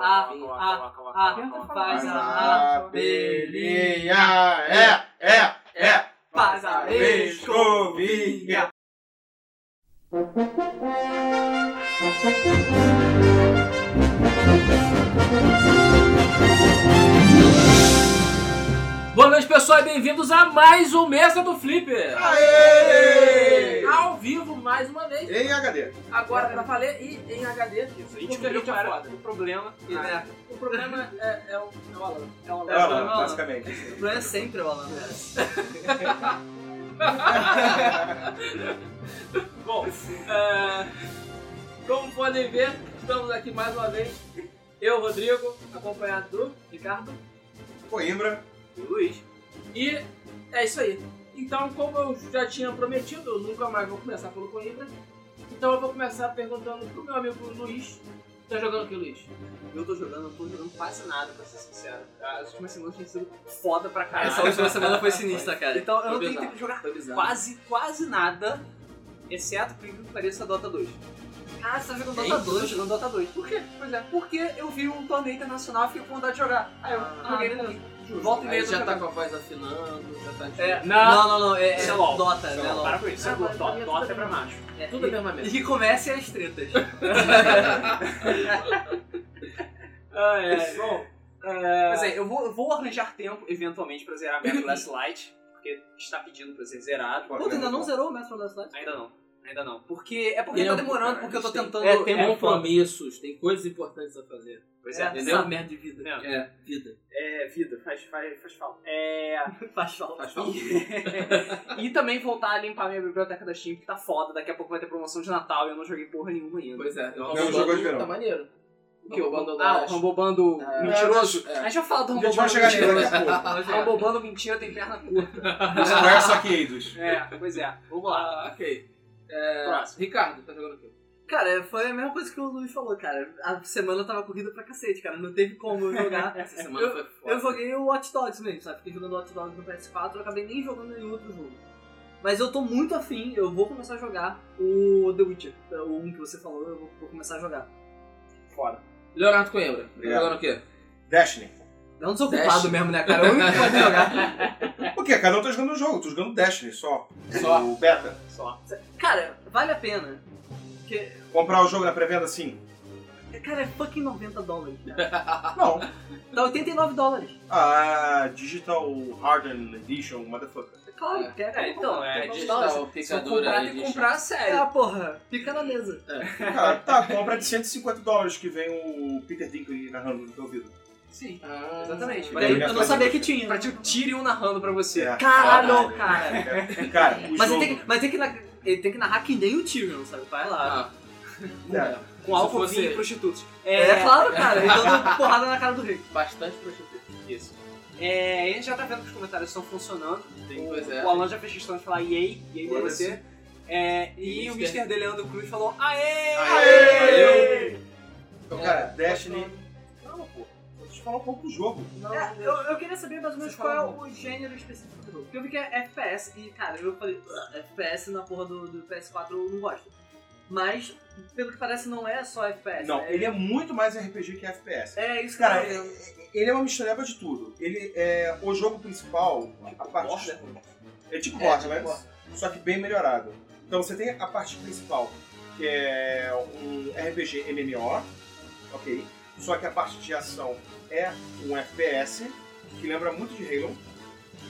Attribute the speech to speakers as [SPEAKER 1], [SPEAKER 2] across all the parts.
[SPEAKER 1] A,
[SPEAKER 2] A,
[SPEAKER 1] A,
[SPEAKER 3] Tenta falar.
[SPEAKER 1] Ah, faz a,
[SPEAKER 3] Ah,
[SPEAKER 1] a, belinha,
[SPEAKER 3] é, é, é.
[SPEAKER 1] faz a
[SPEAKER 3] Vescovinha.
[SPEAKER 1] vescovinha. Boa noite, pessoal, e bem-vindos a mais um Mesa do Flipper.
[SPEAKER 3] Aê!
[SPEAKER 1] Ao vivo, mais uma vez,
[SPEAKER 3] Em HD.
[SPEAKER 1] agora pra valer e em HD. Isso
[SPEAKER 2] Isso,
[SPEAKER 1] que a gente é foda. O problema, né? O problema é, é o, é o Alan. É o Alan. É o Alan.
[SPEAKER 3] basicamente.
[SPEAKER 1] O problema é sempre o Alan. Bom, é, como podem ver, estamos aqui mais uma vez. Eu, Rodrigo, acompanhado do Ricardo
[SPEAKER 3] Coimbra.
[SPEAKER 1] e Luiz. E é isso aí. Então, como eu já tinha prometido, eu nunca mais vou começar pelo Coimbra. Então eu vou começar perguntando pro meu amigo Luiz. Tá jogando o que, Luiz?
[SPEAKER 2] Eu tô jogando, não tô jogando quase nada, pra ser sincero. As últimas semanas tem sido foda pra caralho.
[SPEAKER 4] Essa última semana foi sinistra, cara.
[SPEAKER 2] Então eu não
[SPEAKER 1] Foi
[SPEAKER 2] tenho
[SPEAKER 1] bizarro.
[SPEAKER 2] tempo de jogar
[SPEAKER 4] Foi bizarro.
[SPEAKER 2] quase, quase nada, exceto por incrível que pareça Dota 2.
[SPEAKER 4] Ah, você tá jogando
[SPEAKER 2] Dota 2? Eu tô jogando Dota 2. Por quê? Pois é. Porque eu vi um torneio internacional e fiquei com vontade de jogar. Aí eu
[SPEAKER 1] Ah,
[SPEAKER 2] joguei
[SPEAKER 1] beleza.
[SPEAKER 2] no Volta e meia
[SPEAKER 4] Aí
[SPEAKER 2] eu
[SPEAKER 4] já
[SPEAKER 2] tô
[SPEAKER 4] tá
[SPEAKER 2] jogando.
[SPEAKER 4] com a voz afinando, já tá...
[SPEAKER 2] É,
[SPEAKER 1] Não,
[SPEAKER 4] não, não, é, é
[SPEAKER 2] Isso é LOL.
[SPEAKER 4] Dota,
[SPEAKER 3] Isso é
[SPEAKER 4] né,
[SPEAKER 3] LOL.
[SPEAKER 4] LOL.
[SPEAKER 2] para com isso.
[SPEAKER 1] Ah,
[SPEAKER 2] Do-
[SPEAKER 1] mas a
[SPEAKER 2] do-
[SPEAKER 1] minha
[SPEAKER 2] Dota é
[SPEAKER 1] também.
[SPEAKER 2] pra macho.
[SPEAKER 4] É,
[SPEAKER 1] tudo é mesma
[SPEAKER 4] E
[SPEAKER 1] merda.
[SPEAKER 4] que comece as tretas.
[SPEAKER 1] Ah, é. Bom,
[SPEAKER 2] Mas é, eu vou, eu vou arranjar tempo, eventualmente, pra zerar Metro Last Light, porque está pedindo pra ser zerado.
[SPEAKER 4] Pô, tu ainda não zerou o Metro Last Light?
[SPEAKER 2] Ainda não, ainda não. Porque é porque
[SPEAKER 1] Ele
[SPEAKER 2] tá
[SPEAKER 1] é um-
[SPEAKER 2] demorando,
[SPEAKER 4] cara,
[SPEAKER 2] porque eu tô
[SPEAKER 4] a gente
[SPEAKER 2] tentando.
[SPEAKER 1] é, tem
[SPEAKER 2] é,
[SPEAKER 1] compromissos, tem coisas importantes a fazer.
[SPEAKER 2] Pois é,
[SPEAKER 4] É,
[SPEAKER 2] entendeu?
[SPEAKER 4] essa merda de vida.
[SPEAKER 2] É.
[SPEAKER 1] É, vida.
[SPEAKER 2] É, vida, faz, faz, faz falta. É.
[SPEAKER 4] Faz falta.
[SPEAKER 2] Faz falta. e também voltar a limpar minha biblioteca da Steam, que tá foda. Daqui a pouco vai ter promoção de Natal e eu não joguei porra nenhuma ainda.
[SPEAKER 4] Pois é.
[SPEAKER 3] Não, jogou de verão.
[SPEAKER 4] Tá maneiro.
[SPEAKER 2] O que?
[SPEAKER 4] Rambo Bando
[SPEAKER 2] O-
[SPEAKER 4] da
[SPEAKER 2] Ah, o
[SPEAKER 4] Ash.
[SPEAKER 2] Rambobando
[SPEAKER 4] É.
[SPEAKER 2] mentiroso.
[SPEAKER 4] É.
[SPEAKER 2] A gente vai falar do
[SPEAKER 3] A gente vai
[SPEAKER 2] Rambobando
[SPEAKER 3] chegar nele
[SPEAKER 2] mentiroso.
[SPEAKER 3] daqui a pouco.
[SPEAKER 2] Rambobando né? mentira tem perna curta.
[SPEAKER 3] Square Saqueiros.
[SPEAKER 2] É, pois é. Vamos lá.
[SPEAKER 4] Ah, ok. É,
[SPEAKER 2] Próximo.
[SPEAKER 4] Ricardo, tá jogando o quê?
[SPEAKER 2] é,
[SPEAKER 5] Cara, foi a mesma coisa que o Luiz falou, cara. A semana tava corrida pra cacete, cara. Não teve como eu jogar.
[SPEAKER 4] Essa semana foi foda.
[SPEAKER 5] eu joguei o Watch Dogs mesmo, sabe? Fiquei jogando Watch Dogs no PS4, eu acabei nem jogando nenhum outro jogo. Mas eu tô muito afim, eu vou começar a jogar o The Witcher. O um que você falou, eu vou, vou começar a jogar.
[SPEAKER 2] Foda.
[SPEAKER 4] Leonardo
[SPEAKER 1] É.
[SPEAKER 4] Coimbra, tá
[SPEAKER 3] Obrigado.
[SPEAKER 4] jogando o quê?
[SPEAKER 3] Destiny.
[SPEAKER 5] É um desocupado
[SPEAKER 4] Dash.
[SPEAKER 5] mesmo, né, cara? É o único que pode jogar.
[SPEAKER 3] O quê? Cara, eu não tô jogando um jogo, tô jogando Destiny só.
[SPEAKER 4] Só.
[SPEAKER 3] O beta.
[SPEAKER 2] Só.
[SPEAKER 5] Cara, vale a pena. Porque,
[SPEAKER 3] Comprar o jogo na pré-venda, sim.
[SPEAKER 5] cara, é fucking 90 dólares, cara.
[SPEAKER 3] Não.
[SPEAKER 5] Tá 89 dólares.
[SPEAKER 3] A Digital Hardened Edition, motherfucker.
[SPEAKER 5] É Claro,
[SPEAKER 4] É.
[SPEAKER 5] porque é,
[SPEAKER 2] É, então, é
[SPEAKER 5] Tem que
[SPEAKER 2] digital,
[SPEAKER 5] comprar.
[SPEAKER 4] picadura
[SPEAKER 2] comprar, tem que
[SPEAKER 4] edition.
[SPEAKER 2] comprar a
[SPEAKER 5] É,
[SPEAKER 2] sério.
[SPEAKER 5] ah, porra, fica na mesa.
[SPEAKER 3] Cara, tá, compra de 150 dólares que vem o Peter Dinklage narrando no teu ouvido.
[SPEAKER 2] Sim.
[SPEAKER 4] Ah,
[SPEAKER 2] Exatamente.
[SPEAKER 3] Daí-
[SPEAKER 5] Eu não sabia que tinha. né?
[SPEAKER 2] Pra tipo, ti, o Tyrion narrando pra você.
[SPEAKER 3] É.
[SPEAKER 5] Caralho, cara.
[SPEAKER 3] Cara, o
[SPEAKER 5] Mas
[SPEAKER 3] jogo...
[SPEAKER 5] ele tem, que, mas tem que na- ele tem que narrar que nem o Tyrion, sabe? Vai lá.
[SPEAKER 4] Ah,
[SPEAKER 3] É.
[SPEAKER 2] Com álcool,
[SPEAKER 4] fosse-
[SPEAKER 2] vinho e prostitutos.
[SPEAKER 5] É, claro, cara. Ele dando porrada na cara do rei.
[SPEAKER 4] bastante prostituta.
[SPEAKER 2] Isso. É, a gente já tá vendo que os comentários estão funcionando.
[SPEAKER 4] Tem,
[SPEAKER 2] o,
[SPEAKER 4] pois é.
[SPEAKER 2] o Alan já fez questão de falar yay, yay pra
[SPEAKER 4] Foda-se.
[SPEAKER 2] você. É, e,
[SPEAKER 4] E
[SPEAKER 2] o
[SPEAKER 4] Mr.
[SPEAKER 2] Mr. De Leandro Cruz falou aê!
[SPEAKER 3] Aê! Então, cara,
[SPEAKER 1] é.
[SPEAKER 3] Destiny...
[SPEAKER 2] Não, pô.
[SPEAKER 3] Deixa eu falar um pouco do jogo.
[SPEAKER 5] É, eu, eu queria saber mais ou menos
[SPEAKER 2] Você
[SPEAKER 5] qual é
[SPEAKER 2] fala,
[SPEAKER 5] o gênero específico do jogo. Porque eu vi que é FPS e, cara, eu falei, "Ugh, FPS na porra do, do PS4 eu não gosto. Mas, pelo que parece, não é só FPS.
[SPEAKER 3] Não,
[SPEAKER 5] é,
[SPEAKER 3] ele é muito mais RPG que FPS.
[SPEAKER 5] É isso que
[SPEAKER 3] Cara,
[SPEAKER 5] eu tô vendo.
[SPEAKER 3] é- ele é uma mistureba de tudo. Ele é o jogo principal, a parte é tipo Borderlands, só que bem melhorado. Então você tem a parte principal, que é um RPG MMO, ok? Só que a parte de ação é um FPS que lembra muito de Halo.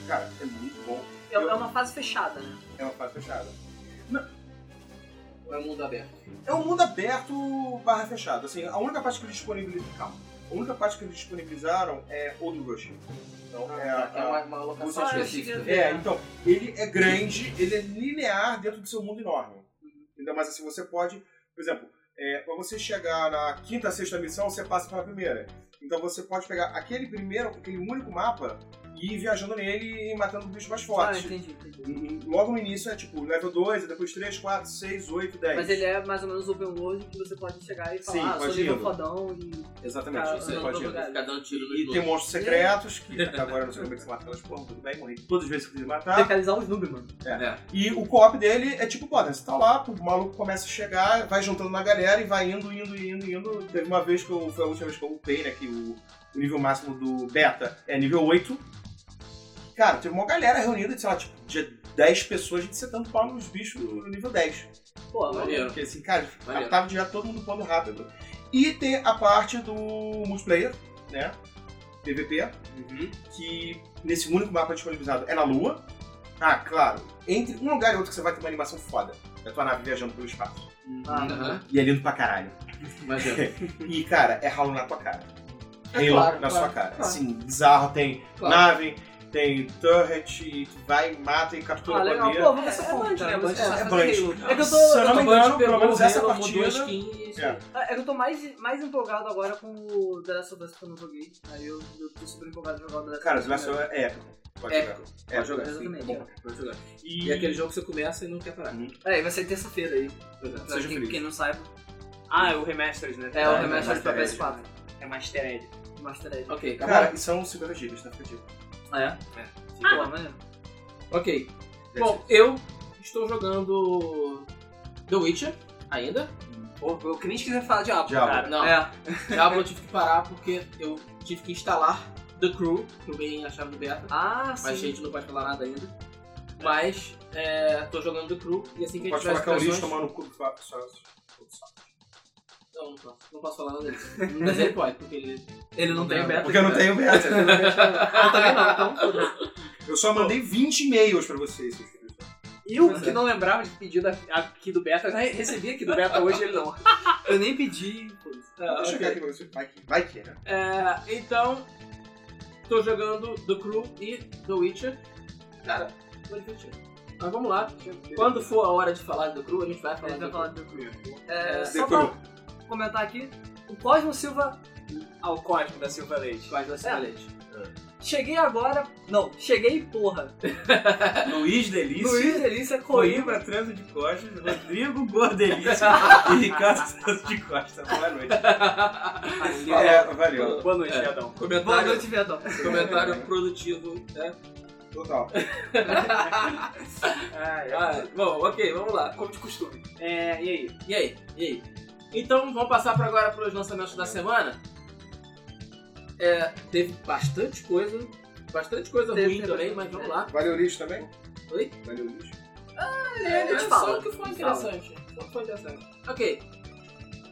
[SPEAKER 3] Cara, é muito bom.
[SPEAKER 5] É- é uma fase fechada, né?
[SPEAKER 3] É uma fase fechada.
[SPEAKER 4] É um mundo aberto.
[SPEAKER 3] É um mundo aberto barra fechado. Assim, a única parte que eles disponibilizaram, calma. a única parte que eles disponibilizaram é Old Rush. Então é,
[SPEAKER 4] É
[SPEAKER 3] a-
[SPEAKER 4] uma, uma locação
[SPEAKER 3] Ah,
[SPEAKER 5] eu
[SPEAKER 4] específica.
[SPEAKER 5] cheguei
[SPEAKER 3] É, então, ele é grande, ele é linear dentro do seu mundo enorme. Ainda mais assim, você pode, por exemplo, é, pra você chegar na quinta, sexta missão, você passa pela primeira. Então você pode pegar aquele primeiro, aquele único mapa e viajando nele e matando bichos mais
[SPEAKER 5] Ah,
[SPEAKER 3] fortes.
[SPEAKER 5] entendi, entendi.
[SPEAKER 3] Logo no início é tipo level 2, depois 3, 4, 6, 8, 10.
[SPEAKER 5] Mas ele é mais ou menos open world que você pode chegar e
[SPEAKER 3] Sim,
[SPEAKER 5] falar, ah, sou
[SPEAKER 3] pode
[SPEAKER 5] nível
[SPEAKER 3] ir.
[SPEAKER 5] fodão e.
[SPEAKER 3] Exatamente,
[SPEAKER 5] Cara,
[SPEAKER 3] você
[SPEAKER 5] Ah, não,
[SPEAKER 3] pode
[SPEAKER 5] não,
[SPEAKER 3] ir.
[SPEAKER 5] não,
[SPEAKER 1] Ficar dando tiro nos
[SPEAKER 3] E tem
[SPEAKER 4] Então,
[SPEAKER 1] outros.
[SPEAKER 3] monstros secretos, que até agora eu não sei como é que se mata aquelas porra, tudo bem, morri todas as vezes que eu quis matar.
[SPEAKER 5] Localizar os noobs, mano.
[SPEAKER 3] E o co-op dele é tipo, pô, você tá lá, o maluco começa a chegar, vai juntando uma galera e vai indo, indo, indo, indo. Teve uma vez que eu, foi a última vez que eu upei, né, que o, o nível máximo do beta é nível 8. Cara, teve uma galera reunida, sei lá, tipo, de 10 pessoas, a gente setando pau nos bichos no nível 10.
[SPEAKER 5] Pô, mano.
[SPEAKER 1] Maneiro.
[SPEAKER 3] Porque assim, cara,
[SPEAKER 1] Maneiro.
[SPEAKER 3] tava direto todo mundo pulando rápido. E tem a parte do multiplayer, né? PVP,
[SPEAKER 5] Uhum.
[SPEAKER 3] que nesse único mapa disponibilizado é na Lua. Ah, claro, entre um lugar e outro que você vai ter uma animação foda. É a tua nave viajando pelo espaço.
[SPEAKER 5] Ah,
[SPEAKER 1] Aham,
[SPEAKER 3] E é lindo pra caralho.
[SPEAKER 1] imagina.
[SPEAKER 3] E, cara, é ralo na tua cara.
[SPEAKER 5] É
[SPEAKER 3] Halo
[SPEAKER 5] claro,
[SPEAKER 3] na
[SPEAKER 5] claro,
[SPEAKER 3] sua cara.
[SPEAKER 5] claro.
[SPEAKER 3] Assim, bizarro. Tem
[SPEAKER 1] Claro.
[SPEAKER 3] nave, tem turret, e tu vai, mata e captura
[SPEAKER 5] Ah,
[SPEAKER 3] a
[SPEAKER 5] legal.
[SPEAKER 3] bandeira.
[SPEAKER 5] Pô, vou
[SPEAKER 2] É
[SPEAKER 5] passar
[SPEAKER 2] Band,
[SPEAKER 5] fome,
[SPEAKER 1] Então,
[SPEAKER 5] cara.
[SPEAKER 2] né?
[SPEAKER 5] Vou
[SPEAKER 2] Band,
[SPEAKER 5] passar
[SPEAKER 3] é
[SPEAKER 5] fome.
[SPEAKER 3] Band.
[SPEAKER 5] É que eu
[SPEAKER 3] Se eu
[SPEAKER 5] tô-
[SPEAKER 3] não
[SPEAKER 6] Então,
[SPEAKER 3] me engano,
[SPEAKER 6] pegou
[SPEAKER 3] pelo menos
[SPEAKER 6] o
[SPEAKER 3] essa
[SPEAKER 6] Halo, mudou a
[SPEAKER 3] partida...
[SPEAKER 6] skin e isso
[SPEAKER 3] É.
[SPEAKER 6] aí.
[SPEAKER 5] é que eu tô mais, mais empolgado agora com o The Last of Us que eu não joguei. Aí eu, eu tô super empolgado de jogar o The Last
[SPEAKER 3] Cara,
[SPEAKER 5] of
[SPEAKER 3] The
[SPEAKER 5] Us.
[SPEAKER 3] Last of Us é épico. Pode jogar.
[SPEAKER 1] Épico.
[SPEAKER 3] É,
[SPEAKER 1] Pode jogar. sim.
[SPEAKER 5] Exatamente.
[SPEAKER 1] Bom, Pode jogar.
[SPEAKER 3] E,
[SPEAKER 1] E é aquele jogo que você começa e não quer parar.
[SPEAKER 5] É, e vai ser terça-feira aí. Pra
[SPEAKER 3] Seja
[SPEAKER 5] quem,
[SPEAKER 3] feliz.
[SPEAKER 5] quem não saiba.
[SPEAKER 2] Ah, é o Remastered, né? É
[SPEAKER 5] É o
[SPEAKER 1] é,
[SPEAKER 5] remaster pra
[SPEAKER 3] Master Ed.
[SPEAKER 5] PS4.
[SPEAKER 2] Remastered.
[SPEAKER 5] Master Ed.
[SPEAKER 1] Ok, acabou.
[SPEAKER 3] Cara, e são 50 gigas, tá? Fica a dica.
[SPEAKER 5] Ah, é?
[SPEAKER 2] Ah,
[SPEAKER 5] Pô, mano.
[SPEAKER 1] Ok.
[SPEAKER 3] Deve
[SPEAKER 1] Bom, eu estou jogando The Witcher ainda.
[SPEAKER 2] Pô, eu que nem quiser falar de Apple,
[SPEAKER 3] Diablo.
[SPEAKER 2] cara.
[SPEAKER 1] Não,
[SPEAKER 5] É,
[SPEAKER 1] Diablo eu tive que parar porque eu tive que instalar The Crew, que eu ganhei a chave do beta.
[SPEAKER 5] ah, sim.
[SPEAKER 1] Mas a gente não pode falar nada ainda. Mas é, tô jogando The Crew e assim que a gente
[SPEAKER 3] Pode
[SPEAKER 1] tiver Tá
[SPEAKER 3] falar que é um lixo
[SPEAKER 1] explicações-
[SPEAKER 3] tomar no cu do Fábio Santos.
[SPEAKER 1] Não, não posso. Não posso falar nada disso. Mas ele pode, porque ele...
[SPEAKER 5] Ele não,
[SPEAKER 1] Não
[SPEAKER 5] tem
[SPEAKER 1] tem, então
[SPEAKER 5] beta.
[SPEAKER 3] Porque eu não tenho meta.
[SPEAKER 5] Eu também não, então foda-se.
[SPEAKER 3] Eu só mandei 20 e-mails pra vocês, seus filhos.
[SPEAKER 2] Eu que não lembrava de pedir da- aqui do Beta, eu já recebi aqui do Beta hoje, ele não.
[SPEAKER 5] Eu nem pedi. foda-se.
[SPEAKER 1] Ah,
[SPEAKER 3] Deixa eu
[SPEAKER 1] ok.
[SPEAKER 3] ver aqui pra vocês. Vai que, vai que, né?
[SPEAKER 1] É, então, tô jogando The Crew e The Witcher. Cara, vou divertir. Mas vamos lá. Quando for a hora de falar de The Crew, a gente vai falar
[SPEAKER 5] Ele
[SPEAKER 1] de The
[SPEAKER 5] vai
[SPEAKER 1] Crew.
[SPEAKER 5] falar do É,
[SPEAKER 1] É,
[SPEAKER 5] só
[SPEAKER 3] Decorou.
[SPEAKER 5] pra comentar aqui, o Cosmo Silva.
[SPEAKER 2] Ao Cosmo da Silva Leite.
[SPEAKER 1] Quais vai ser
[SPEAKER 5] É.
[SPEAKER 1] a leite?
[SPEAKER 5] Cheguei agora. Não, cheguei porra.
[SPEAKER 3] Luiz Delícia.
[SPEAKER 5] Luiz Delícia Coimbra.
[SPEAKER 3] Transo de Costas, Rodrigo Gordelícia e Ricardo Transo de Costas. Boa noite. É, valeu.
[SPEAKER 2] Boa noite,
[SPEAKER 1] É.
[SPEAKER 2] Gadão.
[SPEAKER 5] Boa
[SPEAKER 1] Comentário,
[SPEAKER 5] noite, Viadão.
[SPEAKER 1] comentário produtivo.
[SPEAKER 3] é
[SPEAKER 1] né?
[SPEAKER 3] Total.
[SPEAKER 1] Ah, bom, ok, vamos lá. Como de costume.
[SPEAKER 2] É, e aí?
[SPEAKER 1] E aí? E aí? Então, vamos passar para agora para os lançamentos da semana. É, teve bastante coisa. Bastante coisa
[SPEAKER 5] Teve,
[SPEAKER 1] ruim
[SPEAKER 5] teve
[SPEAKER 1] também, mas
[SPEAKER 5] bastante
[SPEAKER 1] vamos
[SPEAKER 5] coisa.
[SPEAKER 1] lá.
[SPEAKER 3] Valeu, lixo também?
[SPEAKER 1] Oi?
[SPEAKER 3] Valeu, lixo.
[SPEAKER 1] É,
[SPEAKER 5] te
[SPEAKER 1] só
[SPEAKER 5] fala,
[SPEAKER 1] que foi
[SPEAKER 5] te fala.
[SPEAKER 1] interessante. Só que foi interessante. Ok.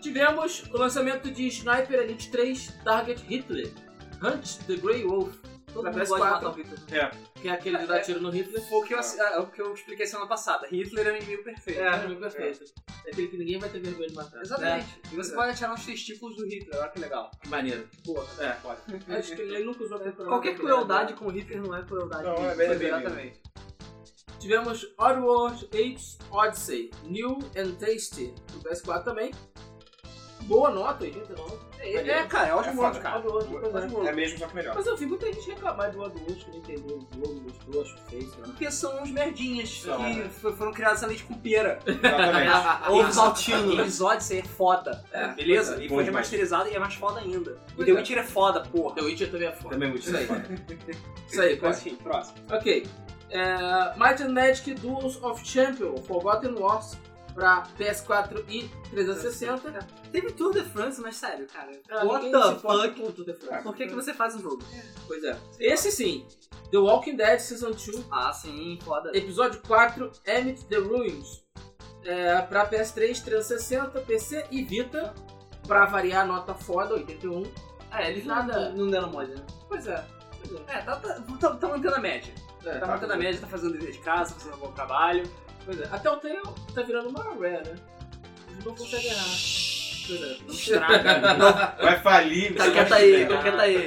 [SPEAKER 1] Tivemos o lançamento de Sniper Elite 3 Target Hitler. Hunt the Grey Wolf,
[SPEAKER 5] Todo
[SPEAKER 1] Pra
[SPEAKER 5] mundo gosta de
[SPEAKER 1] PS4.
[SPEAKER 5] matar o Vitor.
[SPEAKER 1] que é aquele de dar tiro no Hitler.
[SPEAKER 2] Foi o que eu, assi- ah, o que eu expliquei semana passada. Hitler é o inimigo perfeito.
[SPEAKER 1] É, amigo perfeito. É aquele que ninguém vai ter vergonha de matar.
[SPEAKER 2] Exatamente. né? E você pode atirar nos testículos do Hitler, olha que legal.
[SPEAKER 1] É. Maneiro.
[SPEAKER 2] Porra.
[SPEAKER 1] É, pode. Acho que ele nunca usou tempo
[SPEAKER 5] Qualquer crueldade com o Hitler não é crueldade.
[SPEAKER 3] Não, é
[SPEAKER 2] Foi
[SPEAKER 3] bem
[SPEAKER 2] virar
[SPEAKER 3] bem.
[SPEAKER 2] também.
[SPEAKER 1] Tivemos Oddworld Apes Odyssey, New and Tasty, do PS4 também. Boa nota, 89.
[SPEAKER 2] É, é, cara, é
[SPEAKER 1] Tá
[SPEAKER 3] É
[SPEAKER 2] ótimo
[SPEAKER 3] foda.
[SPEAKER 2] outro, cara.
[SPEAKER 1] Oddworld, depois Oddworld.
[SPEAKER 3] É mesmo, só que melhor.
[SPEAKER 1] Mas eu vi muita gente reclamar do Oddworld, que não entendeu o jogo, gostou, acho que fez, né?
[SPEAKER 2] Porque são uns merdinhas
[SPEAKER 3] São,
[SPEAKER 2] que
[SPEAKER 3] né?
[SPEAKER 2] fo- foram criados a leite com pera.
[SPEAKER 3] Exatamente.
[SPEAKER 2] Ovos altino. Eles Odyssey é foda.
[SPEAKER 1] Ah, É,
[SPEAKER 2] Beleza? E
[SPEAKER 3] Bom
[SPEAKER 2] foi
[SPEAKER 3] demais.
[SPEAKER 2] remasterizado e é mais foda ainda. E
[SPEAKER 1] Pois
[SPEAKER 2] The
[SPEAKER 1] é.
[SPEAKER 2] Witcher é foda, porra.
[SPEAKER 1] The Witcher também é foda.
[SPEAKER 3] Também muito
[SPEAKER 1] Isso aí.
[SPEAKER 3] foda.
[SPEAKER 1] Isso aí,
[SPEAKER 2] Mas
[SPEAKER 1] quase.
[SPEAKER 2] enfim, assim, próximo.
[SPEAKER 1] Ok. É, Might and Magic Duels of Champions, Forgotten Wars, pra PS4 e 360.
[SPEAKER 5] Teve Tour de France, mas sério, cara.
[SPEAKER 1] Ah,
[SPEAKER 5] What
[SPEAKER 1] ninguém
[SPEAKER 5] the
[SPEAKER 1] se importa
[SPEAKER 5] fuck?
[SPEAKER 1] com tudo, é foda.
[SPEAKER 5] Por que, que você faz um jogo?
[SPEAKER 1] Pois é. Esse sim. The Walking Dead Season 2,
[SPEAKER 5] Ah, sim, foda.
[SPEAKER 1] Episódio 4, Emmett the Ruins. É, pra PS3, 360, PC e Vita. Pra variar a nota foda, 81.
[SPEAKER 5] É, eles
[SPEAKER 1] Nada.
[SPEAKER 5] nada. Não deram mole, né?
[SPEAKER 1] Pois é. Pois é.
[SPEAKER 2] É, tá, tá, tá- tá mantendo a média.
[SPEAKER 1] É,
[SPEAKER 2] tá, mantendo a média, tá fazendo dever de casa, tá fazendo um bom trabalho.
[SPEAKER 1] Pois é. Até o Tail tá virando uma rare, né? Eles não conseguem errar. Pois é.
[SPEAKER 2] Não estraga.
[SPEAKER 3] Vai falir.
[SPEAKER 5] Tá
[SPEAKER 3] você
[SPEAKER 5] quieto
[SPEAKER 3] vai
[SPEAKER 5] aí,
[SPEAKER 3] chegar.
[SPEAKER 5] tá quieto aí.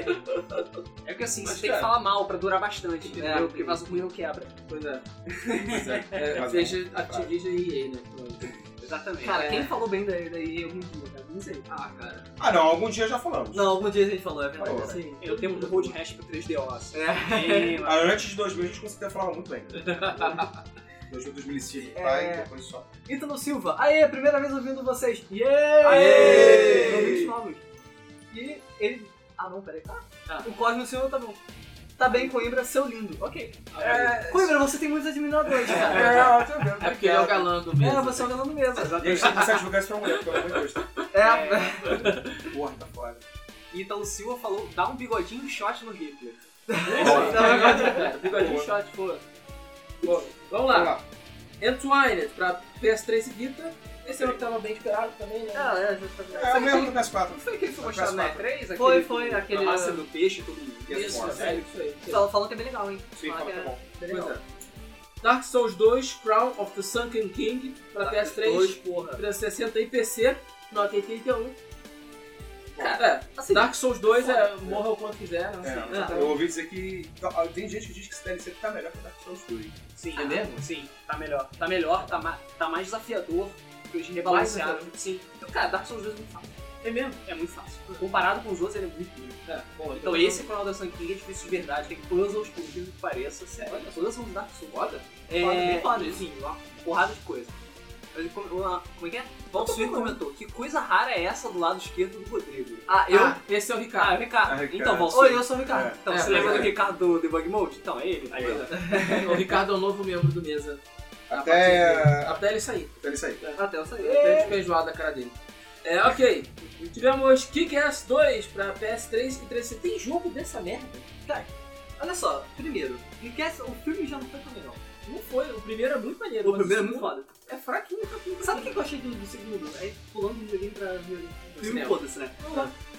[SPEAKER 2] É porque assim,
[SPEAKER 1] Mas,
[SPEAKER 2] você tem que
[SPEAKER 1] cara,
[SPEAKER 2] falar mal pra durar bastante,
[SPEAKER 5] é,
[SPEAKER 2] entendeu? Porque vaso ruim não quebra.
[SPEAKER 1] Pois é. É,
[SPEAKER 3] Mas
[SPEAKER 1] seja Activision e EA, né?
[SPEAKER 2] Exatamente.
[SPEAKER 5] Cara,
[SPEAKER 1] É.
[SPEAKER 5] quem falou bem daí, daí eu me digo, cara. Não sei.
[SPEAKER 2] Ah, cara.
[SPEAKER 3] Ah, não, algum dia já falamos.
[SPEAKER 5] Não, algum dia a gente falou, é verdade.
[SPEAKER 3] Falou.
[SPEAKER 5] assim,
[SPEAKER 2] Eu tenho um road hash pro 3DO.
[SPEAKER 1] É.
[SPEAKER 3] Ah, Antes de 2000 a gente conseguia falar muito bem. 2000, 2005, tá?
[SPEAKER 5] É.
[SPEAKER 3] E depois só.
[SPEAKER 5] Ítalo Silva. Aê, primeira vez ouvindo vocês. Yeeeey!
[SPEAKER 3] Aê!
[SPEAKER 5] Ouvintes novos. E ele... Ah, não, peraí. Ah,
[SPEAKER 2] Ah.
[SPEAKER 5] O Cosmo Silva tá bom. Tá bem, Coimbra, seu lindo. Ok.
[SPEAKER 3] É,
[SPEAKER 5] Coimbra, você tem muitos admiradores, cara.
[SPEAKER 3] é, ó, tá vendo?
[SPEAKER 1] É porque ele é o galã do
[SPEAKER 5] É,
[SPEAKER 1] mesmo.
[SPEAKER 5] você é o galã do mesmo.
[SPEAKER 3] E a gente tem que começar a divulgar isso pra mulher, pelo amor de Deus.
[SPEAKER 5] É.
[SPEAKER 3] Porra, tá foda.
[SPEAKER 2] Então o Silva falou, dá um bigodinho shot no Hitler.
[SPEAKER 1] cara. Bigodinho
[SPEAKER 3] Boa.
[SPEAKER 1] shot, pô. Bom, vamos
[SPEAKER 3] Vamos
[SPEAKER 1] lá.
[SPEAKER 3] lá.
[SPEAKER 1] Entwined É pra PS3 e Vita. Esse é o que tava bem esperado também, né?
[SPEAKER 5] Ah, é, justamente.
[SPEAKER 3] É o mesmo do PS4.
[SPEAKER 2] Foi aquele que foi
[SPEAKER 3] Eu
[SPEAKER 2] mostrado na
[SPEAKER 3] peço
[SPEAKER 2] E3?
[SPEAKER 5] Foi,
[SPEAKER 2] Aquele
[SPEAKER 5] foi,
[SPEAKER 2] com
[SPEAKER 5] aquele-
[SPEAKER 2] A raça do peixe, todo mundo.
[SPEAKER 1] Isso,
[SPEAKER 3] Yes,
[SPEAKER 1] velho, isso aí. isso aí.
[SPEAKER 5] Fala- Falou que é bem legal, hein?
[SPEAKER 3] Sim,
[SPEAKER 5] Fala
[SPEAKER 3] fala
[SPEAKER 5] que
[SPEAKER 3] que é bom.
[SPEAKER 5] bem
[SPEAKER 1] é Pois
[SPEAKER 5] legal.
[SPEAKER 1] é. Dark Souls 2, Crown of the Sunken King pra PS3,
[SPEAKER 5] Dois, porra.
[SPEAKER 1] 360 e PC, nota 81. Cara,
[SPEAKER 5] Assim,
[SPEAKER 1] Dark Souls 2 é
[SPEAKER 5] foda.
[SPEAKER 1] morra o quanto quiser, né?
[SPEAKER 3] É,
[SPEAKER 5] Ah,
[SPEAKER 3] Eu ouvi dizer que. ah, Tem gente que diz que esse DLC tá melhor que Dark Souls 2.
[SPEAKER 2] Sim,
[SPEAKER 1] É mesmo?
[SPEAKER 2] assim, Sim, tá melhor. Tá melhor, tá, ma- tá mais desafiador. que Eles rebalancearam. Sim. Então, cara, Dark Souls 2 é muito fácil.
[SPEAKER 1] É mesmo?
[SPEAKER 2] É muito fácil. Comparado com os outros, ele é muito duro.
[SPEAKER 1] É, bom,
[SPEAKER 2] Então esse canal da Sun King é difícil de verdade, tem puzzles, por incrível que pareça, sério. Olha, puzzles são Dark Souls. Olha, é,
[SPEAKER 5] bem foda
[SPEAKER 2] enfim, uma porrada de coisa. Mas como, uma- como é que é? Bob
[SPEAKER 5] tô
[SPEAKER 2] Sweet
[SPEAKER 5] procurando.
[SPEAKER 2] comentou, que coisa rara é essa do lado esquerdo do Rodrigo? Ah,
[SPEAKER 1] eu,
[SPEAKER 2] eu?
[SPEAKER 1] esse é o
[SPEAKER 2] Ah, é
[SPEAKER 1] Ricardo.
[SPEAKER 2] o Ricardo.
[SPEAKER 3] Ah, Ricardo.
[SPEAKER 2] Então, Val
[SPEAKER 5] Oi,
[SPEAKER 2] Sweet.
[SPEAKER 5] eu sou o Ricardo.
[SPEAKER 2] Então,
[SPEAKER 1] É,
[SPEAKER 2] você lembra do
[SPEAKER 3] Ricardo.
[SPEAKER 2] Ricardo do Debug Mode? Então, é ele.
[SPEAKER 1] Pois é. o Ricardo é o novo membro do Mesa. A partir dele.
[SPEAKER 3] Até.
[SPEAKER 1] Até ele sair.
[SPEAKER 3] Até ele sair.
[SPEAKER 5] Até Ah, tá, eu saí.
[SPEAKER 1] Até ele ficar enjoado da cara dele. É, ok. Tivemos Kick-Ass 2 pra PS3 e 360. Tem jogo dessa merda?
[SPEAKER 5] Olha só, primeiro, me quer- o filme já não foi tão legal.
[SPEAKER 1] Não foi. O primeiro é muito maneiro.
[SPEAKER 5] O
[SPEAKER 1] mas
[SPEAKER 5] primeiro é muito
[SPEAKER 1] segundo
[SPEAKER 5] foda.
[SPEAKER 1] É fraquinho, fraquinho.
[SPEAKER 5] Sabe o que que eu achei do, do segundo? Aí pulando do videogame pra videogame. filme,
[SPEAKER 1] cinema.
[SPEAKER 5] foda-se, né?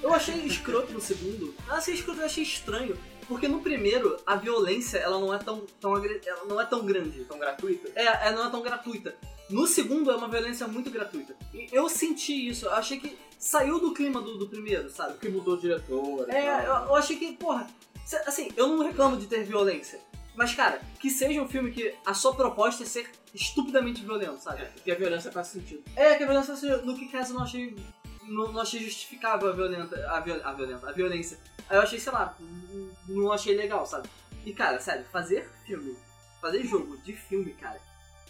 [SPEAKER 5] Eu achei escroto no segundo. Eu achei escroto, eu achei estranho. Porque no primeiro, a violência, ela não é tão, tão, agre- ela não é tão grande.
[SPEAKER 2] Então, gratuito.
[SPEAKER 5] É, ela não é tão gratuita. No segundo, é uma violência muito gratuita. E eu senti isso. Eu achei que saiu do clima do, do primeiro, sabe?
[SPEAKER 1] que mudou o diretor. e
[SPEAKER 5] É, eu,
[SPEAKER 1] tal.
[SPEAKER 5] eu achei que, porra, se- assim, eu não reclamo de ter violência. Mas, cara, que seja um filme que a sua proposta é ser estupidamente violento, sabe?
[SPEAKER 1] É, porque a violência faz sentido.
[SPEAKER 5] É, que a violência assim, no que caso eu não achei. Não, não achei justificável a violenta. A, viol, a violenta, a violência. Aí eu achei, sei lá, n- não achei legal, sabe? E cara, sério, fazer filme, fazer jogo de filme, cara,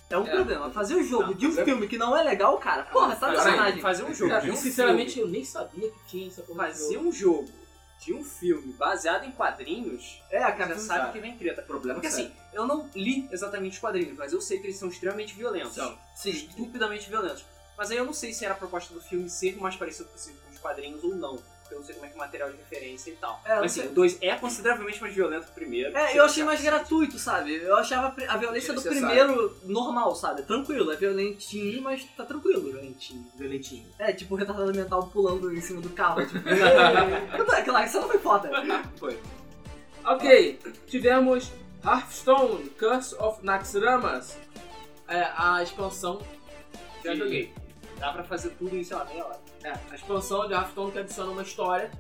[SPEAKER 5] é um
[SPEAKER 1] É.
[SPEAKER 5] problema. Fazer o jogo
[SPEAKER 2] Não,
[SPEAKER 5] de um
[SPEAKER 2] fazer-
[SPEAKER 5] filme que não é legal, cara, porra, tá
[SPEAKER 2] Fazer-
[SPEAKER 5] sacanagem.
[SPEAKER 2] Fazer um jogo.
[SPEAKER 1] Cara,
[SPEAKER 2] de um
[SPEAKER 1] sinceramente, eu nem sabia que tinha essa porra de
[SPEAKER 2] fazer
[SPEAKER 1] jogo.
[SPEAKER 2] um jogo de um filme baseado em quadrinhos,
[SPEAKER 5] É, cara,
[SPEAKER 2] Ah, cara
[SPEAKER 5] sabe?
[SPEAKER 2] sabe que vem treta.
[SPEAKER 1] Problema
[SPEAKER 2] Porque assim, eu não li exatamente os quadrinhos, mas eu sei que eles são extremamente violentos.
[SPEAKER 1] São.
[SPEAKER 5] Sim.
[SPEAKER 2] Estupidamente violentos. Mas aí eu não sei se era a proposta do filme ser o mais parecido possível com os quadrinhos ou não. Porque eu não sei como é que é o material de referência e tal.
[SPEAKER 5] É, eu
[SPEAKER 2] mas
[SPEAKER 5] não
[SPEAKER 2] assim,
[SPEAKER 5] sei.
[SPEAKER 2] o 2 é consideravelmente mais violento que o primeiro.
[SPEAKER 5] É,
[SPEAKER 2] Sim,
[SPEAKER 5] eu achei mais
[SPEAKER 2] cara.
[SPEAKER 5] gratuito, sabe? Eu achava a pri- a violência do
[SPEAKER 1] Desnecessário.
[SPEAKER 5] primeiro normal, sabe? Tranquilo, é violentinho, mas tá tranquilo.
[SPEAKER 2] Violentinho, violentinho.
[SPEAKER 5] É, tipo, retardado mental pulando em cima do carro. Tipo, é, claro, isso não foi foda.
[SPEAKER 1] Ok, tivemos Hearthstone Curse of Naxxramas. É, a expansão.
[SPEAKER 2] Já
[SPEAKER 1] que-
[SPEAKER 2] joguei. Dá pra fazer tudo em, sei lá, meia hora.
[SPEAKER 1] É, a expansão de Hearthstone que adiciona uma história.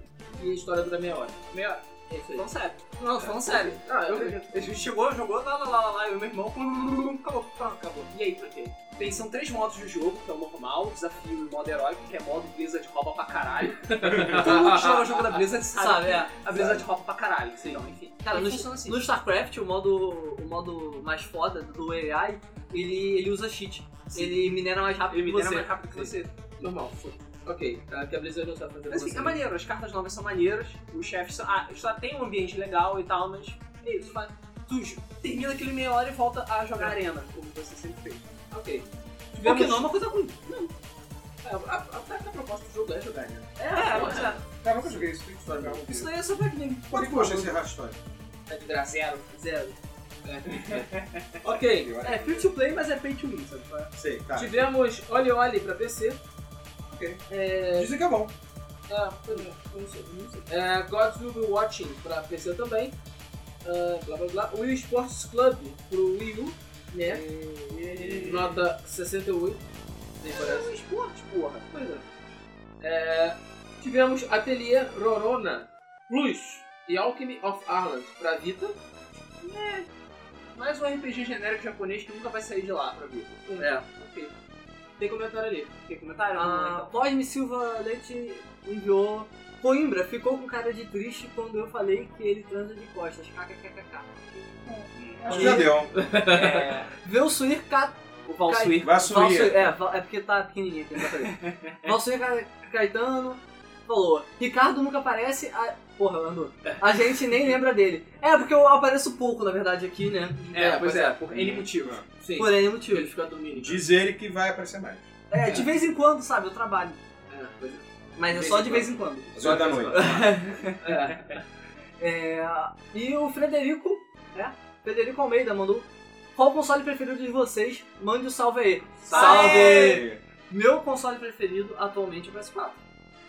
[SPEAKER 1] E a história dura meia hora.
[SPEAKER 2] Meia hora.
[SPEAKER 1] É isso aí.
[SPEAKER 2] Falando sério. É. Não, falando sério.
[SPEAKER 1] Ah, eu vi.
[SPEAKER 2] A gente chegou, jogou, lá, lá, lá, lá, lá, e o meu irmão, acabou, acabou, acabou. E aí, pra quê? Tem, são três modos de jogo, que é o normal, o desafio e o modo heróico, que é modo Blizzard rouba pra caralho. Todo mundo que joga o jogo da Blizzard sabe,
[SPEAKER 5] Sabe,
[SPEAKER 2] que
[SPEAKER 5] é.
[SPEAKER 2] a Blizzard rouba pra caralho. Então, enfim.
[SPEAKER 5] Cara,
[SPEAKER 2] E
[SPEAKER 5] no,
[SPEAKER 2] funciona assim.
[SPEAKER 5] no StarCraft, o modo, o modo mais foda do AI, ele, ele usa cheat.
[SPEAKER 2] Sim.
[SPEAKER 5] Ele minera mais rápido
[SPEAKER 2] Ele me
[SPEAKER 5] que você.
[SPEAKER 2] dera mais rápido que você.
[SPEAKER 1] Normal, foi. Ok, tá, que a Blizzard não sabe fazer
[SPEAKER 2] Mas
[SPEAKER 1] assim.
[SPEAKER 2] assim, é maneiro, as cartas novas são maneiras, os chefes são. Ah, só tem um ambiente legal e tal, mas é isso, faz. Tu termina aquele meia hora e volta a jogar
[SPEAKER 5] É.
[SPEAKER 2] arena, como você sempre fez.
[SPEAKER 1] Ok.
[SPEAKER 5] O que
[SPEAKER 1] Tivemos.
[SPEAKER 5] não é uma coisa ruim.
[SPEAKER 1] É, a, a, a, a proposta do jogo é jogar, né?
[SPEAKER 5] É,
[SPEAKER 2] pois é.
[SPEAKER 3] Cara, nunca joguei isso. Tem que jogar um
[SPEAKER 5] Isso
[SPEAKER 3] dia.
[SPEAKER 5] daí é só pra game.
[SPEAKER 3] Por que que eu achei esse Hearthstone?
[SPEAKER 1] Tá de graça.
[SPEAKER 2] Zero.
[SPEAKER 5] Zero.
[SPEAKER 1] Ok,
[SPEAKER 5] É free to play, mas é pay to win, sabe?
[SPEAKER 3] Sei, tá.
[SPEAKER 1] tivemos Oli Oli pra PC.
[SPEAKER 3] Dizem que é bom.
[SPEAKER 1] É, foi bom, eu não sei, eu não sei. É, Gods Will Be Watching pra PC também. Ah, blá blá blá. Wii Sports Club pro Wii U, né? Nota 68. Nem parece.
[SPEAKER 2] um esporte, porra.
[SPEAKER 1] Pois é. É, tivemos Atelier Rorona Plus e Alchemy of Ireland pra Vita.
[SPEAKER 2] Mais um RPG genérico japonês que nunca vai sair de lá pra ver.
[SPEAKER 1] É, ok. Tem comentário ali.
[SPEAKER 2] Tem comentário? Vamos lá,
[SPEAKER 5] A
[SPEAKER 2] então.
[SPEAKER 5] Toime Ah, Silva Leite enviou. Coimbra ficou com cara de triste quando eu falei que ele transa de costas. KKKKK.
[SPEAKER 3] Acho que já deu.
[SPEAKER 5] Vê o Suir Ca...
[SPEAKER 2] O Valsuir.
[SPEAKER 3] Vai assumir.
[SPEAKER 5] Valsuir- É, Val- é porque tá pequenininho aqui, não dá pra ver. Valsuir Ca- Caetano falou. Ricardo nunca aparece. A... Porra, Lando.
[SPEAKER 1] É.
[SPEAKER 5] A gente nem lembra dele. É, porque eu apareço pouco, na verdade, aqui, né?
[SPEAKER 2] É, pois é, por N motivo.
[SPEAKER 1] Sim.
[SPEAKER 5] Por N motivo.
[SPEAKER 1] Ele fica dormindo.
[SPEAKER 3] Diz ele que vai aparecer mais.
[SPEAKER 5] É, de vez em quando, sabe? Eu trabalho.
[SPEAKER 2] É, pois é.
[SPEAKER 5] Mas é
[SPEAKER 1] De
[SPEAKER 5] só
[SPEAKER 1] vez
[SPEAKER 5] de
[SPEAKER 1] em
[SPEAKER 5] vez em quando.
[SPEAKER 3] Às horas da noite.
[SPEAKER 2] É.
[SPEAKER 5] É, e o Frederico, né? Frederico Almeida mandou. Qual console preferido de vocês? Mande o salve aí. Meu console preferido atualmente é o PS4.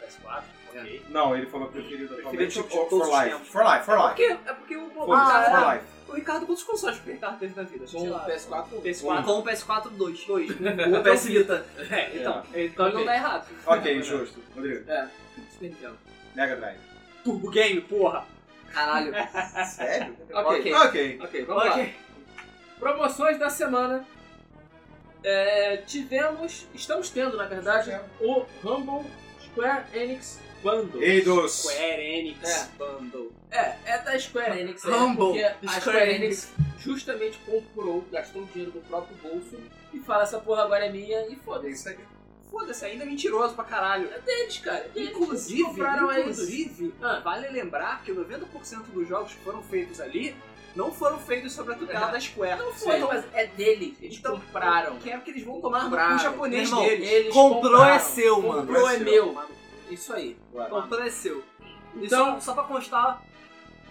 [SPEAKER 2] PS4, ok.
[SPEAKER 3] Não, ele falou preferido
[SPEAKER 2] Preferido
[SPEAKER 3] atualmente.
[SPEAKER 2] de
[SPEAKER 3] For,
[SPEAKER 2] todos os
[SPEAKER 3] for life.
[SPEAKER 2] tempos.
[SPEAKER 3] For life, for
[SPEAKER 2] Por
[SPEAKER 3] life.
[SPEAKER 2] quê? É porque o, o,
[SPEAKER 3] Foda-se,
[SPEAKER 5] Ah,
[SPEAKER 3] for
[SPEAKER 5] é.
[SPEAKER 3] life.
[SPEAKER 2] o Ricardo, quantos consoles que o Ricardo teve na vida?
[SPEAKER 1] Com o PS4.
[SPEAKER 2] o PS4.
[SPEAKER 5] Com o PS4 2. 2.
[SPEAKER 2] Ou
[SPEAKER 5] O PS Vita.
[SPEAKER 2] né? É,
[SPEAKER 1] Então
[SPEAKER 2] então. Então
[SPEAKER 1] ele
[SPEAKER 2] não
[SPEAKER 1] não
[SPEAKER 2] dá errado.
[SPEAKER 3] Ok, justo. Rodrigo,
[SPEAKER 2] Super Nintendo.
[SPEAKER 3] Mega Drive.
[SPEAKER 2] Turbo Game, porra.
[SPEAKER 5] Caralho.
[SPEAKER 1] É,
[SPEAKER 3] Sério?
[SPEAKER 5] Ok.
[SPEAKER 3] Ok.
[SPEAKER 2] Ok, vamos lá.
[SPEAKER 5] Ok.
[SPEAKER 1] Promoções da semana. É, tivemos, estamos tendo na verdade, o Rumble Square Enix Bundle.
[SPEAKER 3] Eidos.
[SPEAKER 2] Square Enix.
[SPEAKER 1] É.
[SPEAKER 2] Bundle.
[SPEAKER 1] É, é da Square Enix. É,
[SPEAKER 5] Rumble
[SPEAKER 1] Porque a Square
[SPEAKER 5] Square
[SPEAKER 1] Enix justamente comprou, gastou dinheiro do próprio bolso e fala: essa porra agora é minha e
[SPEAKER 3] É
[SPEAKER 1] foda-se.
[SPEAKER 3] isso aí.
[SPEAKER 2] Foda-se, ainda é mentiroso pra caralho.
[SPEAKER 1] Eles, cara, eles
[SPEAKER 2] Inclusive,
[SPEAKER 1] compraram a Eidos.
[SPEAKER 2] inclusive
[SPEAKER 1] Ah.
[SPEAKER 2] vale lembrar que 90% dos jogos que foram feitos ali não foram feitos sobre a tutela da Square.
[SPEAKER 1] Não foi,
[SPEAKER 2] Então,
[SPEAKER 1] mas é deles. Eles
[SPEAKER 2] Então,
[SPEAKER 1] compraram.
[SPEAKER 2] que é que eles vão tomar no
[SPEAKER 1] Compraram.
[SPEAKER 2] cu japonês né?
[SPEAKER 5] Meu irmão,
[SPEAKER 2] deles.
[SPEAKER 1] Eles
[SPEAKER 5] Comprou
[SPEAKER 1] compraram.
[SPEAKER 5] é seu, mano.
[SPEAKER 1] Comprou é
[SPEAKER 3] Comprou é
[SPEAKER 1] meu. Isso aí.
[SPEAKER 3] Claro.
[SPEAKER 5] Compareceu. Então,
[SPEAKER 1] Então-
[SPEAKER 5] só, só pra constar,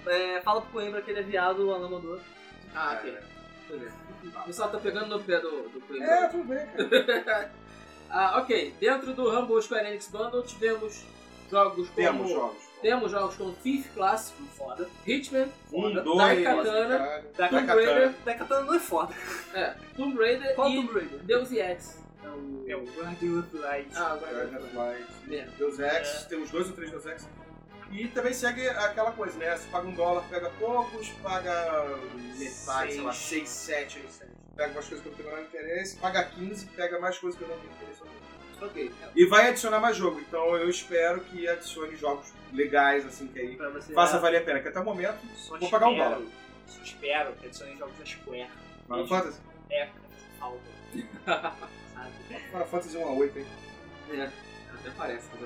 [SPEAKER 5] é, fala pro Coimbra que ele é viado, o Alan mandou.
[SPEAKER 1] Ah, ok. O pessoal tá pegando no pé do, do Play
[SPEAKER 3] É, tudo bem, cara.
[SPEAKER 1] Ah, ok. Dentro do Rumble Square Enix Bundle tivemos jogos como...
[SPEAKER 3] Temos jogos.
[SPEAKER 1] Temos jogos como Thief Clássico, foda. Hitman,
[SPEAKER 3] Um,
[SPEAKER 1] foda.
[SPEAKER 3] dois,
[SPEAKER 1] Daikatana,
[SPEAKER 3] caralho.
[SPEAKER 1] Tomb
[SPEAKER 3] Daikatana.
[SPEAKER 1] Raider,
[SPEAKER 5] Decatana não é foda.
[SPEAKER 1] é, Tomb Raider
[SPEAKER 5] Qual
[SPEAKER 1] e
[SPEAKER 5] Tomb Raider?
[SPEAKER 1] Deus Ex.
[SPEAKER 2] É o Guardian of Light.
[SPEAKER 1] Ah, agora...
[SPEAKER 3] Dragon Flight.
[SPEAKER 1] Merda.
[SPEAKER 3] Deus Ex, tem uns dois ou três Deus Ex. E também segue aquela coisa, né? Você paga um dólar, pega poucos, paga metade, sei lá, seis, sete, pega umas coisas que eu não tenho nada de interesse, paga 15, pega mais coisas que eu não tenho interesse.
[SPEAKER 1] Ok.
[SPEAKER 3] E vai adicionar mais jogo, então eu espero que adicione jogos legais, assim, que aí
[SPEAKER 2] Pra você
[SPEAKER 3] faça valer a pena, que até o momento,
[SPEAKER 2] Só
[SPEAKER 3] Vou pagar um
[SPEAKER 2] espero-
[SPEAKER 3] dólar.
[SPEAKER 2] Só espero que adicionem jogos da Square.
[SPEAKER 3] Final Fantasy,
[SPEAKER 2] É, algo. Sabe?
[SPEAKER 3] Final Fantasy 1 a 8, hein?
[SPEAKER 1] Até parece. tá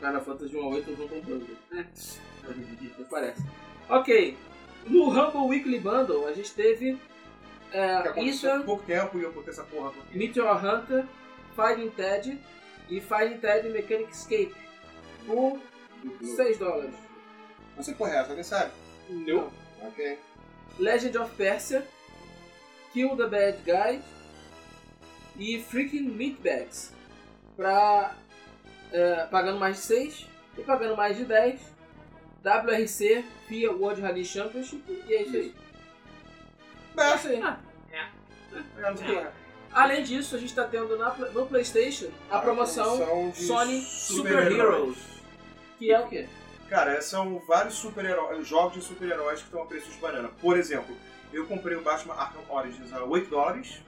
[SPEAKER 1] Cara, foto de 1 a 8 eu vou comprando.
[SPEAKER 5] É.
[SPEAKER 1] Até parece. Ok. No Rumble Weekly Bundle, a gente teve...
[SPEAKER 3] Que
[SPEAKER 1] É,
[SPEAKER 3] aconteceu
[SPEAKER 1] Ethan,
[SPEAKER 3] há pouco tempo e eu botei essa porra porque...
[SPEAKER 1] Meteor Hunter, Fighting Ted e Fighting Ted Mechanic Escape por 6 dólares.
[SPEAKER 3] Você correto, alguém é sabe?
[SPEAKER 1] Não.
[SPEAKER 3] Ok.
[SPEAKER 1] Legend of Persia, Kill the Bad Guy e Freaking Meatbags. Pra, eh, pagando mais de 6 e pagando mais de 10. WRC, FIA World Rally Championship e é isso aí. É isso aí.
[SPEAKER 3] É, não sei qual é.
[SPEAKER 1] Além disso, a gente está tendo na, pla- no PlayStation a Ah, promoção
[SPEAKER 3] de
[SPEAKER 1] Sony Super
[SPEAKER 3] super-heróis.
[SPEAKER 1] Heroes. Que é o quê?
[SPEAKER 3] Cara, são vários super-heróis, jogos de super-heróis que estão a preços de banana. Por exemplo, eu comprei o Batman Arkham Origins a 8 dólares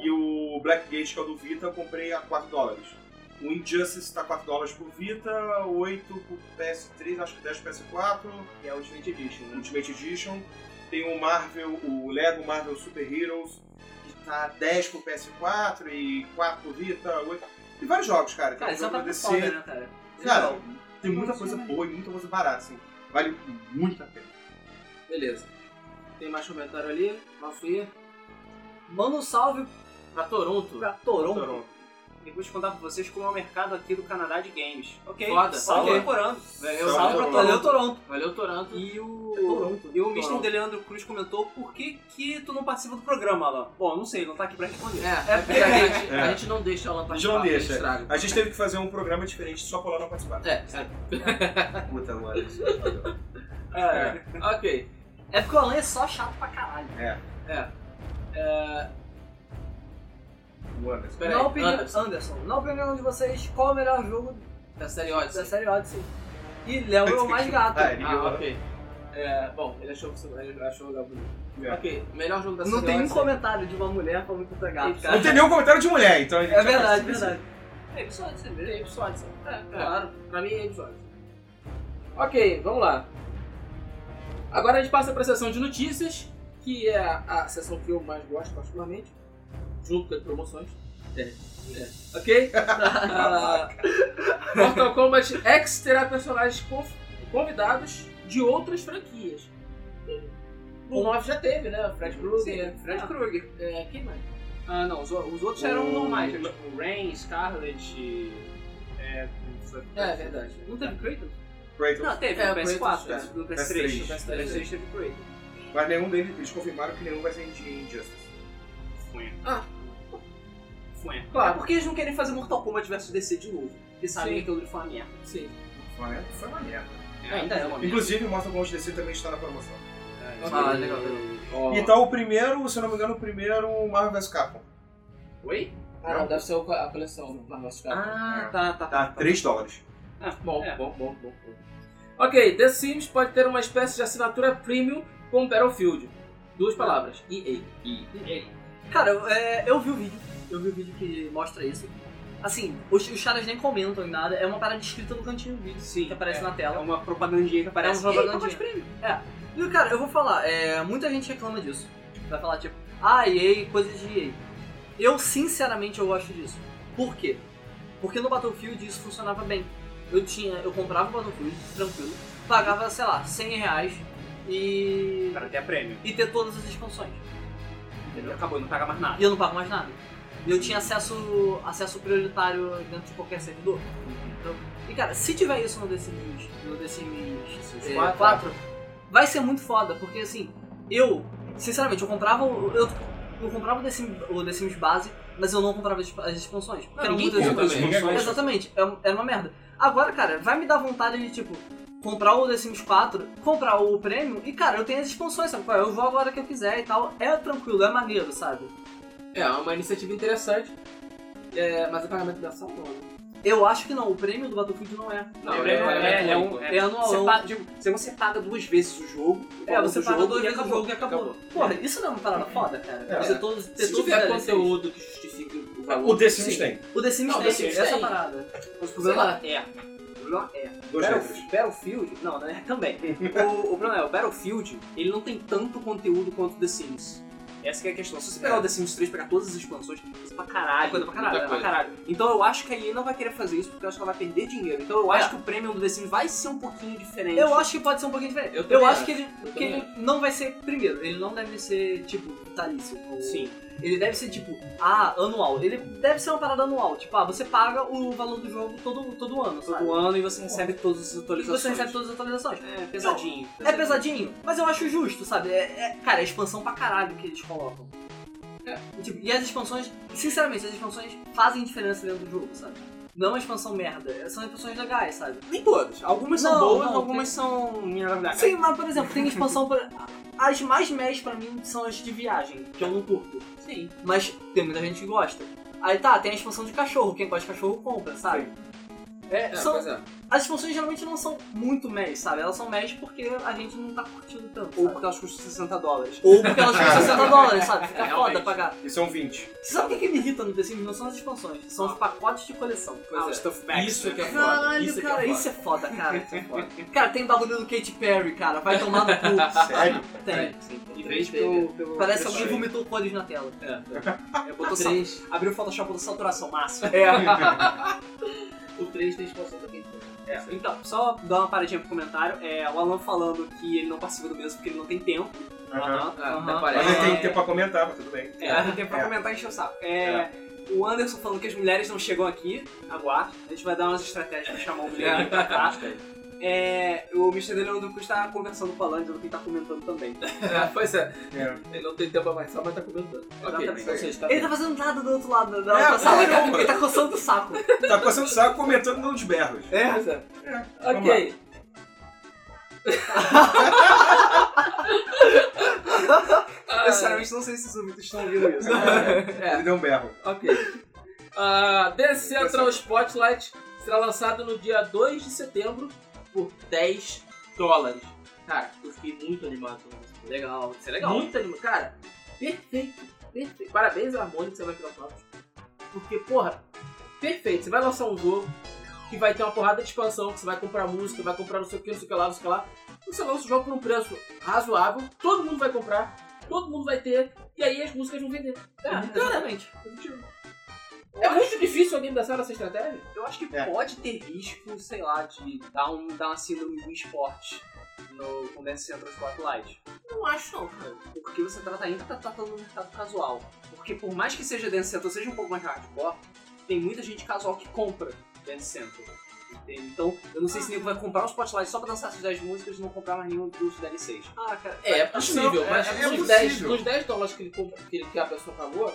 [SPEAKER 3] e o Blackgate, que é o do Vita, eu comprei a 4 dólares. O Injustice tá 4 dólares por Vita, 8 por PS3, acho que 10 por PS4,
[SPEAKER 2] E é a Ultimate Edition, né?
[SPEAKER 3] Ultimate Edition. Tem o Marvel, o Lego Marvel Super Heroes, que tá 10 por PS4 e 4 por Vita, 8. Tem vários jogos, cara. Tem
[SPEAKER 5] Cara,
[SPEAKER 3] o
[SPEAKER 5] isso é
[SPEAKER 3] jogo
[SPEAKER 5] uma
[SPEAKER 3] da
[SPEAKER 5] coisa
[SPEAKER 3] DC,
[SPEAKER 5] foda, né, cara?
[SPEAKER 3] Cara, tem muita coisa boa e muita coisa barata, assim. Vale muito a pena.
[SPEAKER 1] Beleza. Tem mais comentário ali? Malfia.
[SPEAKER 5] Manda um salve
[SPEAKER 1] Pra Toronto.
[SPEAKER 5] pra Toronto.
[SPEAKER 3] Toronto.
[SPEAKER 2] Eu vou te contar pra vocês como é o mercado aqui do Canadá de games. Ok,
[SPEAKER 1] Foda.
[SPEAKER 2] salve
[SPEAKER 1] Ok.
[SPEAKER 2] decorando.
[SPEAKER 3] Valeu,
[SPEAKER 2] salve pra
[SPEAKER 3] Toronto.
[SPEAKER 2] Toronto. É
[SPEAKER 5] Valeu, Toronto.
[SPEAKER 1] Valeu, Toronto.
[SPEAKER 2] E o.
[SPEAKER 5] Toronto.
[SPEAKER 2] E o Mr.
[SPEAKER 1] Toronto.
[SPEAKER 2] Deleandro Cruz comentou por que, que tu não participa do programa, Alan? Bom, não sei, não tá aqui pra responder.
[SPEAKER 1] É, é porque a gente, a gente não deixa ela
[SPEAKER 3] A gente
[SPEAKER 1] participar.
[SPEAKER 3] não
[SPEAKER 1] porque
[SPEAKER 3] deixa.
[SPEAKER 1] Estraga.
[SPEAKER 3] A gente teve que fazer um programa diferente só pra lá não participar.
[SPEAKER 1] É, sabe?
[SPEAKER 3] Puta, mano.
[SPEAKER 2] É.
[SPEAKER 1] ok.
[SPEAKER 5] É porque o Alan é só chato pra caralho.
[SPEAKER 3] O Anderson.
[SPEAKER 1] Pera
[SPEAKER 5] na
[SPEAKER 1] aí,
[SPEAKER 5] opinião,
[SPEAKER 1] Anderson.
[SPEAKER 5] Anderson. na opinião de vocês, qual é o melhor jogo
[SPEAKER 1] Da série
[SPEAKER 5] da
[SPEAKER 1] Odyssey.
[SPEAKER 5] série Odyssey? E Léo é o mais gato.
[SPEAKER 3] Ah, ele-
[SPEAKER 1] Ah, ok. É, bom, ele achou, ele achou o lugar bonito.
[SPEAKER 3] É.
[SPEAKER 1] Ok, melhor jogo da
[SPEAKER 5] Não tem um
[SPEAKER 1] CBS.
[SPEAKER 5] comentário de uma mulher falando que tu é gato,
[SPEAKER 1] Isso.
[SPEAKER 5] cara.
[SPEAKER 3] Não tem nenhum comentário de mulher, então. a gente
[SPEAKER 5] É
[SPEAKER 3] vai
[SPEAKER 5] verdade, é
[SPEAKER 3] fazer isso.
[SPEAKER 5] verdade.
[SPEAKER 1] É episódio, você vê. É episódio, sabe? É, claro. Pra mim é episódio. Ok, vamos lá. Agora a gente passa pra sessão de notícias, que é a, a sessão que eu mais gosto, particularmente. Junto com as promoções. É. é. Ok? Ah, Mortal Kombat X terá personagens conv- convidados de outras franquias. O 9 já teve, né? O Fred Krueger.
[SPEAKER 2] Sim, Fred Krueger.
[SPEAKER 1] É, quem mais?
[SPEAKER 2] Ah, não, os, os outros eram
[SPEAKER 3] O-
[SPEAKER 2] normais, né? tipo Rain, Scarlet. É.
[SPEAKER 1] É, verdade.
[SPEAKER 2] Não teve Kratos?
[SPEAKER 3] Kratos.
[SPEAKER 2] Não, teve,
[SPEAKER 1] É,
[SPEAKER 2] no PS4,
[SPEAKER 1] Kratos,
[SPEAKER 2] no
[SPEAKER 3] PS3.
[SPEAKER 2] PS3. No PS3 teve Kratos.
[SPEAKER 3] Mas nenhum deles, eles confirmaram que nenhum vai ser de Injustice.
[SPEAKER 2] Funha.
[SPEAKER 1] Ah.
[SPEAKER 2] Funha.
[SPEAKER 1] Claro.
[SPEAKER 2] É porque eles não querem fazer Mortal Kombat vs DC de novo. Porque sabem
[SPEAKER 1] Sim.
[SPEAKER 2] que aquilo ali foi uma merda.
[SPEAKER 1] Sim.
[SPEAKER 3] Foi uma merda. Foi uma merda.
[SPEAKER 2] É, ainda é uma merda.
[SPEAKER 3] Inclusive, Mortal Kombat DC também está na promoção.
[SPEAKER 2] É,
[SPEAKER 5] Ah, legal, legal.
[SPEAKER 1] Ó.
[SPEAKER 3] Então, o primeiro, se eu não me engano, o primeiro Marvel vs Capcom.
[SPEAKER 2] Oi?
[SPEAKER 1] Ah, não, deve ser o- a coleção né? Marvel vs. Capcom.
[SPEAKER 2] Ah, tá, tá,
[SPEAKER 3] Tá, 3 dólares.
[SPEAKER 2] Ah,
[SPEAKER 1] Bom,
[SPEAKER 2] é.
[SPEAKER 1] bom, bom, bom, bom. Ok, The Sims pode ter uma espécie de assinatura premium com Battlefield. Duas palavras, EA.
[SPEAKER 5] Cara, eu, é, eu vi o vídeo. Eu vi o vídeo que mostra isso. Assim, os, os caras nem comentam em nada. É uma parada escrita no cantinho do vídeo
[SPEAKER 2] Sim,
[SPEAKER 5] que aparece
[SPEAKER 2] é.
[SPEAKER 5] na
[SPEAKER 2] É
[SPEAKER 5] tela.
[SPEAKER 2] uma propagandinha que aparece.
[SPEAKER 5] É uma propagandinha.
[SPEAKER 2] Ei, Combat Premium.
[SPEAKER 5] E, cara, eu vou falar. é, muita gente reclama disso. Vai falar, tipo, ah, EA, coisa de EA. Eu, sinceramente, eu gosto disso. Por quê? Porque no Battlefield isso funcionava bem. Eu tinha, eu comprava o Battlefield, tranquilo. Pagava, sei lá, 100 reais e...
[SPEAKER 2] Cara, até a prêmio.
[SPEAKER 5] E ter todas as expansões.
[SPEAKER 2] Entendeu? Acabou, não paga mais nada.
[SPEAKER 5] E eu não pago mais nada. E eu tinha acesso, acesso prioritário dentro de qualquer servidor. Então, e cara, se tiver isso no The Sims, no The Sims eh, 4,
[SPEAKER 1] quatro.
[SPEAKER 5] vai ser muito foda, porque assim, eu, sinceramente, eu comprava o- eu, eu comprava o The, Sims, o The Sims base, mas eu não comprava as as expansões. Porque eram
[SPEAKER 1] ninguém
[SPEAKER 5] muitas
[SPEAKER 1] compra
[SPEAKER 5] expansões.
[SPEAKER 1] também.
[SPEAKER 3] Ninguém
[SPEAKER 5] Exatamente, é um- era uma merda. Agora, cara, vai me dar vontade de, tipo, comprar o The Sims 4, comprar o Premium, e cara, eu tenho as expansões, sabe? qual é? Eu vou agora que eu quiser e tal. É tranquilo, é maneiro, sabe?
[SPEAKER 1] É uma iniciativa interessante, é, mas o pagamento da ação não. né?
[SPEAKER 5] Eu acho que não, o prêmio do Battlefield não é.
[SPEAKER 1] Não,
[SPEAKER 2] é, é, é um-
[SPEAKER 5] É anual.
[SPEAKER 2] Você paga, tipo, você- você paga duas vezes o jogo. o
[SPEAKER 5] É,
[SPEAKER 2] valor
[SPEAKER 5] você
[SPEAKER 2] do
[SPEAKER 5] paga
[SPEAKER 2] jogo
[SPEAKER 5] duas
[SPEAKER 2] e
[SPEAKER 5] vezes o
[SPEAKER 2] acabou.
[SPEAKER 5] jogo e acabou. Porra, isso não é uma parada foda, cara.
[SPEAKER 3] É.
[SPEAKER 5] Você todos, ter
[SPEAKER 1] Se
[SPEAKER 5] todos os
[SPEAKER 1] tiver
[SPEAKER 5] DLCs.
[SPEAKER 1] conteúdo que justifique o valor.
[SPEAKER 3] O The Sims
[SPEAKER 1] sim.
[SPEAKER 3] tem.
[SPEAKER 5] O The Sims
[SPEAKER 1] Não,
[SPEAKER 5] tem,
[SPEAKER 1] The Sims
[SPEAKER 5] essa
[SPEAKER 1] tem.
[SPEAKER 5] parada.
[SPEAKER 2] Mas o problema é. O problema é.
[SPEAKER 3] Dois
[SPEAKER 2] Battle-
[SPEAKER 3] dólares.
[SPEAKER 2] Battlefield, não, né? Também. o, o problema é, o Battlefield, ele não tem tanto conteúdo quanto o The Sims. Essa que é a questão. Se você pegar o The Sims 3 pegar todas as expansões, tem coisa pra caralho.
[SPEAKER 5] Coisa pra caralho,
[SPEAKER 2] Muita
[SPEAKER 1] coisa.
[SPEAKER 2] pra caralho. Então eu acho que a EA não vai querer fazer isso porque eu acho que ela vai perder dinheiro. Então eu acho que o prêmio do The Sims vai ser um pouquinho diferente.
[SPEAKER 5] É. Eu acho que pode ser um pouquinho diferente.
[SPEAKER 1] Eu
[SPEAKER 5] Eu,
[SPEAKER 1] também
[SPEAKER 5] acho que ele,
[SPEAKER 1] Eu
[SPEAKER 5] que
[SPEAKER 1] também
[SPEAKER 5] ele não vai ser, primeiro, ele não deve ser, tipo, vitalício. ou-
[SPEAKER 2] Sim.
[SPEAKER 5] Ele deve ser, tipo, ah, anual. Ele deve ser uma parada anual. Tipo, ah, você paga o valor do jogo todo, todo ano, sabe?
[SPEAKER 2] Todo ano e você recebe todas as
[SPEAKER 5] E
[SPEAKER 2] atualizações.
[SPEAKER 5] você recebe todas as atualizações.
[SPEAKER 2] É pesadinho.
[SPEAKER 5] É pesadinho, mas eu acho justo, sabe? É, é- cara, é expansão pra caralho que eles colocam.
[SPEAKER 1] É.
[SPEAKER 5] E, tipo, e as expansões, sinceramente, as expansões fazem diferença dentro do jogo, sabe? Não é uma expansão merda, são expansões legais, sabe?
[SPEAKER 2] Nem todas. Algumas são
[SPEAKER 5] Não,
[SPEAKER 2] boas,
[SPEAKER 5] não,
[SPEAKER 2] algumas
[SPEAKER 5] tem-
[SPEAKER 2] são.
[SPEAKER 1] É.
[SPEAKER 5] Sim, mas por exemplo, tem expansão pra. As mais médias pra mim são as de viagem, que eu não curto.
[SPEAKER 2] Sim.
[SPEAKER 5] Mas tem muita gente que gosta. Aí tá, tem a expansão de cachorro, quem gosta de cachorro compra, sabe?
[SPEAKER 1] É,
[SPEAKER 5] são,
[SPEAKER 1] pois é.
[SPEAKER 5] As expansões geralmente não são muito médias, sabe? Elas são médias porque a gente não tá curtindo tanto.
[SPEAKER 2] Ou
[SPEAKER 5] sabe?
[SPEAKER 2] porque elas custam 60 dólares.
[SPEAKER 5] Ou porque elas custam 60 dólares, sabe? Fica
[SPEAKER 2] Realmente.
[SPEAKER 5] foda pagar.
[SPEAKER 3] Isso é um 20.
[SPEAKER 5] Você sabe o que, que me irrita no The Sims? Não são as expansões, são os pacotes de coleção.
[SPEAKER 1] Pois
[SPEAKER 2] Ah,
[SPEAKER 1] é.
[SPEAKER 2] os stuff packs,
[SPEAKER 1] Isso
[SPEAKER 2] né?
[SPEAKER 1] que é foda.
[SPEAKER 5] Caralho,
[SPEAKER 1] isso que
[SPEAKER 5] cara,
[SPEAKER 1] é foda.
[SPEAKER 5] isso é foda, cara. Isso é foda. cara, tem bagulho do Katy Perry, cara. Vai tomar no cu.
[SPEAKER 3] Sério?
[SPEAKER 1] É,
[SPEAKER 5] Tem.
[SPEAKER 2] Em vez
[SPEAKER 1] Tem, né?
[SPEAKER 2] pelo, pelo.
[SPEAKER 5] Parece que
[SPEAKER 2] pelo-
[SPEAKER 5] alguém vomitou cores na tela. Tá
[SPEAKER 2] É, botou sa-
[SPEAKER 1] Três.
[SPEAKER 2] Abriu o Photoshop botou saturação máxima.
[SPEAKER 1] O 3 tem expansão daqui.
[SPEAKER 2] É, então, só dar uma paradinha pro comentário. É, o Alan falando que ele não participa do mesmo porque ele não tem tempo.
[SPEAKER 3] Aham.
[SPEAKER 2] Aham.
[SPEAKER 1] Ah,
[SPEAKER 5] Aham.
[SPEAKER 1] até
[SPEAKER 3] Mas
[SPEAKER 1] parece.
[SPEAKER 3] não tem tempo pra comentar, mas tudo bem.
[SPEAKER 2] É, não tem tempo pra
[SPEAKER 3] É.
[SPEAKER 2] comentar e encher o saco. É, O Anderson falando que as mulheres não chegam aqui. Aguarde. A gente vai dar umas estratégias pra chamar o mulher aqui pra cá. É, o Mr. Leonardo Cruz tá conversando com o Alan, dizendo que ele tá comentando também.
[SPEAKER 1] É, pois é.
[SPEAKER 3] É.
[SPEAKER 1] Ele não tem tempo a mais, só mas tá comentando. Ok,
[SPEAKER 2] Exatamente.
[SPEAKER 1] ou seja, tá
[SPEAKER 5] Ele tá fazendo nada do outro lado né? da
[SPEAKER 3] É,
[SPEAKER 5] outra sala, cara.
[SPEAKER 3] caramba.
[SPEAKER 5] Ele tá coçando o saco.
[SPEAKER 3] Tá passando o saco comentando nos berros.
[SPEAKER 2] tá-
[SPEAKER 1] É, pois é.
[SPEAKER 3] Vamos
[SPEAKER 1] Ok.
[SPEAKER 2] Eu sinceramente não sei se os ouvintes estão ouvindo isso.
[SPEAKER 1] É.
[SPEAKER 3] Ele deu um berro.
[SPEAKER 1] Ok. Ah, The Central Spotlight será lançado no dia 2 de setembro por 10 dólares. Cara, tipo, eu fiquei muito animado com isso.
[SPEAKER 5] Legal, isso é legal.
[SPEAKER 1] Muito animado. Cara, perfeito. Perfeito. Parabéns à Harmony que você vai criar Nautilus. Porque, porra, perfeito. Você vai lançar um jogo que vai ter uma porrada de expansão, que você vai comprar música, vai comprar não sei o que, não sei o que lá, não sei o que lá. E você lança o jogo por um preço razoável, todo mundo vai comprar, todo mundo vai ter, e aí as músicas vão vender. Ah,
[SPEAKER 2] Uhum.
[SPEAKER 5] É, exatamente.
[SPEAKER 1] É muito difícil alguém dançar essa estratégia?
[SPEAKER 2] Eu acho que
[SPEAKER 3] É.
[SPEAKER 2] pode ter risco, sei lá, de dar, um, dar uma síndrome do esporte no, com Dance Central Spotlight.
[SPEAKER 1] Não acho não, cara.
[SPEAKER 2] Porque você trata ainda tá tratando um mercado casual. Porque por mais que seja Dance Central, seja um pouco mais hardcore, tem muita gente casual que compra Dance Central. Entende? Então, eu não sei se nego vai comprar um Spotlight só pra dançar essas 10 músicas e não comprar mais nenhum dos DLCs.
[SPEAKER 5] Ah, cara.
[SPEAKER 1] É, é possível,
[SPEAKER 3] Não,
[SPEAKER 1] mas
[SPEAKER 3] é- é
[SPEAKER 1] nos,
[SPEAKER 3] possível.
[SPEAKER 1] 10, nos 10 dólares que, ele, compra- que, ele- que a pessoa pagou,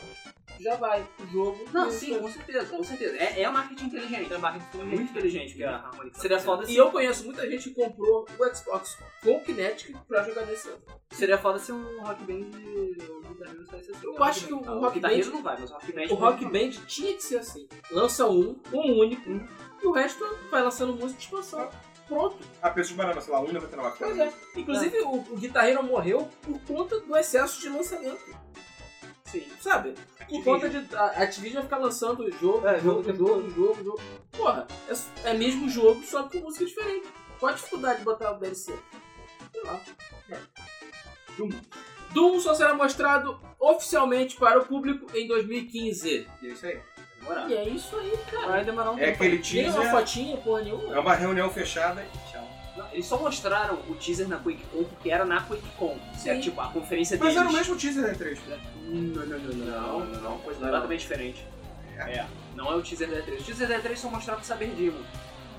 [SPEAKER 1] já vai o jogo.
[SPEAKER 2] Não,
[SPEAKER 1] e-
[SPEAKER 2] sim, com certeza, com certeza. É, é um marketing inteligente. É um marketing muito inteligente que a Harmony tá
[SPEAKER 5] né? Seria
[SPEAKER 2] fazendo.
[SPEAKER 5] foda,
[SPEAKER 1] E
[SPEAKER 5] se,
[SPEAKER 1] eu conheço muita gente que comprou o Xbox com o Kinetic pra jogar nesse ano.
[SPEAKER 5] seria foda se um rock band ou um guitarrista saísse assim.
[SPEAKER 1] Eu acho que o
[SPEAKER 2] O
[SPEAKER 1] Rock Band
[SPEAKER 2] guitarreiro não vai, mas o Rock Band...
[SPEAKER 1] O Rock Band tinha que ser assim. Lança um, um único, e o resto vai lançando música de expansão. Pronto.
[SPEAKER 3] A preço de banana, sei lá, 1,99.
[SPEAKER 1] Pois é. Inclusive, o, o guitarreiro morreu por conta do excesso de lançamento.
[SPEAKER 2] Sim.
[SPEAKER 1] Sabe? Por conta de a Activision ficar lançando o jogo,
[SPEAKER 5] É,
[SPEAKER 1] jogo,
[SPEAKER 5] jogo,
[SPEAKER 1] jogo, jogo, jogo. Porra, é, é mesmo jogo, só que com música diferente. Qual a dificuldade de botar o DLC? Sei lá. É. Doom. Doom só será mostrado oficialmente para o público em 2015.
[SPEAKER 3] E é isso aí.
[SPEAKER 1] E é isso aí, cara.
[SPEAKER 5] Vai demorar um
[SPEAKER 3] É aquele
[SPEAKER 1] Tira Então, uma
[SPEAKER 3] teaser.
[SPEAKER 1] fotinha, porra nenhuma.
[SPEAKER 3] É uma reunião fechada. Tchau.
[SPEAKER 2] Não, Eles só mostraram o teaser na QuakeCon porque era na QuakeCon. Isso é
[SPEAKER 1] Sim.
[SPEAKER 2] tipo a conferência
[SPEAKER 3] Mas
[SPEAKER 2] deles.
[SPEAKER 3] era o mesmo teaser da E3.
[SPEAKER 2] Não, não, não, não. Não, não, coisa completamente diferente. É. Não é o teaser da E3. O teaser da E3 só mostrava o Saber Demon.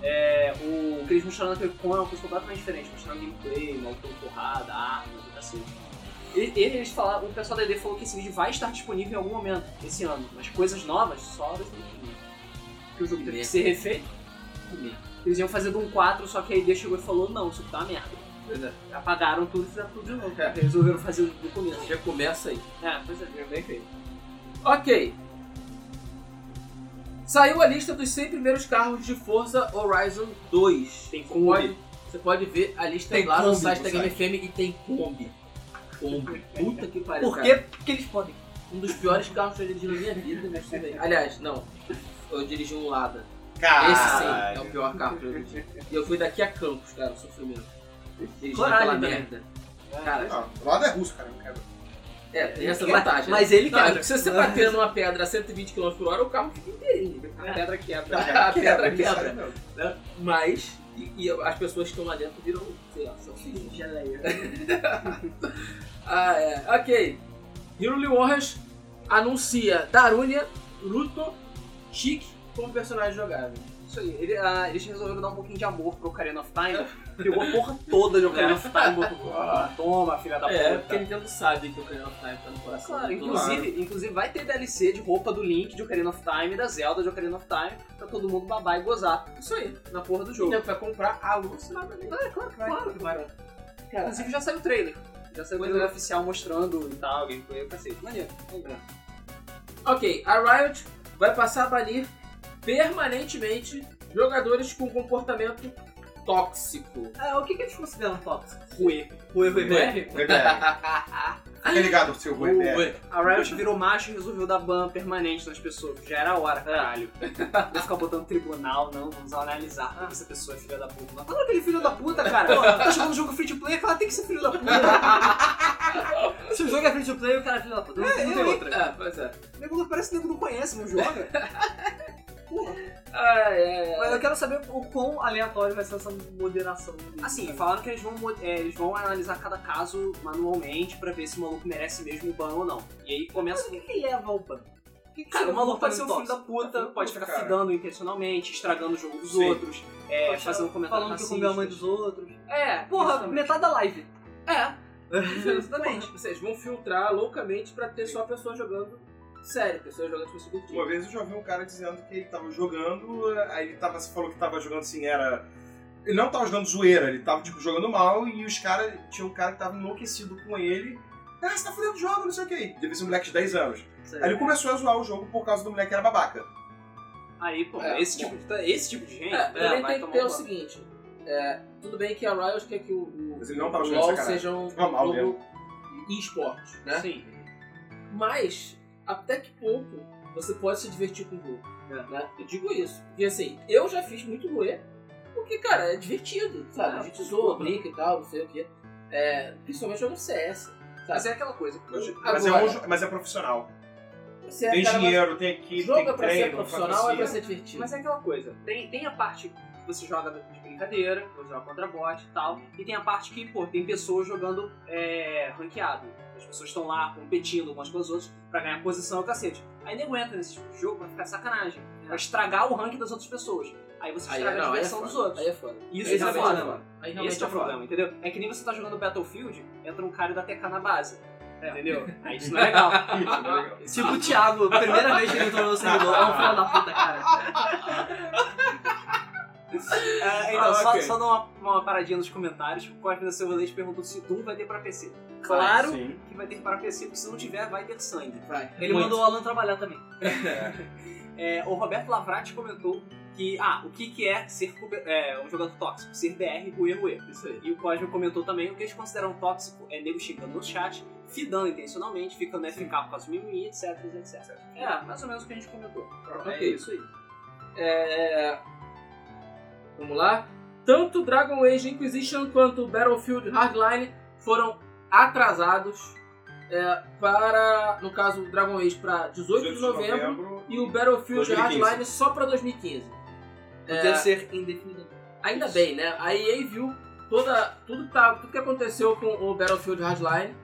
[SPEAKER 2] É, o que eles mostraram na QuakeCon é uma coisa completamente diferente. Mostrando gameplay, uma porrada, armas, e cacete. E- e Eles falaram, o pessoal da ED falou que esse vídeo vai estar disponível em algum momento esse ano, mas coisas novas só 2015. Porque o jogo teve que ser refeito. Eles iam fazer de um 4, só que a ED chegou e falou: não, isso tá uma merda. Apagaram tudo e fizeram tudo de novo.
[SPEAKER 1] É.
[SPEAKER 2] Resolveram fazer do começo.
[SPEAKER 1] Já começa aí.
[SPEAKER 2] É, pois é. Bem feito.
[SPEAKER 1] Ok. Saiu a lista dos 100 primeiros carros de Forza Horizon 2.
[SPEAKER 2] Tem
[SPEAKER 1] Você
[SPEAKER 2] Kombi.
[SPEAKER 1] pode, você pode ver a lista
[SPEAKER 3] Tem
[SPEAKER 1] lá no
[SPEAKER 3] Kombi
[SPEAKER 1] site
[SPEAKER 3] no
[SPEAKER 1] da Game FM e tem Kombi. Kombi. Puta que pariu.
[SPEAKER 5] Por
[SPEAKER 1] cara.
[SPEAKER 5] que que eles podem?
[SPEAKER 1] Um dos piores carros que eu dirigi na minha vida. mas tudo bem. Aliás, não. Eu dirigi um Lada. Esse sim é o pior carro que eu dirigi. E eu fui daqui a Campos, cara, sofrimento. Dirigindo
[SPEAKER 5] Coragem
[SPEAKER 1] aquela
[SPEAKER 5] também.
[SPEAKER 1] merda. Cara,
[SPEAKER 3] Não, o lado é russo, cara. não quero.
[SPEAKER 1] é, tem essa
[SPEAKER 5] Mas-
[SPEAKER 1] vantagem. né?
[SPEAKER 5] Mas ele
[SPEAKER 1] Não, é
[SPEAKER 5] quebra.
[SPEAKER 1] porque se você bater numa pedra a 120 km por hora, o carro fica inteirinho. né?
[SPEAKER 2] A pedra é. quebra.
[SPEAKER 1] A pedra
[SPEAKER 3] isso
[SPEAKER 1] quebra.
[SPEAKER 3] aí não.
[SPEAKER 1] né? Mas, e, e as pessoas que estão lá dentro viram, sei lá, salsichas. Ah, é. Ok. Hero Warriors anuncia Darunia, Ruto, Chic como personagem jogável.
[SPEAKER 2] Isso aí. Ele, ah, eles resolveram dar um pouquinho de amor pro Ocarina of Time. É. Pegou a porra toda de Ocarina of Time. botou, "Ah, Toma, filha da puta.
[SPEAKER 1] É, porque Nintendo sabe que o Ocarina of Time tá no coração.
[SPEAKER 2] Claro,
[SPEAKER 1] de todo mundo.
[SPEAKER 2] inclusive, inclusive vai ter DLC de roupa do Link de Ocarina of Time e da Zelda de Ocarina of Time pra todo mundo babar e gozar
[SPEAKER 1] Isso aí.
[SPEAKER 2] na porra do
[SPEAKER 1] O
[SPEAKER 2] jogo.
[SPEAKER 1] nego vai comprar a luz lá também.
[SPEAKER 2] Ah, é claro que vai.
[SPEAKER 1] Claro que vai. Cara,
[SPEAKER 2] Inclusive já saiu o trailer. Já saiu o
[SPEAKER 1] Pois
[SPEAKER 2] trailer
[SPEAKER 1] é.
[SPEAKER 2] oficial mostrando e tal, gameplay, eu cacete. Maneiro. maneiro.
[SPEAKER 1] Ok, a Riot vai passar a banir permanentemente jogadores com comportamento tóxico.
[SPEAKER 5] Ah, o que que eles consideram tóxico?
[SPEAKER 2] Ruê.
[SPEAKER 5] O erro
[SPEAKER 1] Ué.
[SPEAKER 3] Fica ligado, seu Rui.
[SPEAKER 1] Ué.
[SPEAKER 3] né?
[SPEAKER 2] A Riot virou macho e resolveu dar ban permanente nas pessoas. Já era a
[SPEAKER 5] É.
[SPEAKER 2] hora, caralho. Não ficar botando tribunal, não. Vamos analisar. Ah, essa pessoa é filha da puta. Mas fala aquele filho da puta, cara. Pô, tá jogando jogo free to play, aquela tem que ser filho da puta.
[SPEAKER 5] Se o jogo é free to play, o cara é filho da puta. Não, não tem
[SPEAKER 2] eu-
[SPEAKER 5] outra.
[SPEAKER 1] Ah, pois é.
[SPEAKER 2] O nego não- parece que o nego não conhece, né? não joga. Porra.
[SPEAKER 1] Ai, ai, ai.
[SPEAKER 5] Mas eu quero saber o quão aleatório vai ser essa moderação.
[SPEAKER 2] Assim, falaram que eles vão, mo- é, eles vão analisar cada caso manualmente pra ver se o maluco merece mesmo o ban ou não. E aí
[SPEAKER 5] Mas
[SPEAKER 2] começa.
[SPEAKER 5] o que que leva ao ban? O que que
[SPEAKER 2] Cara,
[SPEAKER 5] seria
[SPEAKER 2] o maluco pode ser um
[SPEAKER 5] comportamento
[SPEAKER 2] filho da puta, pode ficar
[SPEAKER 3] Cara.
[SPEAKER 2] fidando intencionalmente, estragando o jogo dos
[SPEAKER 3] Sim.
[SPEAKER 2] outros, é,
[SPEAKER 5] Poxa,
[SPEAKER 2] fazendo comentário
[SPEAKER 5] Falando que comeu a mãe dos outros.
[SPEAKER 2] É,
[SPEAKER 5] Porra,
[SPEAKER 2] isso.
[SPEAKER 5] metade da live.
[SPEAKER 2] É.
[SPEAKER 1] Exatamente. Vocês vão filtrar loucamente pra ter só pessoas jogando sério, pessoas jogando tipo segundo
[SPEAKER 3] Uma
[SPEAKER 1] time.
[SPEAKER 3] vez eu já vi um cara dizendo que ele tava jogando, eh, aí ele tava, falou que tava jogando assim, era. Ele não tava jogando zoeira, ele tava tipo, jogando mal e os caras. Tinha um cara que tava enlouquecido com ele. Ah, você tá fudendo o jogo, não sei o que. Devia ser um moleque de 10 anos. Aí ele começou a zoar o jogo por causa do moleque que era babaca.
[SPEAKER 2] Aí, pô,
[SPEAKER 1] É,
[SPEAKER 2] esse,
[SPEAKER 1] bom.
[SPEAKER 2] tipo de, esse tipo de gente.
[SPEAKER 1] É,
[SPEAKER 2] né,
[SPEAKER 1] também
[SPEAKER 2] vai
[SPEAKER 1] tem que
[SPEAKER 2] tomar
[SPEAKER 1] ter o
[SPEAKER 2] um ban.
[SPEAKER 1] seguinte. É, tudo bem que a Riot quer que o, o,
[SPEAKER 3] Mas ele não tava
[SPEAKER 1] o
[SPEAKER 3] jogando
[SPEAKER 1] LoL
[SPEAKER 3] sacanagem.
[SPEAKER 1] seja um
[SPEAKER 3] Tava mal
[SPEAKER 1] jogo e-esporte, né?
[SPEAKER 2] Sim.
[SPEAKER 1] Mas, até que pouco você pode se divertir com o jogo.
[SPEAKER 5] É.
[SPEAKER 1] Né? Eu digo isso. Porque assim, eu já fiz muito roer, porque, cara, é divertido, sabe?
[SPEAKER 5] Ah,
[SPEAKER 1] a gente zoa, brinca e tal, não sei o quê. É, principalmente jogando CS. Sabe?
[SPEAKER 2] Mas é aquela coisa.
[SPEAKER 3] Mas,
[SPEAKER 1] Agora-
[SPEAKER 3] mas é um jo- mas é profissional.
[SPEAKER 1] Você é
[SPEAKER 3] tem
[SPEAKER 1] cara,
[SPEAKER 3] dinheiro, tem equipe,
[SPEAKER 1] Mas... Jogo é
[SPEAKER 3] tem
[SPEAKER 1] pra ser
[SPEAKER 3] treino,
[SPEAKER 1] profissional, é pra
[SPEAKER 3] patrocínio.
[SPEAKER 1] ser divertido.
[SPEAKER 2] Mas é aquela coisa. Tem, tem a parte que você joga de brincadeira, você joga contra bot e tal. E tem a parte que, pô, tem pessoas jogando é, ranqueado. As pessoas estão lá competindo umas com as outras pra ganhar posição e o cacete. Aí nego entra nesse tipo de jogo pra ficar sacanagem. Pra estragar o ranking das outras pessoas. Aí você
[SPEAKER 1] É. Aí, não, aí
[SPEAKER 2] estraga a
[SPEAKER 1] é
[SPEAKER 2] diversão
[SPEAKER 1] foda.
[SPEAKER 2] dos outros.
[SPEAKER 1] Aí é foda.
[SPEAKER 2] Isso
[SPEAKER 1] Esse
[SPEAKER 3] né,
[SPEAKER 2] é
[SPEAKER 1] realmente
[SPEAKER 2] foda,
[SPEAKER 1] é
[SPEAKER 2] mano.
[SPEAKER 1] Aí realmente
[SPEAKER 2] Esse é o
[SPEAKER 1] foda.
[SPEAKER 2] problelo, entendeu? É que nem você tá jogando Battlefield, entra um cara da TK na base. Entendeu? Aí isso
[SPEAKER 1] né?
[SPEAKER 2] não é legal.
[SPEAKER 5] Tipo o Thiago, primeira vez que ele tornou servidor, é um filho da puta, cara.
[SPEAKER 2] É, então,
[SPEAKER 1] Ah,
[SPEAKER 2] só,
[SPEAKER 1] ok.
[SPEAKER 2] só dar uma, uma paradinha nos comentários. O Cosme Silvalês perguntou se Doom vai ter pra PC.
[SPEAKER 5] Claro
[SPEAKER 3] Sim.
[SPEAKER 2] Que vai ter para PC, porque se não tiver, vai ter sangue.
[SPEAKER 1] Vai.
[SPEAKER 5] Ele
[SPEAKER 2] Muito.
[SPEAKER 5] mandou o Alan trabalhar também.
[SPEAKER 2] É, o Roberto Lavrati comentou que, ah, o que, que é ser cube- é, um jogador tóxico? Ser BR, ruê, ruê.
[SPEAKER 1] Isso aí.
[SPEAKER 2] E o Cosme comentou também o que eles consideram tóxico é nego xingando no chat, fidando intencionalmente, ficando FK por causa do mimimi, etc, etc. É, mais ou menos o que a gente comentou. É
[SPEAKER 1] Ok.
[SPEAKER 2] isso aí.
[SPEAKER 1] É, Vamos lá. Tanto Dragon Age Inquisition quanto Battlefield Hardline foram atrasados é, para, no caso, o Dragon Age para 18 de novembro e o Battlefield
[SPEAKER 3] 2015.
[SPEAKER 1] Hardline só para 2015.
[SPEAKER 2] É.
[SPEAKER 1] É,
[SPEAKER 5] Podia ser indefinido.
[SPEAKER 1] Ainda bem, né? A EA viu toda, tudo, que tá, tudo que aconteceu com o Battlefield Hardline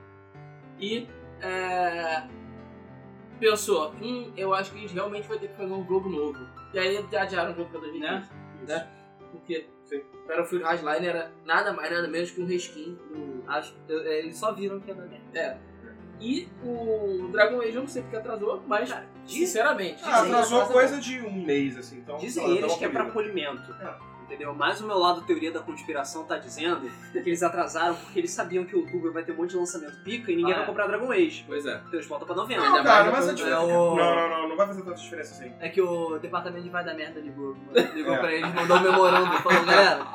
[SPEAKER 1] e é, pensou, hum, eu acho que a gente realmente vai ter que fazer um jogo novo. E aí adiaram o jogo pra 2015.
[SPEAKER 5] Né?
[SPEAKER 1] Né? Porque
[SPEAKER 3] Sim.
[SPEAKER 1] Battlefield Hardline era nada mais, nada menos que um reskin do...
[SPEAKER 5] Acho, eu- é, eles só viram que ia dar merda.
[SPEAKER 1] E o Dragon Age, eu não sei porque atrasou, mas, sinceramente...
[SPEAKER 3] Ah,
[SPEAKER 1] dizem que
[SPEAKER 3] atrasou
[SPEAKER 1] atrasa
[SPEAKER 3] coisa de um mês, assim. Então, sei
[SPEAKER 2] Dizem
[SPEAKER 3] lá,
[SPEAKER 2] eles
[SPEAKER 3] tava
[SPEAKER 2] que é pra
[SPEAKER 3] polido.
[SPEAKER 2] polimento. Entendeu? Mas o meu lado teoria da conspiração tá dizendo que eles atrasaram porque eles sabiam que o outubro vai ter um monte de lançamento pica e ninguém
[SPEAKER 5] Ah,
[SPEAKER 2] vai
[SPEAKER 5] é.
[SPEAKER 2] comprar Dragon Age.
[SPEAKER 1] Pois é.
[SPEAKER 2] Então eles voltam pra novembro.
[SPEAKER 1] Ainda
[SPEAKER 3] Não, cara,
[SPEAKER 1] mais
[SPEAKER 3] mas a
[SPEAKER 1] quando-
[SPEAKER 3] diferença...
[SPEAKER 5] é
[SPEAKER 3] Não,
[SPEAKER 5] o-
[SPEAKER 3] não, não. Não vai fazer tanta diferença assim.
[SPEAKER 5] É que o departamento de vai da merda ligou, ligou
[SPEAKER 3] É.
[SPEAKER 5] pra eles, mandou um memorando, falou, galera,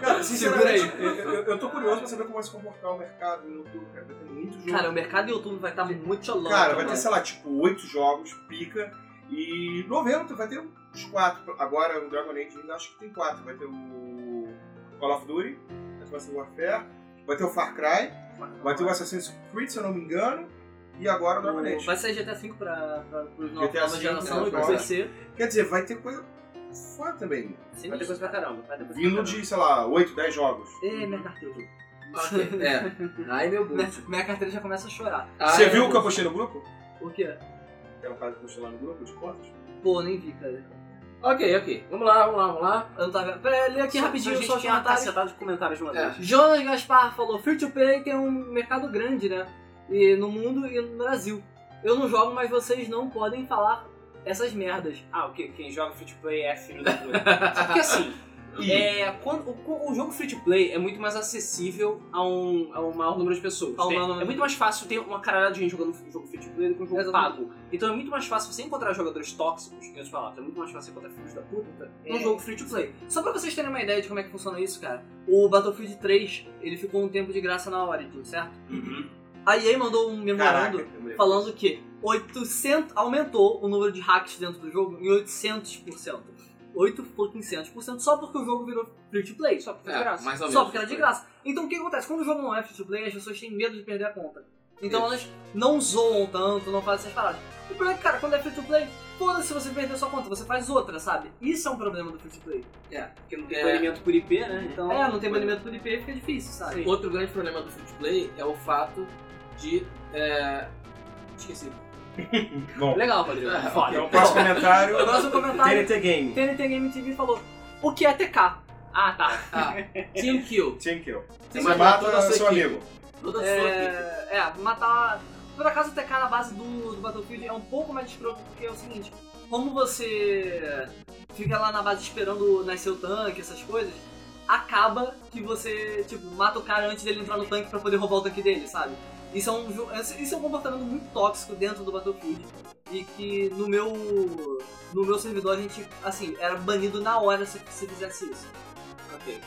[SPEAKER 3] Cara,
[SPEAKER 5] sinceramente,
[SPEAKER 3] sinceramente, eu, tô curioso pra saber como vai se comportar o mercado no YouTube, cara. Vai ter muito jogo.
[SPEAKER 5] Cara, o mercado de outubro
[SPEAKER 2] tá
[SPEAKER 5] vai estar muito louco.
[SPEAKER 3] Cara, vai ter,
[SPEAKER 5] mano.
[SPEAKER 3] sei lá, tipo, oito jogos, pica. E novembro vai ter uns quatro. Agora o Dragon Age ainda acho que tem quatro. Vai ter o Call of Duty, vai ter o Warfare, vai ter o Far Cry, vai ter o Assassin's Creed, se eu não me engano, e agora o Dragon Age.
[SPEAKER 5] Vai sair GTA V pra, pra, pra nova,
[SPEAKER 3] GTA
[SPEAKER 5] nova
[SPEAKER 3] V,
[SPEAKER 5] geração
[SPEAKER 3] né,
[SPEAKER 5] e pro
[SPEAKER 3] agora.
[SPEAKER 5] PC.
[SPEAKER 3] Quer dizer, vai ter coisa foda também.
[SPEAKER 5] Sim,
[SPEAKER 2] Vai ter coisa pra caramba. Vai ter coisa pra
[SPEAKER 3] Vindo
[SPEAKER 2] caramba.
[SPEAKER 3] de, sei lá, oito, dez jogos.
[SPEAKER 5] Ê, minha carteira.
[SPEAKER 1] Ok, é. Ai, meu Deus.
[SPEAKER 5] Minha, minha carteira já começa a chorar.
[SPEAKER 1] Ai,
[SPEAKER 3] Você
[SPEAKER 1] meu
[SPEAKER 3] viu o
[SPEAKER 1] Deus.
[SPEAKER 3] que eu postei no grupo?
[SPEAKER 5] Por quê?
[SPEAKER 3] É um caso que eu postei lá no grupo de cortes.
[SPEAKER 5] Pô, nem vi, cara.
[SPEAKER 1] Ok, ok. Vamos lá, vamos lá, vamos lá.
[SPEAKER 5] Eu não tava. Pera, lê aqui rapidinho
[SPEAKER 2] a
[SPEAKER 5] só
[SPEAKER 2] gente
[SPEAKER 5] os
[SPEAKER 2] tinha uma
[SPEAKER 5] comentários.
[SPEAKER 2] cacetada de comentários de uma
[SPEAKER 1] É.
[SPEAKER 2] vez.
[SPEAKER 5] Jonas Gaspar falou: Free to Play tem um mercado grande, né? E no mundo e no Brasil. Eu não jogo, mas vocês não podem falar essas merdas.
[SPEAKER 2] Ah, o que? Quem joga free to play é filho da puta. Só que assim,
[SPEAKER 3] E-
[SPEAKER 2] é, quando- o, o jogo free to play é muito mais acessível a um, a um maior número de pessoas.
[SPEAKER 5] Ao
[SPEAKER 2] Tem-
[SPEAKER 5] maior número
[SPEAKER 2] é
[SPEAKER 5] de-
[SPEAKER 2] muito mais fácil ter uma caralhada de gente jogando um jogo free to play do que um jogo
[SPEAKER 5] Exatamente.
[SPEAKER 2] pago. Então é muito mais fácil você encontrar jogadores tóxicos, em outras palavras, é muito mais fácil encontrar filhos da puta num
[SPEAKER 5] É.
[SPEAKER 2] jogo free to play.
[SPEAKER 5] Só pra vocês terem uma ideia de como é que funciona isso, cara. O Battlefield 3, ele ficou um tempo de graça na Origin, certo? A EA mandou um
[SPEAKER 3] Caraca,
[SPEAKER 5] memorando
[SPEAKER 3] eu me-
[SPEAKER 5] falando que 800 aumentou o número de hacks dentro do jogo em 800%. 8,500% só porque o jogo virou free to play, só porque,
[SPEAKER 1] É,
[SPEAKER 5] foi de graça.
[SPEAKER 1] mais ou
[SPEAKER 5] só
[SPEAKER 1] menos,
[SPEAKER 5] porque era de
[SPEAKER 1] foi.
[SPEAKER 5] graça. Então o que acontece? Quando o jogo não é free to play, as pessoas têm medo de perder a conta. Então elas não zoam tanto, não fazem essas paradas. O problema é que, cara, quando é free to play, foda-se você perder sua conta, você faz outra, sabe? Isso é um problema do free to play.
[SPEAKER 2] Porque não tem
[SPEAKER 1] É.
[SPEAKER 2] banimento por IP, né? Então.
[SPEAKER 5] É, não tem banimento por IP, fica difícil, sabe?
[SPEAKER 2] Sim.
[SPEAKER 1] Outro grande problema do free to play é o fato de. É... Esqueci.
[SPEAKER 3] Bom,
[SPEAKER 2] Legal, Rodrigo.
[SPEAKER 1] É,
[SPEAKER 2] Foda.
[SPEAKER 3] então o próximo comentário...
[SPEAKER 5] O próximo comentário,
[SPEAKER 3] TNT Game.
[SPEAKER 5] TNT Game TV falou, o que é TK?
[SPEAKER 2] Ah, tá.
[SPEAKER 1] Ah, Team Kill.
[SPEAKER 3] Team Kill.
[SPEAKER 1] Você
[SPEAKER 3] Você,
[SPEAKER 1] mata toda a
[SPEAKER 3] mata
[SPEAKER 1] sua
[SPEAKER 3] seu
[SPEAKER 1] equipe.
[SPEAKER 3] amigo.
[SPEAKER 1] Toda a sua equipe.
[SPEAKER 5] É, é, matar... Por acaso, o TK na base do, do Battlefield é um pouco mais escroto, porque é o seguinte, como você fica lá na base esperando nascer o tanque, essas coisas, acaba que você, tipo, mata o cara antes dele entrar no tanque pra poder roubar o tanque dele, sabe? Isso é um, jo- isso é um comportamento muito tóxico dentro do Battlefield, e que no meu no meu servidor a gente, assim, era banido na hora se, se fizesse isso.
[SPEAKER 1] Ok.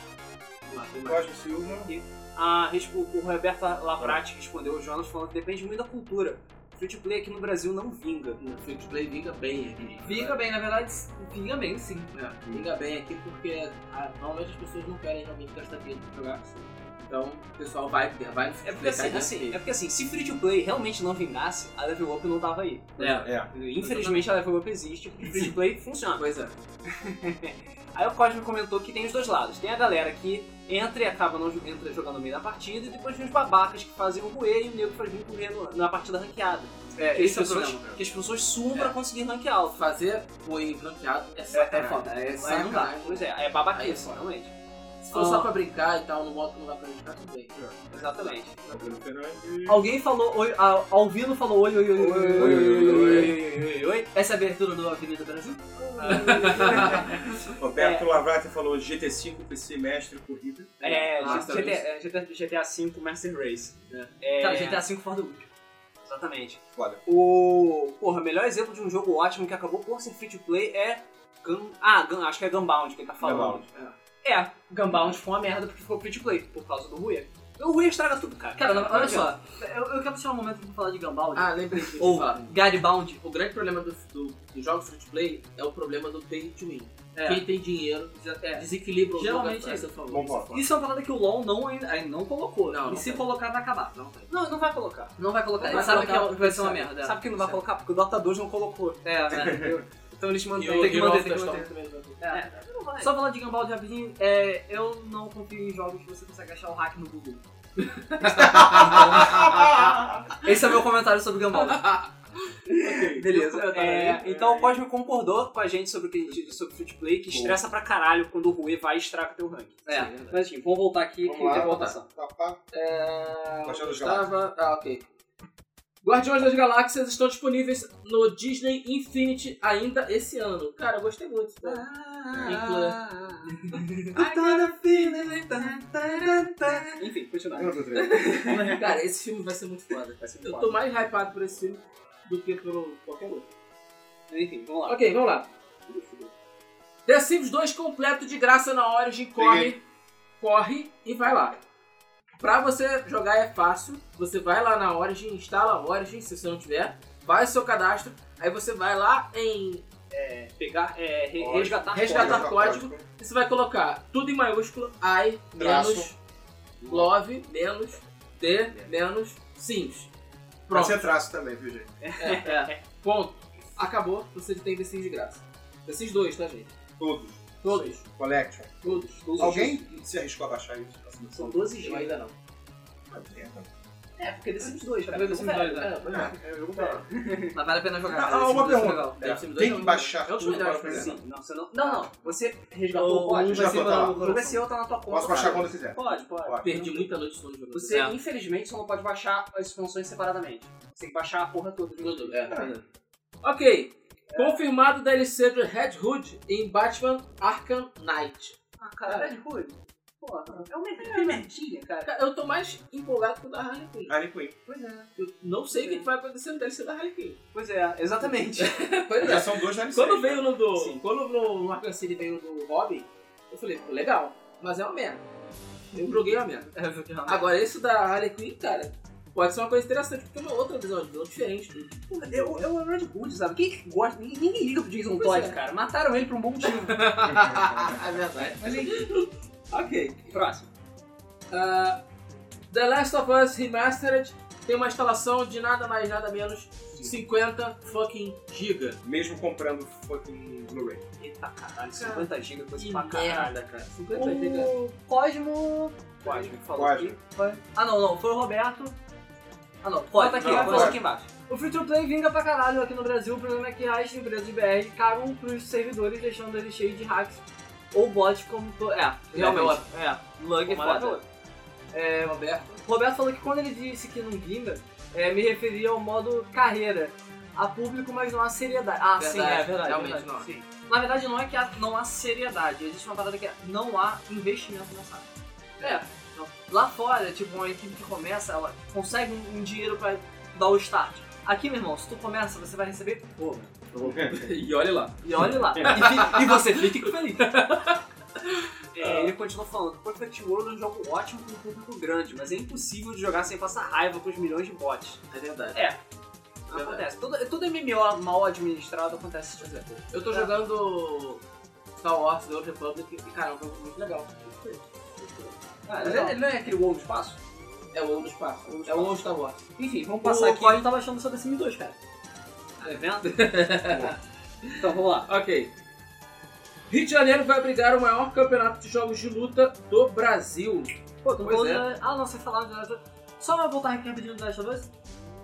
[SPEAKER 2] lá, tem mais.
[SPEAKER 3] Cosmo Silva.
[SPEAKER 2] A res- o, o Roberto Laprati respondeu ao Jonas falando que depende muito da cultura. Free to play aqui no Brasil não vinga.
[SPEAKER 1] O free to play vinga bem aqui.
[SPEAKER 5] Vinga bem, na verdade, vinga bem, sim.
[SPEAKER 1] Vinga bem aqui porque ah, normalmente as pessoas não querem realmente gastar dinheiro pra jogar. Então o pessoal vai, vai no free
[SPEAKER 2] É
[SPEAKER 1] to play,
[SPEAKER 2] porque assim,
[SPEAKER 1] cai
[SPEAKER 2] assim, é
[SPEAKER 1] dentro
[SPEAKER 2] porque assim, se free to play realmente não vingasse, a level up não tava aí.
[SPEAKER 1] dele. é.
[SPEAKER 3] É.
[SPEAKER 2] Infelizmente a level up existe, porque free to play funciona.
[SPEAKER 1] Pois é.
[SPEAKER 2] Aí o Cosme comentou que tem os dois lados. Tem a galera que entra e acaba não jo- entra jogando no meio da partida, e depois tem os babacas que fazem o ruê e o nego faz vir correr no- na partida ranqueada.
[SPEAKER 5] É,
[SPEAKER 2] que, as
[SPEAKER 5] esse é o
[SPEAKER 2] pessoas,
[SPEAKER 5] problema. É.
[SPEAKER 2] que as pessoas suam pra conseguir ranquear alto.
[SPEAKER 1] Fazer foi ranqueado é sacanagem.
[SPEAKER 5] foda,
[SPEAKER 1] É,
[SPEAKER 2] Aí não dá.
[SPEAKER 1] sacanagem.
[SPEAKER 2] Pois é, é babaquice, realmente.
[SPEAKER 1] Se for só
[SPEAKER 2] Ah.
[SPEAKER 1] pra brincar e tal, no modo que não dá pra brincar, tudo bem.
[SPEAKER 2] Exatamente.
[SPEAKER 3] Gabriel Fernandes.
[SPEAKER 5] Alguém falou, oi, a- Alvino falou oi, oi, oi, oi, oi, oi, oi, oi, oi, oi.
[SPEAKER 2] oi, oi.
[SPEAKER 5] Essa é a abertura do Avenida Brasil?
[SPEAKER 3] Roberto Lavrati falou GT5, PC, mestre, corrida.
[SPEAKER 2] É,
[SPEAKER 1] Ah,
[SPEAKER 2] GTA, é, GTA, GTA V Master Race. né? É,
[SPEAKER 5] Cara, GTA V fora do mundo.
[SPEAKER 2] Exatamente.
[SPEAKER 3] Foda.
[SPEAKER 2] O. Porra, o melhor exemplo de um jogo ótimo que acabou por ser free to play é. Gun... Ah, Gun... acho que é Gunbound que ele tá falando. É. é, Gunbound foi uma merda porque ficou free to play por causa do Rui. O Rui estraga tudo, cara.
[SPEAKER 5] Cara,
[SPEAKER 2] Não
[SPEAKER 5] olha
[SPEAKER 2] adianta.
[SPEAKER 5] só, eu, eu quero tirar um momento pra falar de Gambald.
[SPEAKER 1] Ah, lembrei que
[SPEAKER 5] ou
[SPEAKER 1] falar.
[SPEAKER 5] Garibaldi.
[SPEAKER 1] O grande problema do, do, dos jogos free to play é o problema do pay to win.
[SPEAKER 5] É.
[SPEAKER 1] Quem tem dinheiro
[SPEAKER 5] Já- é.
[SPEAKER 1] desequilibra o
[SPEAKER 5] Geralmente
[SPEAKER 1] jogo.
[SPEAKER 5] é
[SPEAKER 1] isso. Favor,
[SPEAKER 3] Vamos embora.
[SPEAKER 5] Isso é uma parada que o LoL não, ainda- ainda não colocou.
[SPEAKER 1] Não,
[SPEAKER 5] e
[SPEAKER 1] não
[SPEAKER 5] se
[SPEAKER 1] vai.
[SPEAKER 5] colocar, vai acabar. Não,
[SPEAKER 2] Não, não vai colocar.
[SPEAKER 5] vai colocar.
[SPEAKER 1] Não
[SPEAKER 5] Ele
[SPEAKER 1] vai
[SPEAKER 5] sabe que é-
[SPEAKER 1] colocar,
[SPEAKER 5] vai ser uma
[SPEAKER 1] sabe.
[SPEAKER 5] merda.
[SPEAKER 2] Sabe que não vai
[SPEAKER 5] Certo.
[SPEAKER 2] colocar? Porque o Dota 2 não colocou.
[SPEAKER 5] É, é.
[SPEAKER 2] Então eles
[SPEAKER 1] E
[SPEAKER 2] mantêm.
[SPEAKER 1] o,
[SPEAKER 5] Tem que
[SPEAKER 1] e o
[SPEAKER 5] manter, tem que
[SPEAKER 1] Alphastorm
[SPEAKER 5] manter.
[SPEAKER 1] também não vai-
[SPEAKER 5] É. Só falar de Gumball rapidinho, é, eu não confio em jogos que você consegue achar o hack no Google.
[SPEAKER 1] Ah,
[SPEAKER 5] Esse é meu comentário sobre É. Gumball.
[SPEAKER 2] Beleza. É,
[SPEAKER 1] É.
[SPEAKER 2] então o Cosme concordou com a gente sobre o que a gente- sobre o free to play, que
[SPEAKER 3] Boa.
[SPEAKER 2] estressa pra caralho quando o Rui vai e estraga teu ranking.
[SPEAKER 5] É.
[SPEAKER 1] Sim, verdade.
[SPEAKER 2] Mas enfim, vamos voltar aqui
[SPEAKER 3] Vamos
[SPEAKER 2] que
[SPEAKER 3] lá,
[SPEAKER 2] tem
[SPEAKER 3] vamos
[SPEAKER 2] votação.
[SPEAKER 3] Papá.
[SPEAKER 1] É,
[SPEAKER 3] Guardiões das
[SPEAKER 1] estava... Ah, ok. Guardiões das Galáxias estão disponíveis no Disney Infinity ainda esse ano. Cara, eu gostei muito. Né?
[SPEAKER 2] né? Enfim, continuar.
[SPEAKER 3] Lembra do trailer?
[SPEAKER 1] Cara, esse filme vai ser muito foda.
[SPEAKER 2] Vai ser
[SPEAKER 1] Eu
[SPEAKER 2] foda.
[SPEAKER 1] tô mais hypado por esse filme do que por qualquer outro.
[SPEAKER 2] Enfim, vamos lá.
[SPEAKER 1] Ok, vamos lá. The Sims 2 completo de graça na Origin. Corre, corre e vai lá. Pra você jogar é fácil. Você vai lá na Origin, instala a Origin, se você não tiver. Vai ao seu cadastro. Aí você vai lá em...
[SPEAKER 2] É, pegar, é, re-
[SPEAKER 3] Ótimo.
[SPEAKER 2] resgatar
[SPEAKER 1] Resgatar
[SPEAKER 2] código.
[SPEAKER 1] código. Você vai colocar tudo em maiúscula. I, menos,
[SPEAKER 3] Traço.
[SPEAKER 1] love, menos, the, menos, sims.
[SPEAKER 3] Pode
[SPEAKER 1] Pronto.
[SPEAKER 3] ser traço também, viu, gente?
[SPEAKER 1] Ponto. Acabou. Você tem The Sims de graça. The Sims 2, tá, gente?
[SPEAKER 3] Todos.
[SPEAKER 1] Todos.
[SPEAKER 3] Collection.
[SPEAKER 1] Todos.
[SPEAKER 2] Todos
[SPEAKER 3] Alguém se arriscou a baixar isso?
[SPEAKER 2] os- São 12
[SPEAKER 1] Eu
[SPEAKER 2] G.
[SPEAKER 1] ainda não.
[SPEAKER 2] É, porque desses dois,
[SPEAKER 1] Tá
[SPEAKER 2] cara.
[SPEAKER 1] vendo The Sims 2,
[SPEAKER 2] É,
[SPEAKER 1] né?
[SPEAKER 3] É, eu vou falar.
[SPEAKER 5] Mas vale a pena jogar. cara,
[SPEAKER 3] Ah, ah,
[SPEAKER 5] esse jogo
[SPEAKER 3] uma
[SPEAKER 5] é
[SPEAKER 3] pergunta.
[SPEAKER 5] legal.
[SPEAKER 1] Deve ser
[SPEAKER 3] Tem que
[SPEAKER 1] dois,
[SPEAKER 3] baixar
[SPEAKER 1] é um
[SPEAKER 3] tudo
[SPEAKER 1] jogo
[SPEAKER 3] para
[SPEAKER 1] de
[SPEAKER 3] fazer.
[SPEAKER 2] Sim, não, você não. Não, não. Você resgatou o
[SPEAKER 5] Ou
[SPEAKER 2] código.
[SPEAKER 5] um vai ser
[SPEAKER 3] Já botar lá.
[SPEAKER 5] pelo
[SPEAKER 2] Vou ver
[SPEAKER 5] coração.
[SPEAKER 2] se eu tá na tua conta.
[SPEAKER 3] Posso baixar
[SPEAKER 2] cara.
[SPEAKER 3] quando eu quiser?
[SPEAKER 2] Pode, pode.
[SPEAKER 3] Pode.
[SPEAKER 1] Perdi muita noite de sono jogando.
[SPEAKER 2] Você,
[SPEAKER 1] É.
[SPEAKER 2] infelizmente, só não pode baixar as funções separadamente. Você tem que baixar a porra toda.
[SPEAKER 1] Tudo, é. Ok. Confirmado DLC de Red Hood em Batman Arkham Knight.
[SPEAKER 2] Ah, cara, Red Hood. Porra, é uma é merdinha, cara.
[SPEAKER 1] Cara, eu tô mais empolgado com o da Harley Quinn.
[SPEAKER 3] Harley Quinn.
[SPEAKER 2] Pois é.
[SPEAKER 1] Eu não sei o que que vai acontecer no DLC da Harley Quinn.
[SPEAKER 2] Pois é, exatamente.
[SPEAKER 1] Pois
[SPEAKER 3] Já
[SPEAKER 1] é.
[SPEAKER 3] são dois DLCs.
[SPEAKER 1] Quando veio no do.
[SPEAKER 2] Sim.
[SPEAKER 1] Quando no, no Arkham City veio do Robin, eu falei, pô, legal, mas é uma merda. Eu joguei uma merda.
[SPEAKER 5] É, porque realmente-
[SPEAKER 1] Agora, isso da Harley Quinn, cara, pode ser uma coisa interessante, porque é uma outra visão, uma visão diferente do
[SPEAKER 2] eu, eu era Red Hood, sabe? Quem é que gosta? Ninguém, ninguém liga pro Jason
[SPEAKER 1] Pois
[SPEAKER 2] Todd,
[SPEAKER 1] é.
[SPEAKER 2] cara. Mataram ele por um bom motivo.
[SPEAKER 1] é verdade. Mas enfim. ok.
[SPEAKER 2] Próximo.
[SPEAKER 1] Ah, The Last of Us Remastered tem uma instalação de nada mais nada menos 50 fucking giga.
[SPEAKER 3] Mesmo comprando fucking Blu-ray.
[SPEAKER 2] Eita caralho, 50 GB, coisa
[SPEAKER 1] Que
[SPEAKER 2] pra caralho,
[SPEAKER 1] merda,
[SPEAKER 2] cara.
[SPEAKER 1] 50 giga.
[SPEAKER 5] O Cosmo.
[SPEAKER 2] Quase me falou
[SPEAKER 3] Quase.
[SPEAKER 2] aqui.
[SPEAKER 5] Foi. Ah, não, não. Foi o Roberto. Ah, não. Cosmo.
[SPEAKER 2] Bota aqui,
[SPEAKER 5] Não,
[SPEAKER 2] ó,
[SPEAKER 5] foi-
[SPEAKER 2] bota aqui embaixo.
[SPEAKER 5] O free to play vinga pra caralho aqui no Brasil. O problema é que as empresas de BR cagam pros servidores, deixando eles cheios de hacks ou bots como. To... É,
[SPEAKER 1] Realmente.
[SPEAKER 5] É, lug é
[SPEAKER 2] Uma maravilha.
[SPEAKER 5] foda. É,
[SPEAKER 1] Roberto.
[SPEAKER 5] Roberto falou que quando ele disse que não vinga, é, me referia ao modo carreira. A público, mas não há seriedade. Ah,
[SPEAKER 1] Verdade,
[SPEAKER 5] sim, é verdade.
[SPEAKER 1] realmente
[SPEAKER 5] verdade,
[SPEAKER 1] não há.
[SPEAKER 5] sim. Na verdade, não é que há- não há seriedade. Existe uma parada que é não há investimento nessa área. É. então, lá fora, tipo, uma equipe que começa, ela consegue um, um dinheiro pra dar o start. Aqui, meu irmão, se tu começa, você vai receber pouco.
[SPEAKER 1] E olha lá.
[SPEAKER 5] E olhe lá. E, fi- e você fique feliz.
[SPEAKER 2] É, ele continua falando, Perfect World é um jogo ótimo com um público grande, mas é impossível de jogar sem passar raiva com os milhões de bots.
[SPEAKER 1] É verdade.
[SPEAKER 2] É. Acontece. Todo, é todo MMO mal administrado acontece esse tipo de coisa.
[SPEAKER 1] Eu tô jogando Star Wars The Old Republic e, cara, é um jogo muito legal. Gostei.
[SPEAKER 2] Ah, ele, ele não é aquele WoW do espaço?
[SPEAKER 1] É o Old Espaço. É o Old Star Wars.
[SPEAKER 2] Enfim, vamos
[SPEAKER 5] Passar
[SPEAKER 2] passar
[SPEAKER 5] o
[SPEAKER 2] aqui.
[SPEAKER 5] Colin tava achando só The Sims 2, cara.
[SPEAKER 2] Tá vendo? então vamos lá.
[SPEAKER 1] Ok. Rio de Janeiro vai abrigar o maior campeonato de jogos de luta do Brasil.
[SPEAKER 5] Pô, tô
[SPEAKER 1] Pois
[SPEAKER 5] falando.
[SPEAKER 1] é.
[SPEAKER 5] da- Ah, não, vocês falaram de Last of Us. Só pra voltar aqui rapidinho do Last of Us.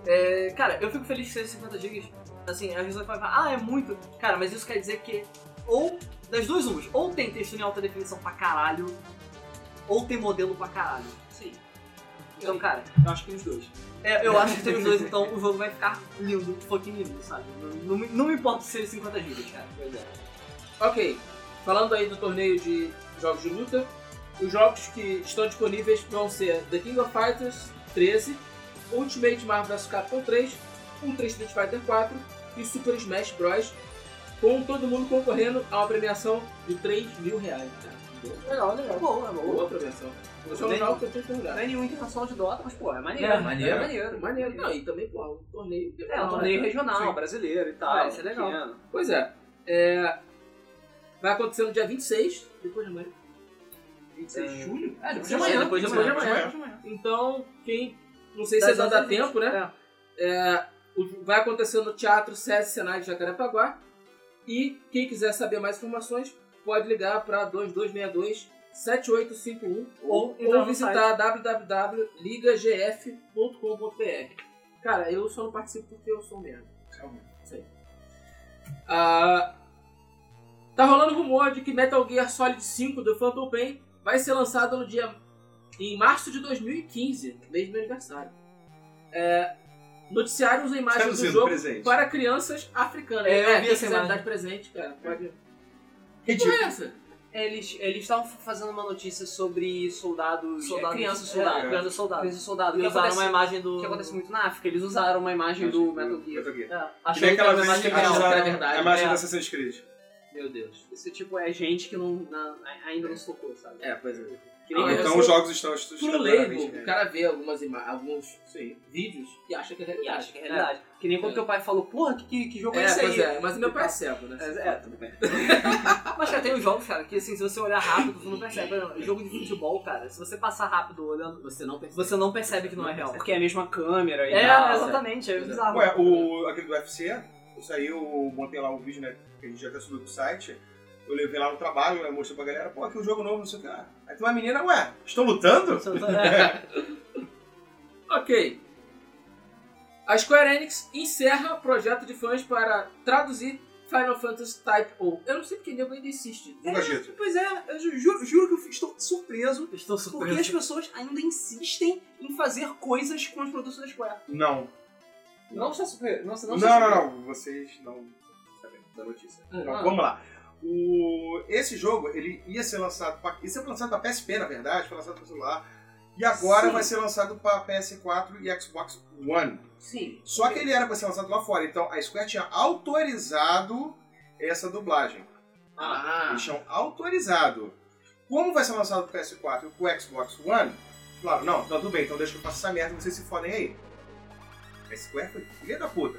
[SPEAKER 5] É, cara, eu fico feliz que seja 50 GB. Assim, a pessoa vai falar, ah, é muito. Cara, mas isso quer dizer que, ou, das duas umas, ou tem texto em alta definição pra caralho, ou tem modelo pra caralho.
[SPEAKER 2] Sim.
[SPEAKER 5] Então, cara,
[SPEAKER 2] Eu acho que os dois.
[SPEAKER 5] é, eu acho que tem os dois, então o jogo vai ficar lindo, fucking lindo, sabe? Não, não, me- não me importa se seja 50 GB, cara.
[SPEAKER 1] Ok. Falando aí do torneio de jogos de luta, os jogos que estão disponíveis vão ser The King of Fighters 13, Ultimate Marvel vs Capcom 3, Ultra Street Fighter 4 e Super Smash Bros. Com todo mundo concorrendo a uma premiação de 3 mil reais. cara.
[SPEAKER 2] Legal, legal. Bom, é bom.
[SPEAKER 1] Boa premiação. Esse é um
[SPEAKER 2] Bem-
[SPEAKER 1] jogo que eu tenho que
[SPEAKER 2] Não
[SPEAKER 1] jogar.
[SPEAKER 2] é nenhum internacional de Dota, mas pô, é maneiro.
[SPEAKER 1] É,
[SPEAKER 2] maneiro. É
[SPEAKER 1] Maneiro,
[SPEAKER 2] maneiro.
[SPEAKER 1] maneiro. Não, e também, pô, um torneio.
[SPEAKER 2] É, um torneio regional,
[SPEAKER 1] Sim.
[SPEAKER 2] brasileiro e tal.
[SPEAKER 5] É, isso é legal.
[SPEAKER 2] pequeno.
[SPEAKER 1] Pois é. é. Vai acontecer no dia 26, depois de amanhã.
[SPEAKER 2] 26 de julho?
[SPEAKER 1] Ah,
[SPEAKER 2] depois de amanhã,
[SPEAKER 1] Depois de
[SPEAKER 2] depois
[SPEAKER 1] amanhã.
[SPEAKER 2] de
[SPEAKER 3] amanhã.
[SPEAKER 1] depois de amanhã. Então, quem. Não sei se
[SPEAKER 5] Das
[SPEAKER 1] ainda dá
[SPEAKER 5] onze às
[SPEAKER 1] tempo, né? É, o- vai acontecer no Teatro SESI Senai de Jacarepaguá. E quem quiser saber mais informações, pode ligar para 2262 7851 ou,
[SPEAKER 5] Ou entrar
[SPEAKER 1] ou
[SPEAKER 5] no
[SPEAKER 1] visitar www.ligagf.com.br. Cara, eu só não participo porque eu sou um merda.
[SPEAKER 3] Calma.
[SPEAKER 1] Sei. Ah, tá rolando rumor de que Metal Gear Solid 5 do Phantom Pain vai ser lançado no dia em março de 2015, mês do meu aniversário. É, noticiário usa imagens do
[SPEAKER 3] Traduzindo,
[SPEAKER 1] jogo
[SPEAKER 3] presente.
[SPEAKER 1] para crianças africanas.
[SPEAKER 5] É, eu vi
[SPEAKER 1] quem
[SPEAKER 5] essa
[SPEAKER 1] quiser
[SPEAKER 5] imagem.
[SPEAKER 1] dar de presente,
[SPEAKER 2] É.
[SPEAKER 1] cara, pode.
[SPEAKER 3] Ridículo.
[SPEAKER 1] Que é essa?
[SPEAKER 2] Eles eles estavam fazendo uma notícia sobre soldados.
[SPEAKER 5] Soldado,
[SPEAKER 2] é, criança
[SPEAKER 5] É,
[SPEAKER 2] soldado.
[SPEAKER 5] criança soldado.
[SPEAKER 2] Criança soldado.
[SPEAKER 5] E
[SPEAKER 2] Que
[SPEAKER 5] usaram
[SPEAKER 2] acontece,
[SPEAKER 5] uma imagem do.
[SPEAKER 2] que acontece muito na África. Eles usaram uma imagem do Metal Gear.
[SPEAKER 5] É,
[SPEAKER 3] Que
[SPEAKER 5] achando
[SPEAKER 3] nem
[SPEAKER 5] que era
[SPEAKER 3] aquela
[SPEAKER 5] uma
[SPEAKER 3] vez que
[SPEAKER 5] imagem
[SPEAKER 1] que
[SPEAKER 5] real.
[SPEAKER 1] acharam-
[SPEAKER 3] usaram
[SPEAKER 1] é verdade,
[SPEAKER 3] a imagem
[SPEAKER 5] é.
[SPEAKER 3] da Assassin's Creed. Ah,
[SPEAKER 1] Meu Deus.
[SPEAKER 2] Esse tipo é gente que não, na- ainda não se tocou, sabe?
[SPEAKER 1] É, pois é. Que nem
[SPEAKER 3] Ou
[SPEAKER 1] eu
[SPEAKER 3] então
[SPEAKER 1] sou
[SPEAKER 3] os jogos né? estão estão
[SPEAKER 1] pro
[SPEAKER 3] claramente
[SPEAKER 1] leigo, o cara vê algumas ima- alguns sim, vídeos e acha que é
[SPEAKER 2] E
[SPEAKER 1] realidade.
[SPEAKER 2] acha que é realidade. Que nem quando teu pai falou, porra, que- que, que jogo é,
[SPEAKER 1] É,
[SPEAKER 2] esse
[SPEAKER 1] pois
[SPEAKER 2] aí?
[SPEAKER 1] é, mas o meu pai é cego, né?
[SPEAKER 2] É, é, tudo bem.
[SPEAKER 5] Ah, Mas cara, tem uns jogos, cara, que assim, se você olhar rápido, você não percebe. Por exemplo, jogo de futebol, cara, se você passar rápido olhando,
[SPEAKER 1] Você não percebe.
[SPEAKER 5] você não percebe que não é real.
[SPEAKER 2] Porque é a mesma câmera e
[SPEAKER 5] É,
[SPEAKER 2] tal.
[SPEAKER 5] exatamente, é
[SPEAKER 1] Pois é.
[SPEAKER 5] bizarro.
[SPEAKER 3] Ué, o, aquele do UFC, eu saí, eu montei lá o vídeo, né? Que a gente já até subiu pro site. Eu levei lá no trabalho, né, mostrei pra galera, pô, aqui é um jogo novo, não sei o que. Ah, Aí tem uma menina, ué, estão lutando?
[SPEAKER 5] Você não tá- é.
[SPEAKER 1] Ok. A Square Enix encerra o projeto de fãs para traduzir Final Fantasy Type O. Eu não sei porque nego ainda insiste.
[SPEAKER 3] Nunca dito.
[SPEAKER 2] Pois é, eu ju- juro, juro que eu fi- estou surpreso
[SPEAKER 5] é, Estou
[SPEAKER 2] porque as
[SPEAKER 5] surpreso.
[SPEAKER 2] pessoas ainda insistem em fazer coisas com os produtos da Square.
[SPEAKER 3] Não.
[SPEAKER 2] Não está surpreso. Não,
[SPEAKER 3] Não, não, não. Vocês não sabem da notícia. Então,
[SPEAKER 1] Ah.
[SPEAKER 3] vamos lá. O, esse jogo, ele ia ser lançado pra, ia ser lançado pra PSP, na verdade, foi lançado pra celular. E agora
[SPEAKER 2] Sim.
[SPEAKER 3] vai ser lançado pra PS4 e Xbox One.
[SPEAKER 1] Ah,
[SPEAKER 2] Sim.
[SPEAKER 3] Só que ele era pra ser lançado lá fora, então a Square tinha autorizado essa dublagem.
[SPEAKER 1] Ah,
[SPEAKER 3] Eles tinham autorizado. Como vai ser lançado o PS4 e o Xbox One, claro, não, então tudo bem, então deixa que eu faço essa merda, vocês se fodem aí. A Square foi filha da puta.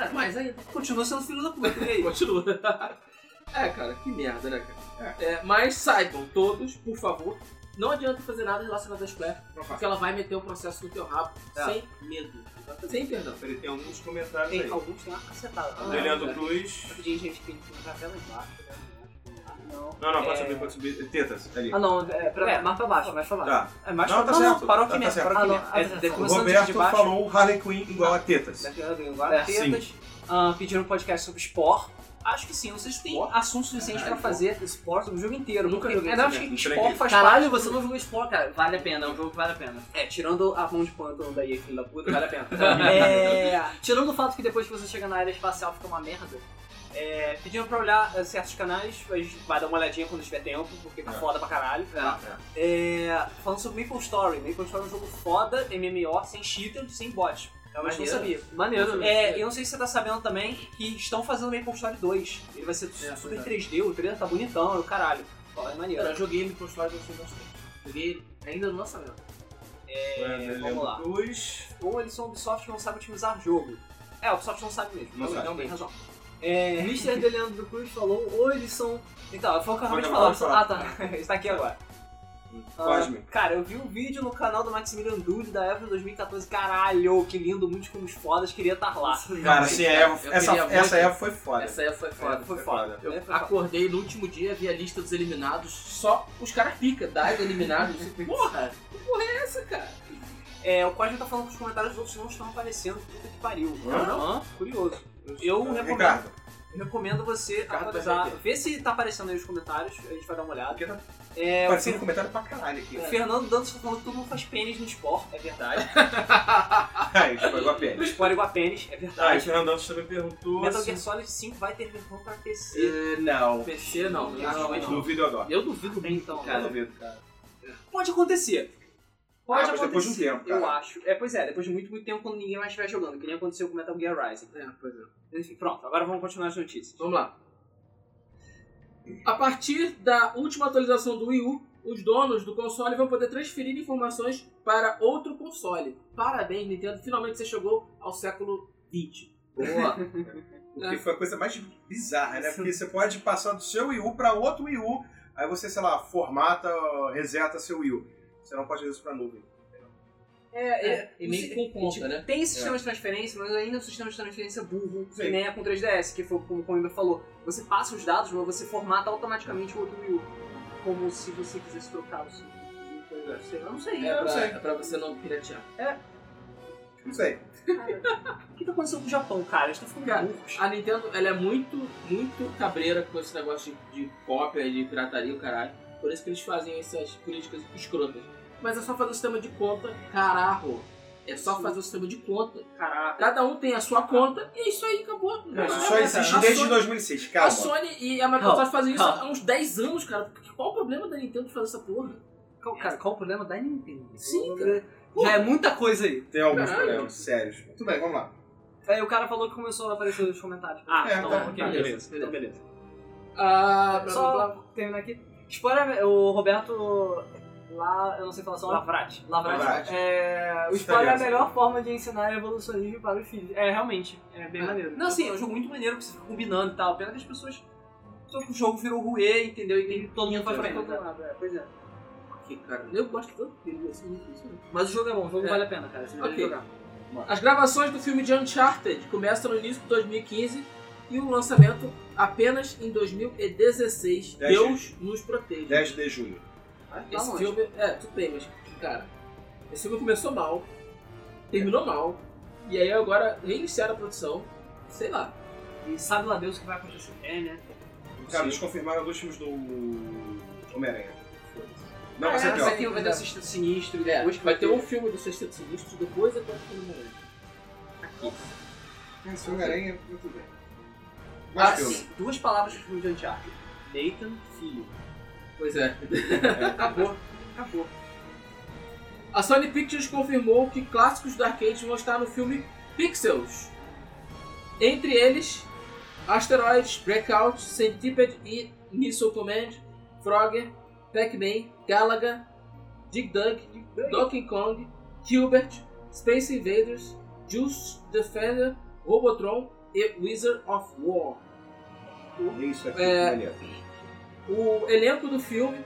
[SPEAKER 1] é, mas ainda.
[SPEAKER 5] Continua sendo filho da puta. E aí?
[SPEAKER 1] Continua. é, cara, que merda, né, cara? É, mas saibam todos, por favor, não adianta fazer nada relacionado à Square,
[SPEAKER 3] Não faz.
[SPEAKER 1] porque ela vai meter um processo no teu rabo
[SPEAKER 3] É.
[SPEAKER 1] sem medo. Sem perdão.
[SPEAKER 3] Peraí, tem alguns comentários
[SPEAKER 2] Tem,
[SPEAKER 3] aí.
[SPEAKER 2] alguns têm uma cacetada.
[SPEAKER 1] Ah,
[SPEAKER 2] Tá
[SPEAKER 3] Do Leandro
[SPEAKER 1] é.
[SPEAKER 3] Cruz.
[SPEAKER 2] Rapidinho, gente, que tá até lá embaixo. né? Ah, Não.
[SPEAKER 3] Não, não, pode
[SPEAKER 2] É.
[SPEAKER 3] subir, pode subir. Tetas, ali.
[SPEAKER 5] Ah não, é, pra,
[SPEAKER 2] É.
[SPEAKER 5] mais pra baixo, mais pra baixo.
[SPEAKER 3] Tá.
[SPEAKER 2] É mais
[SPEAKER 3] Não,
[SPEAKER 2] pra-
[SPEAKER 3] tá
[SPEAKER 2] não,
[SPEAKER 3] certo.
[SPEAKER 2] não, parou aqui
[SPEAKER 3] Tá
[SPEAKER 2] mesmo,
[SPEAKER 3] certo.
[SPEAKER 2] parou
[SPEAKER 5] Ah,
[SPEAKER 2] aqui
[SPEAKER 5] não,
[SPEAKER 2] mesmo.
[SPEAKER 5] ah,
[SPEAKER 2] É, de-
[SPEAKER 5] tá
[SPEAKER 2] Começando de
[SPEAKER 3] Roberto
[SPEAKER 2] baixo.
[SPEAKER 3] falou Harley Quinn igual a tetas.
[SPEAKER 2] Daqui a pouco, agora,
[SPEAKER 5] É,
[SPEAKER 2] tetas. Ah, pediram um podcast sobre Spore. Acho que sim, vocês têm assunto suficiente pra fazer Spore sobre o jogo inteiro. Nunca joguei. É, não, acho que
[SPEAKER 3] merda.
[SPEAKER 2] Spore faz
[SPEAKER 5] Caralho, você não jogou Spore, cara. Vale a pena, é um jogo que vale a pena.
[SPEAKER 2] É, tirando a mão de pântano daí, filho da puta, vale a pena.
[SPEAKER 5] É, tirando o fato que depois que você chega na área espacial fica uma merda.
[SPEAKER 2] É, pediram pra olhar eh, certos canais, a gente vai dar uma olhadinha quando tiver tempo, porque tá
[SPEAKER 3] É.
[SPEAKER 2] foda pra caralho.
[SPEAKER 3] Tá.
[SPEAKER 2] É, falando sobre Maple Story, Maple Story é um jogo foda, MMO, sem cheater, sem bot. É Realmente não
[SPEAKER 1] Maneiro.
[SPEAKER 2] sabia.
[SPEAKER 5] Maneiro, né?
[SPEAKER 2] É, eu não sei se você tá sabendo também que estão fazendo Maple Story 2. Ele vai ser
[SPEAKER 1] É,
[SPEAKER 2] super
[SPEAKER 1] pois é.
[SPEAKER 2] 3D, o trailer tá bonitão, é o caralho. Spyro é
[SPEAKER 1] Cara,
[SPEAKER 2] maneiro.
[SPEAKER 1] eu joguei ele pro Story do Silver Joguei ainda no lançamento.
[SPEAKER 2] É, vamos lá.
[SPEAKER 3] Dois.
[SPEAKER 2] Ou eles são Ubisoft que não sabe otimizar jogo. É, o Ubisoft não sabe mesmo.
[SPEAKER 3] Não
[SPEAKER 2] Não,
[SPEAKER 3] sabe.
[SPEAKER 2] não tem razão. É,
[SPEAKER 5] Mr. Deleandro Cruz falou, ou eles são.
[SPEAKER 2] então, foi o que eu acabei de
[SPEAKER 3] Pode
[SPEAKER 2] falar.
[SPEAKER 3] falar,
[SPEAKER 2] Ah, tá. Está aqui agora. Ah,
[SPEAKER 3] Cosme.
[SPEAKER 2] Cara, eu vi um vídeo no canal do Maximilian Dude da Evo 2014. Caralho, que lindo, muitos filmes fodas, queria estar lá.
[SPEAKER 3] Cara, assim, a Eva,
[SPEAKER 1] Eu
[SPEAKER 3] essa,
[SPEAKER 1] queria muito-
[SPEAKER 3] essa Eva foi foda.
[SPEAKER 1] Essa aí foi é foda.
[SPEAKER 2] foi
[SPEAKER 3] foi
[SPEAKER 2] foda.
[SPEAKER 3] foda.
[SPEAKER 1] Eu
[SPEAKER 2] né? Foi foda.
[SPEAKER 1] acordei no último dia, vi a lista dos eliminados, só os caras pica, das eliminados. Porra, que porra é essa, cara?
[SPEAKER 2] É, o Cosme tá falando que os comentários dos outros não estão aparecendo. Puta que pariu.
[SPEAKER 3] Hã?
[SPEAKER 1] Hã?
[SPEAKER 2] Curioso. Eu recomendo,
[SPEAKER 3] Ricardo,
[SPEAKER 2] eu recomendo você
[SPEAKER 1] Ricardo vai
[SPEAKER 2] atualizar.
[SPEAKER 1] ver aqui.
[SPEAKER 2] Vê se tá aparecendo aí os comentários, a gente vai dar uma olhada.
[SPEAKER 3] porque tá
[SPEAKER 2] É, o
[SPEAKER 3] aparecendo comentário pra caralho aqui.
[SPEAKER 2] Fer- Fernando Dantas tá falando que todo mundo faz pênis no esporte, é verdade.
[SPEAKER 3] Ai, pegou a
[SPEAKER 2] O
[SPEAKER 3] pena.
[SPEAKER 2] esporte é igual a pênis,
[SPEAKER 3] Ah,
[SPEAKER 2] é
[SPEAKER 3] e o
[SPEAKER 2] verdade.
[SPEAKER 3] Fernando Alves também perguntou.
[SPEAKER 2] Metal
[SPEAKER 3] se-
[SPEAKER 2] Gear Solid 5 vai ter versão pra PC.
[SPEAKER 3] Eh, Não.
[SPEAKER 1] PC não, realmente não.
[SPEAKER 3] Duvido agora.
[SPEAKER 1] Eu duvido muito,
[SPEAKER 2] Então,
[SPEAKER 1] cara.
[SPEAKER 3] Duvido, cara.
[SPEAKER 2] Pode acontecer. Pode
[SPEAKER 3] Ah, mas
[SPEAKER 2] acontecer.
[SPEAKER 3] depois de um tempo,
[SPEAKER 2] eu
[SPEAKER 3] cara.
[SPEAKER 2] acho. É, pois é, depois de muito, muito tempo quando ninguém mais estiver jogando, que nem aconteceu com Metal Gear Rising.
[SPEAKER 1] É, pois é.
[SPEAKER 2] Enfim, pronto, agora vamos continuar as notícias.
[SPEAKER 1] Vamos lá. A partir da última atualização do Wii U, os donos do console vão poder transferir informações para outro console. Parabéns, Nintendo. Finalmente você chegou ao século XX. Boa.
[SPEAKER 3] Porque foi a coisa mais bizarra, né? Porque você pode passar do seu Wii U pra outro Wii U, aí você, sei lá, formata, reseta seu Wii U. Você não pode fazer isso pra nuvem.
[SPEAKER 2] É, é,
[SPEAKER 1] e meio que com conta, né?
[SPEAKER 2] Tem esse sistema de transferência, mas ainda é um sistema de transferência burro, que
[SPEAKER 3] Sim.
[SPEAKER 2] nem é com 3DS, que foi como o Coimbra falou. Você passa os dados, mas você formata automaticamente o outro Wii U. Como se você quisesse trocar o seu. Sei lá, não sei.
[SPEAKER 1] É
[SPEAKER 3] Eu
[SPEAKER 1] pra,
[SPEAKER 3] sei.
[SPEAKER 1] é pra você não piratear.
[SPEAKER 3] Não sei.
[SPEAKER 2] O que tá acontecendo com o Japão, cara? Eles estão ficando
[SPEAKER 1] Cara,
[SPEAKER 2] burros.
[SPEAKER 1] A Nintendo, ela é muito, muito cabreira com esse negócio de, de cópia, de pirataria, o caralho. Por isso que eles fazem essas políticas escrotas. Mas é só fazer o sistema de conta, caralho. É só
[SPEAKER 2] Sim.
[SPEAKER 1] fazer o sistema de conta.
[SPEAKER 2] Caraca.
[SPEAKER 1] Cada um tem a sua conta e é isso aí acabou.
[SPEAKER 3] Não, isso
[SPEAKER 1] Não,
[SPEAKER 3] só
[SPEAKER 1] cara,
[SPEAKER 3] existe
[SPEAKER 1] é a
[SPEAKER 3] desde
[SPEAKER 1] Sony-
[SPEAKER 3] 2006,
[SPEAKER 1] A
[SPEAKER 3] calma.
[SPEAKER 1] Sony e a Microsoft fazem isso
[SPEAKER 2] calma.
[SPEAKER 1] há uns 10 anos, cara. Porque Qual o problema da Nintendo de fazer essa porra?
[SPEAKER 5] Qual, cara, qual o problema da Nintendo?
[SPEAKER 1] Sim,
[SPEAKER 5] cara. Já é muita coisa aí.
[SPEAKER 3] Tem alguns
[SPEAKER 1] Caralho.
[SPEAKER 3] problemas sérios. Tudo bem, vamos lá.
[SPEAKER 5] Aí o cara falou que começou a aparecer os comentários.
[SPEAKER 2] Ah,
[SPEAKER 3] É,
[SPEAKER 2] então,
[SPEAKER 3] tá,
[SPEAKER 2] ok,
[SPEAKER 1] tá,
[SPEAKER 2] beleza.
[SPEAKER 1] beleza.
[SPEAKER 2] Então, beleza.
[SPEAKER 1] Ah, blá, blá, blá.
[SPEAKER 5] Só terminar aqui. Spoiler, o Roberto lá, eu não sei falar só.
[SPEAKER 2] Lavrati.
[SPEAKER 5] Lavrati.
[SPEAKER 3] Lavrati.
[SPEAKER 5] É, o spoiler é a melhor forma de ensinar evolucionismo para os filhos. É, realmente, é bem maneiro.
[SPEAKER 2] Não, assim, é um jogo muito maneiro que você fica combinando e tal. Pena que as pessoas. Só que o jogo virou ruê, entendeu? E tem- todo mundo vai pra
[SPEAKER 1] Entendo,
[SPEAKER 2] todo lado. é, Pois é.
[SPEAKER 1] Que, cara, eu gosto tanto dele, assim, muito isso, né?
[SPEAKER 5] Mas o jogo é bom, o jogo
[SPEAKER 1] É.
[SPEAKER 5] vale a pena, cara. Você deve
[SPEAKER 1] Ok.
[SPEAKER 5] jogar.
[SPEAKER 1] As gravações do filme de Uncharted começam no início de 2015 e o lançamento apenas em 2016.
[SPEAKER 3] Dez
[SPEAKER 1] Deus nos proteja.
[SPEAKER 3] 10 de junho.
[SPEAKER 2] Tá
[SPEAKER 1] Esse
[SPEAKER 2] longe.
[SPEAKER 1] filme, é, tudo bem, mas, cara, esse filme começou mal, terminou mal, e aí agora reiniciaram a produção, sei lá.
[SPEAKER 5] E sabe lá Deus o que vai acontecer.
[SPEAKER 2] É, né?
[SPEAKER 3] Cara, eles confirmaram dois filmes do Homem-Aranha. Não, mas
[SPEAKER 2] é,
[SPEAKER 3] é
[SPEAKER 2] vai
[SPEAKER 3] pior.
[SPEAKER 2] ter, vai ter o Sexto Sinistro e
[SPEAKER 1] É,
[SPEAKER 2] depois.
[SPEAKER 1] vai ter um filme do Sexteto Sinistro, depois é quando filme do
[SPEAKER 3] Esse Homem-Aranha, muito bem.
[SPEAKER 2] Ah,
[SPEAKER 3] Mas
[SPEAKER 2] sim, duas palavras pro filme de Uncharted. Nathan Filho.
[SPEAKER 1] Pois é.
[SPEAKER 2] Acabou. Acabou.
[SPEAKER 1] A Sony Pictures confirmou que clássicos do arcade vão estar no filme Pixels. Entre eles, Asteroids, Breakout, Centipede e Missile Command, Frogger, Pac-Man, Galaga, Dig Dug, Donkey Kong, Gilbert, Space Invaders, Juice Defender, Robotron e Wizard of War.
[SPEAKER 3] Isso aqui,
[SPEAKER 1] É.
[SPEAKER 3] maneiro.
[SPEAKER 1] O elenco do filme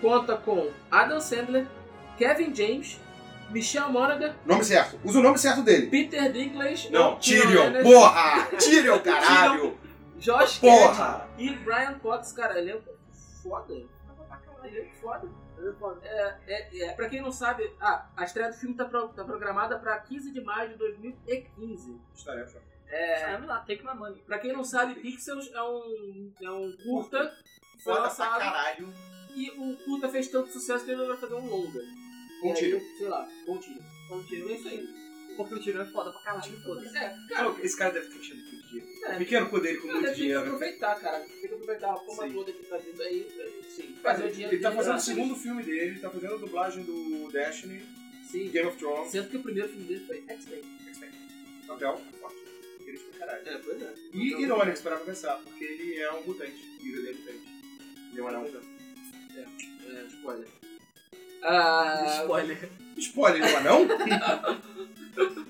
[SPEAKER 1] conta com Adam Sandler, Kevin James, Michelle Monaghan,
[SPEAKER 3] Nome certo. Usa o nome certo dele.
[SPEAKER 1] Peter Dinklage,
[SPEAKER 3] Não,
[SPEAKER 1] Tyrion né?
[SPEAKER 3] Tyrion.
[SPEAKER 1] Lannister,
[SPEAKER 3] Porra! Tyrion, caralho!
[SPEAKER 1] Josh Gad
[SPEAKER 3] Porra!
[SPEAKER 1] e Brian Potts, cara, ele é um foda. Ele é foda. É, é, é, pra quem não sabe, ah, a estreia do filme tá, pro- tá programada pra 15 de maio de 2015.
[SPEAKER 3] Tarefa.
[SPEAKER 1] É,
[SPEAKER 5] Sabe lá, take my money.
[SPEAKER 1] pra quem não sabe, Pixels é um, é um curta que foi
[SPEAKER 3] Foda pra
[SPEAKER 1] lançado
[SPEAKER 3] caralho.
[SPEAKER 1] e o curta fez tanto sucesso que ele vai fazer um longa.
[SPEAKER 3] Com
[SPEAKER 1] E aí,
[SPEAKER 3] Tyrion.
[SPEAKER 1] Sei lá, com Tyrion. Com Tyrion, é isso aí.
[SPEAKER 5] Porque o tiro é foda pra caralho, foda-se.
[SPEAKER 1] É, cara,
[SPEAKER 3] Cara, esse cara deve ter tido muito dinheiro.
[SPEAKER 1] é,
[SPEAKER 3] Pequeno poder ele com
[SPEAKER 1] Cara,
[SPEAKER 3] muito
[SPEAKER 1] tem que
[SPEAKER 3] dinheiro. né?
[SPEAKER 1] aproveitar, cara. Tem que aproveitar a forma
[SPEAKER 3] Sim.
[SPEAKER 1] toda que tá vindo aí. pra- Sim, fazer o dinheiro.
[SPEAKER 3] Ele tá
[SPEAKER 1] de
[SPEAKER 3] fazendo o
[SPEAKER 1] graça.
[SPEAKER 3] segundo filme dele, tá fazendo a dublagem do Destiny,
[SPEAKER 1] Sim.
[SPEAKER 3] Game of Thrones,
[SPEAKER 1] Sendo que o primeiro filme dele foi X-Men.
[SPEAKER 3] papel forte. Ele tipo, caralho. né,
[SPEAKER 1] É, pois é.
[SPEAKER 3] E irônico, se parar pra pensar, porque ele é um mutante. E ele é mutante. Ele é um anão.
[SPEAKER 1] É, spoiler. Ah,
[SPEAKER 2] Spoiler.
[SPEAKER 3] Spoiler, não é não?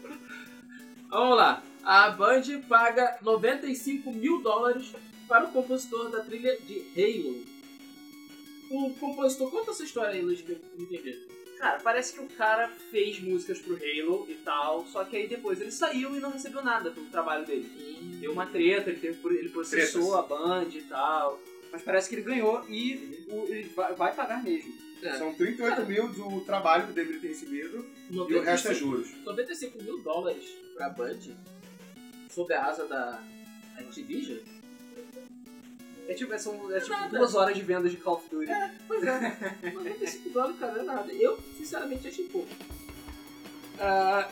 [SPEAKER 1] Vamos lá. A Band paga 95 mil dólares para o compositor da trilha de Halo. O compositor, conta essa história aí, Luiz, que eu não entendi.
[SPEAKER 2] Cara, parece que o cara fez músicas pro Halo e tal, só que aí depois ele saiu e não recebeu nada pelo trabalho dele. Deu uma treta, ele, teve, ele processou a Band e tal. Mas parece que ele ganhou e o- ele vai, vai pagar mesmo.
[SPEAKER 1] É.
[SPEAKER 3] São 38 mil do trabalho que deveria ter recebido e o resto
[SPEAKER 1] 95,
[SPEAKER 3] é juros.
[SPEAKER 1] 95 mil dólares pra Band sob a asa da Activision?
[SPEAKER 2] É tipo, é, são, é tipo
[SPEAKER 1] Nada.
[SPEAKER 2] duas horas de vendas de Call of Duty.
[SPEAKER 1] Pois é, 95 dólares, cara, não é nada. Eu, sinceramente, achei pouco. Ah,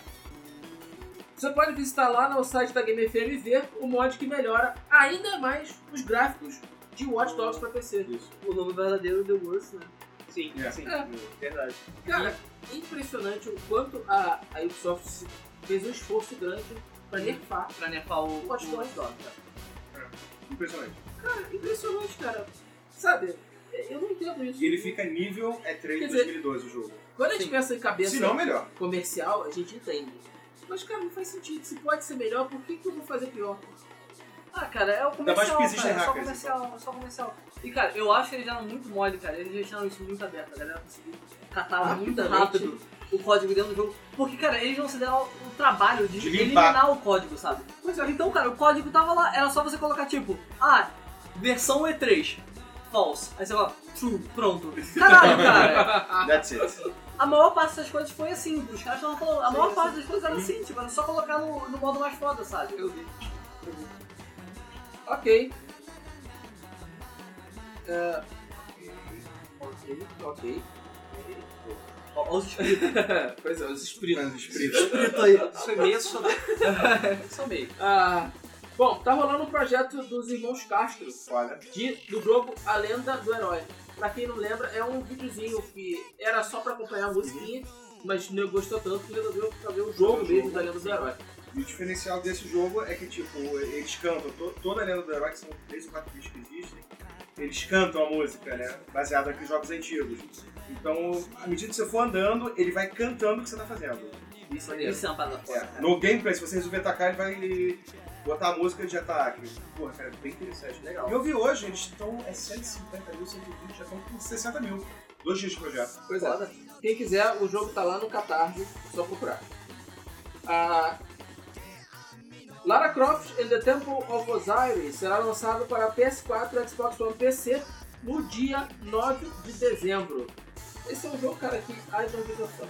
[SPEAKER 1] você pode visitar lá no site da Game FM e ver o mod que melhora ainda mais os gráficos de Watch Dogs pra PC.
[SPEAKER 3] Isso.
[SPEAKER 5] O nome verdadeiro deu Worse, né?
[SPEAKER 2] Sim,
[SPEAKER 3] É.
[SPEAKER 2] sim,
[SPEAKER 1] É.
[SPEAKER 2] verdade.
[SPEAKER 1] Cara, é impressionante o quanto a, a Ubisoft se- fez um esforço grande pra nerfar.
[SPEAKER 5] Pra nerfar o.
[SPEAKER 1] Watch
[SPEAKER 5] o-
[SPEAKER 1] Dogs.
[SPEAKER 3] Impressionante.
[SPEAKER 1] Cara, impressionante, cara. Sabe, eu não entendo isso.
[SPEAKER 3] E ele fica nível é 3
[SPEAKER 1] Quer
[SPEAKER 3] de
[SPEAKER 1] dizer-
[SPEAKER 3] 2012 o jogo.
[SPEAKER 1] Quando a gente
[SPEAKER 5] Sim.
[SPEAKER 1] pensa em cabeça...
[SPEAKER 3] Se não, melhor.
[SPEAKER 1] comercial, a gente entende. Mas, cara, não faz sentido. Se pode ser melhor, por que, que eu vou fazer pior?
[SPEAKER 5] Ah, cara, é o
[SPEAKER 3] mais
[SPEAKER 5] comercial,
[SPEAKER 3] que existem
[SPEAKER 5] cara, é só
[SPEAKER 3] hackers, então.
[SPEAKER 5] comercial, é só comercial. E, cara, eu acho que eles eram muito mole, cara. Eles deixaram isso muito aberto. A galera conseguiu catar Ah, muito rápido
[SPEAKER 1] Rapidamente.
[SPEAKER 5] o código dentro do jogo. Porque, cara, eles não se deram o trabalho de,
[SPEAKER 3] De limpar.
[SPEAKER 5] eliminar o código, sabe? Então, cara, o código tava lá. Era só você colocar, tipo, ah, versão E3, false. Aí você fala, true, pronto. Caralho, cara.
[SPEAKER 1] Ah.
[SPEAKER 3] That's it.
[SPEAKER 5] A maior parte das coisas foi assim, os caras estavam falando. A maior parte das coisas era assim, tipo, era só colocar no, no modo mais foda, sabe? Eu vi.
[SPEAKER 1] Ok. Ah, ok, ok.
[SPEAKER 5] Olha os escritos
[SPEAKER 1] pois é, os espíritos.
[SPEAKER 5] aí.
[SPEAKER 2] Isso é meio sobre. São meio.
[SPEAKER 1] Ah, bom, tá rolando um projeto dos irmãos Castro
[SPEAKER 3] Olha.
[SPEAKER 1] de, do jogo A Lenda do Herói. Pra quem não lembra, é um videozinho que era só pra acompanhar a musiquinha, mas não gostou tanto que resolveu fazer o jogo
[SPEAKER 3] Fazer o
[SPEAKER 1] mesmo
[SPEAKER 3] jogo.
[SPEAKER 1] da Lenda do Herói.
[SPEAKER 3] E o diferencial desse jogo é que, tipo, eles cantam to- toda a lenda do herói, que são três ou quatro bichos que existem, eles cantam a música, né? Baseada aqui em jogos antigos. Então, à medida que você for andando, ele vai cantando o que você tá fazendo.
[SPEAKER 1] Isso aí.
[SPEAKER 5] Isso é uma parada foda.
[SPEAKER 3] É. No gameplay, se você resolver atacar, ele vai botar a música de ataque. Porra, cara, bem interessante, legal. E eu vi hoje, eles estão, é 150 mil, 120, já estão com 60 mil. Dois dias de projeto.
[SPEAKER 1] Pois é. Quem quiser, o jogo tá lá no Catarse, é só procurar. Ah, Lara Croft and the Temple of Osiris será lançado para PS4, Xbox One PC no dia 9 de dezembro. Esse é um jogo, cara, que ai não vejo a fã.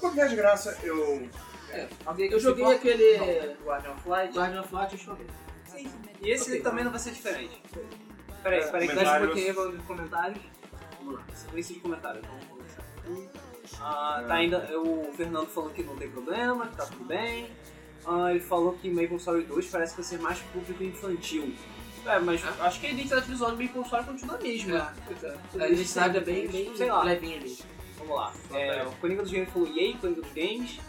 [SPEAKER 3] Qualquer desgraça, eu
[SPEAKER 5] Alguém
[SPEAKER 1] Eu
[SPEAKER 5] que
[SPEAKER 1] joguei
[SPEAKER 5] se
[SPEAKER 1] aquele
[SPEAKER 5] importa? Não, Guardian of Light.
[SPEAKER 1] Guardian of Light e chorei.
[SPEAKER 2] E esse
[SPEAKER 1] Ok.
[SPEAKER 2] também não vai ser diferente. Peraí, peraí, que
[SPEAKER 3] Comentários.
[SPEAKER 2] nós
[SPEAKER 5] Porque eu vou nos comentários.
[SPEAKER 2] Vamos lá, sequência de comentários. Vamos começar. Ah, tá ainda, o Fernando falou que não tem problema, que tá tudo bem. Ah, ele falou que Maple Story 2 parece que vai ser mais público infantil. É, mas acho que a
[SPEAKER 5] tá
[SPEAKER 2] identidade visual do Maple Story continua a
[SPEAKER 5] né?
[SPEAKER 2] mesma.
[SPEAKER 1] A gente sabe é bem, bem
[SPEAKER 2] Sei lá.
[SPEAKER 1] levinho ali.
[SPEAKER 2] Vamos lá. É, o Coringa dos Games falou Yay, Coringa dos Games.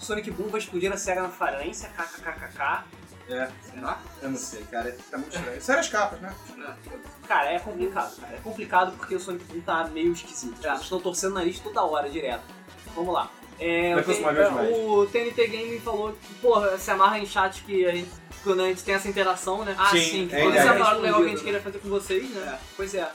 [SPEAKER 2] Sonic Boom vai explodir a SEGA na falência, kkkk.
[SPEAKER 3] É.
[SPEAKER 2] Será?
[SPEAKER 3] Eu não sei, cara, tá muito estranho. Sério as capas, né?
[SPEAKER 2] Cara, é complicado, cara. É complicado porque o Sonic Boom tá meio esquisito. As pessoas estão torcendo o nariz toda hora direto. Vamos lá. É,
[SPEAKER 3] Vai
[SPEAKER 2] o T-
[SPEAKER 3] consumar meus
[SPEAKER 2] é,
[SPEAKER 3] mais.
[SPEAKER 5] O TNT Game falou que, porra, se amarra em chat que a gente, quando a gente tem essa interação, né? Ah,
[SPEAKER 3] Sim,
[SPEAKER 5] sim. Que
[SPEAKER 3] é
[SPEAKER 5] quando
[SPEAKER 3] ideia.
[SPEAKER 5] você fala do legal que a
[SPEAKER 1] Respondido,
[SPEAKER 5] gente
[SPEAKER 1] né?
[SPEAKER 5] queria fazer com vocês, né?
[SPEAKER 2] É, pois é.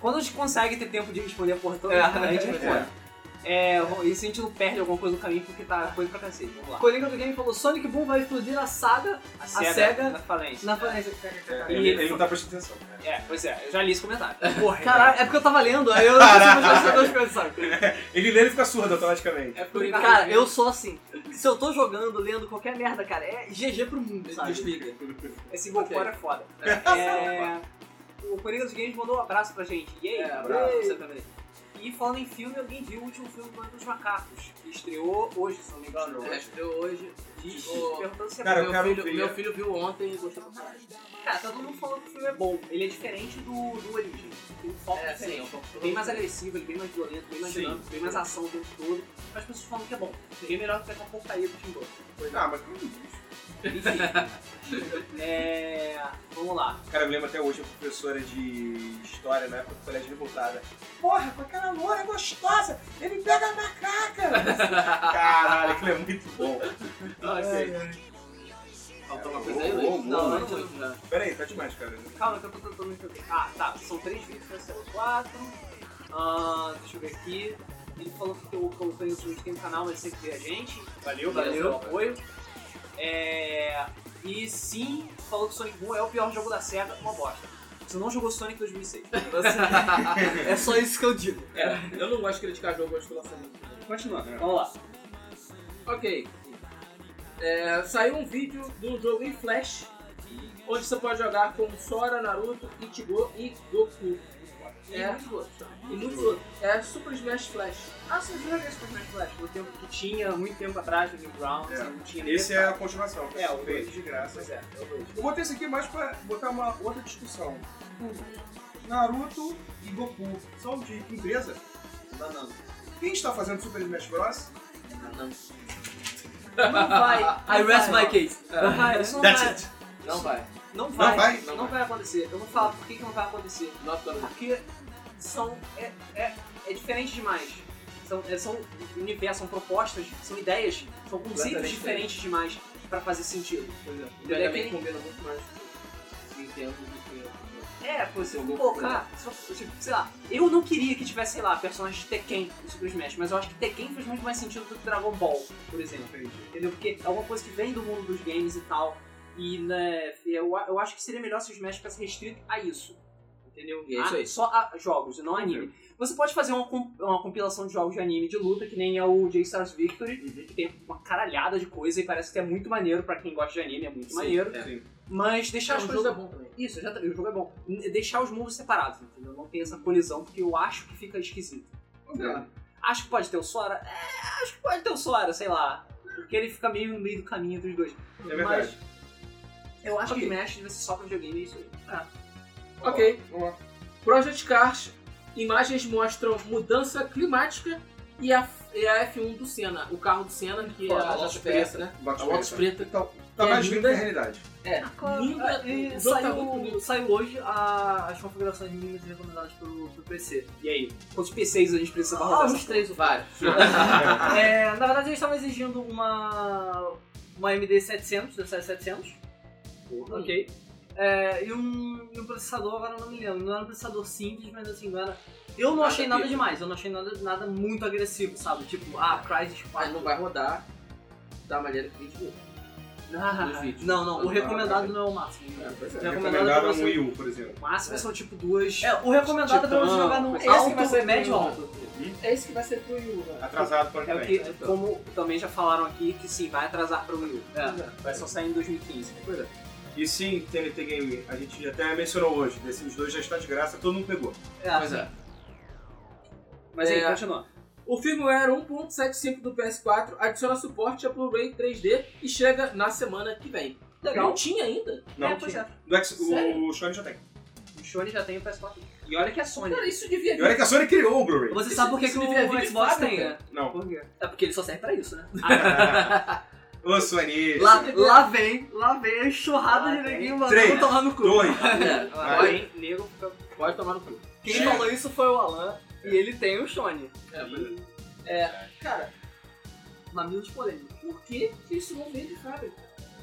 [SPEAKER 2] Quando a gente consegue ter tempo de responder a porra toda,
[SPEAKER 5] É.
[SPEAKER 2] a gente responde. É, e se a gente não perde alguma coisa no caminho porque tá coisa pra cacete. Vamos lá.
[SPEAKER 5] Coringa do Game falou: Sonic Boom vai explodir a saga
[SPEAKER 2] A né,
[SPEAKER 5] SEGA
[SPEAKER 2] na falência.
[SPEAKER 5] na falência.
[SPEAKER 3] É,
[SPEAKER 2] E
[SPEAKER 3] ele,
[SPEAKER 2] ele-
[SPEAKER 3] ele não tá prestando atenção. né?
[SPEAKER 2] É, pois é, eu já li esse comentário. Porra, né?
[SPEAKER 5] Caralho, é porque eu tava lendo, aí eu não consigo fazer duas coisas, sabe?
[SPEAKER 3] Ele lê e fica surdo automaticamente.
[SPEAKER 1] É
[SPEAKER 5] Porque,
[SPEAKER 1] por
[SPEAKER 5] Cara, eu sou assim. Se eu tô jogando, lendo qualquer merda, cara, é GG pro mundo, sabe?
[SPEAKER 1] Desliga.
[SPEAKER 2] Esse gol
[SPEAKER 1] Ok.
[SPEAKER 2] fora é foda. É, o Coringa dos Games mandou um abraço pra gente. E aí,
[SPEAKER 1] É,
[SPEAKER 2] abraço
[SPEAKER 1] abraço.
[SPEAKER 2] pra você também. E falando em filme, alguém viu o último filme do Planeta dos Macacos, que estreou hoje, se não me engano.
[SPEAKER 1] É, estreou hoje.
[SPEAKER 2] Diz,
[SPEAKER 1] O-
[SPEAKER 2] perguntando se é
[SPEAKER 3] Cara,
[SPEAKER 2] bom.
[SPEAKER 3] eu
[SPEAKER 1] meu,
[SPEAKER 3] quero
[SPEAKER 1] filho,
[SPEAKER 3] ver.
[SPEAKER 1] meu filho viu ontem e gostou pra caralho.
[SPEAKER 2] Cara, todo mundo falando que o filme é bom. Ele é diferente do, do Origem. Tem um foco
[SPEAKER 1] É, sim, é
[SPEAKER 2] diferente.
[SPEAKER 1] um pouco-
[SPEAKER 2] bem mais agressivo, ele é bem mais violento, bem mais
[SPEAKER 3] Sim.
[SPEAKER 2] dinâmico, bem mais ação o tempo todo. Mas as pessoas falam que é bom. Seria melhor que aquela porcaria do Tim Burton.
[SPEAKER 3] Ah, mas que
[SPEAKER 2] Enfim. é, vamos lá.
[SPEAKER 3] Cara, eu me lembro até hoje, a professora de história, na época do colégio revoltada. Porra, com aquela loura gostosa, ele pega a macaca! Caralho, aquilo é muito bom.
[SPEAKER 2] Ok. é Faltou uma coisa aí,
[SPEAKER 3] Boa,
[SPEAKER 2] Luiz?
[SPEAKER 3] boa,
[SPEAKER 2] Não, né?
[SPEAKER 3] boa.
[SPEAKER 2] não, não, não.
[SPEAKER 3] Pera aí, tá demais, cara.
[SPEAKER 2] Calma, que eu tô tentando entender. Ah, tá. São três vídeos, cancelou quatro. Ah, deixa eu ver aqui. Ele falou que o Campanha Switch tem um canal, mas sempre vê a gente. Valeu,
[SPEAKER 1] valeu.
[SPEAKER 2] pelo apoio.
[SPEAKER 1] né?
[SPEAKER 2] É... E sim, falou que Sonic Boom é o pior jogo da SEGA, uma bosta. Você não jogou Sonic 2006.
[SPEAKER 5] É só isso que eu digo.
[SPEAKER 1] É, eu não gosto de criticar jogo antes do lançamento.
[SPEAKER 2] Continua, vamos lá.
[SPEAKER 1] Ok. É, saiu um vídeo do jogo em Flash, onde você pode jogar com Sora, Naruto, Ichigo e Goku. É, e muitos outros. É Super Smash Flash.
[SPEAKER 2] Ah, você viu esse Smash Flash? No tempo que tinha, muito tempo atrás, no Newgrounds,
[SPEAKER 3] É.
[SPEAKER 2] não tinha
[SPEAKER 3] Esse é a continuação.
[SPEAKER 2] É, o
[SPEAKER 3] Feito
[SPEAKER 2] dois.
[SPEAKER 3] de graça.
[SPEAKER 2] Pois é, é o dois.
[SPEAKER 3] Eu botei isso aqui mais pra botar uma outra discussão. Naruto e Goku são de que empresa?
[SPEAKER 2] Banana.
[SPEAKER 3] Quem está fazendo Super Smash Bros?
[SPEAKER 2] Não vai.
[SPEAKER 5] I rest my case.
[SPEAKER 1] É.
[SPEAKER 2] Não vai, isso não
[SPEAKER 3] That's
[SPEAKER 2] vai.
[SPEAKER 1] Não vai.
[SPEAKER 2] Não vai,
[SPEAKER 3] Não
[SPEAKER 2] não
[SPEAKER 3] vai?
[SPEAKER 2] vai, acontecer. Eu vou falar por que que não vai acontecer.
[SPEAKER 1] Nota
[SPEAKER 2] Porque são. É, é, é diferente demais. São, é, são universo, são propostas, são ideias, são conceitos
[SPEAKER 1] Completamente
[SPEAKER 2] diferentes demais pra fazer sentido.
[SPEAKER 1] Mega Man
[SPEAKER 2] Ele-
[SPEAKER 1] é combina muito mais com o Nintendo do
[SPEAKER 2] É, pô, se eu
[SPEAKER 1] Algum
[SPEAKER 2] colocar. se eu- se eu- Sei lá, eu não queria que tivesse, sei lá, personagens de Tekken no Super Smash, mas eu acho que Tekken faz muito mais sentido do que Dragon Ball, por exemplo. Entendeu? Porque é alguma coisa que vem do mundo dos games e tal. E né, eu, a- eu acho que seria melhor se o Smash ficasse restrito a isso. Entendeu?
[SPEAKER 1] E é isso
[SPEAKER 2] A-
[SPEAKER 1] aí. Uhum.
[SPEAKER 2] Só a jogos e não anime. Você pode fazer uma, com- uma compilação de jogos de anime de luta, que nem é o J-Stars Victory,
[SPEAKER 1] Uhum.
[SPEAKER 2] que tem uma caralhada de coisa e parece que é muito maneiro pra quem gosta de anime, é muito maneiro.
[SPEAKER 3] Sim.
[SPEAKER 2] Mas deixar as
[SPEAKER 1] O
[SPEAKER 2] coisas.
[SPEAKER 1] jogo é bom também.
[SPEAKER 2] Isso, já tá- o jogo é bom. N- Deixar os mundos separados, entendeu? Não tem essa colisão, porque eu acho que fica esquisito. Tá? Acho que pode ter o Sora. É, acho que pode ter o Sora, sei lá. Porque ele fica meio no meio do caminho dos dois.
[SPEAKER 3] É verdade.
[SPEAKER 2] Mas eu acho
[SPEAKER 1] Ok.
[SPEAKER 2] que Smash deve ser só pra videogame, é isso aí.
[SPEAKER 1] Ok.
[SPEAKER 3] Vamos lá.
[SPEAKER 1] Project Cars. Imagens mostram mudança climática e a, e a F1 do Senna. O carro do Senna, que é
[SPEAKER 2] Pô, a
[SPEAKER 1] a
[SPEAKER 2] Lotus
[SPEAKER 1] Lotus PS, né?
[SPEAKER 3] Box
[SPEAKER 1] A Lotus
[SPEAKER 3] preta.
[SPEAKER 1] preta.
[SPEAKER 3] Então, tá
[SPEAKER 1] É
[SPEAKER 3] mais vivo
[SPEAKER 1] linda.
[SPEAKER 3] que a realidade.
[SPEAKER 1] É, linda.
[SPEAKER 5] E
[SPEAKER 1] O jogo tá muito
[SPEAKER 5] É, saiu,
[SPEAKER 1] bonito.
[SPEAKER 5] saiu hoje a- as configurações mínimas recomendadas pro, pro PC.
[SPEAKER 2] E aí? Quantos PCs a gente precisa pra
[SPEAKER 5] Ah,
[SPEAKER 2] rodar?
[SPEAKER 5] uns três, o
[SPEAKER 1] Vários.
[SPEAKER 5] É, na verdade, eles estavam exigindo uma, uma AMD 700, da série 700. Ok. É, e um, e um processador, agora eu não me lembro. Não era um processador simples, mas assim, não era. Eu não
[SPEAKER 1] Nada
[SPEAKER 5] achei nada
[SPEAKER 1] pica.
[SPEAKER 5] demais, eu não achei nada, nada muito agressivo, sabe? Tipo, ah, Crysis 4.
[SPEAKER 1] Mas não vai rodar da maneira que a gente viu.
[SPEAKER 5] Ah,
[SPEAKER 1] tipo, nos vídeos.
[SPEAKER 5] não, não, o
[SPEAKER 1] Não,
[SPEAKER 5] recomendado não é o máximo.
[SPEAKER 1] É, pois é.
[SPEAKER 5] Recomendado
[SPEAKER 3] Recomendado
[SPEAKER 5] pra
[SPEAKER 3] um
[SPEAKER 5] você-
[SPEAKER 3] Wii U, por exemplo.
[SPEAKER 2] O máximo são tipo duas.
[SPEAKER 5] É, o recomendado é pra você
[SPEAKER 2] Titã,
[SPEAKER 5] jogar no
[SPEAKER 2] mas
[SPEAKER 1] esse que vai
[SPEAKER 5] alto,
[SPEAKER 1] ser
[SPEAKER 5] médio
[SPEAKER 1] pro-
[SPEAKER 5] alto.
[SPEAKER 1] É isso que vai ser pro Yu, né?
[SPEAKER 3] Atrasado para
[SPEAKER 2] É o
[SPEAKER 3] também.
[SPEAKER 2] que,
[SPEAKER 1] É, então.
[SPEAKER 2] como também já falaram aqui, que sim, vai atrasar pro Wii U.
[SPEAKER 5] É.
[SPEAKER 2] Vai só sair em 2015.
[SPEAKER 1] Pois é.
[SPEAKER 3] E sim, TNT Game, a gente já até mencionou hoje. Desses dois já está de graça, todo mundo pegou.
[SPEAKER 5] Tá.
[SPEAKER 1] Pois
[SPEAKER 5] assim.
[SPEAKER 1] é.
[SPEAKER 2] Mas aí,
[SPEAKER 1] É.
[SPEAKER 2] continua.
[SPEAKER 1] O firmware 1.75 do PS4 adiciona suporte a Blu-ray 3D e chega na semana que vem. Não
[SPEAKER 2] Legal.
[SPEAKER 1] tinha ainda?
[SPEAKER 3] Não,
[SPEAKER 2] é, pois é.
[SPEAKER 3] do X,
[SPEAKER 1] Sério?
[SPEAKER 3] o, o Sony já tem.
[SPEAKER 2] O Sony já tem o PS4. E olha que é Sony.
[SPEAKER 1] Cara, isso devia
[SPEAKER 3] E olha que a Sony criou o Blu-ray.
[SPEAKER 5] Você
[SPEAKER 1] Isso-
[SPEAKER 5] sabe por que,
[SPEAKER 1] isso
[SPEAKER 5] que
[SPEAKER 1] devia vir
[SPEAKER 5] o
[SPEAKER 1] de
[SPEAKER 5] Xbox
[SPEAKER 1] fábrica.
[SPEAKER 5] tem, né?
[SPEAKER 3] Não.
[SPEAKER 2] Por quê?
[SPEAKER 5] É porque ele só serve pra isso, né?
[SPEAKER 2] Ah.
[SPEAKER 3] Ô, Sony.
[SPEAKER 5] Lá, lá vem, lá vem a enxurrada
[SPEAKER 2] Lá
[SPEAKER 5] de
[SPEAKER 2] vem.
[SPEAKER 5] neguinho mandando
[SPEAKER 3] Três.
[SPEAKER 5] tomar no cu.
[SPEAKER 3] Dois.
[SPEAKER 1] É,
[SPEAKER 2] Ah,
[SPEAKER 3] Vai.
[SPEAKER 2] hein? Nego fica.
[SPEAKER 1] Pode tomar no cu.
[SPEAKER 5] Quem
[SPEAKER 3] Chega.
[SPEAKER 5] falou isso foi o Alan e ele tem o Shone.
[SPEAKER 1] É, pois é. É, cara,
[SPEAKER 5] Mamilos polêmicos.
[SPEAKER 1] por que que isso não veio de fábrica?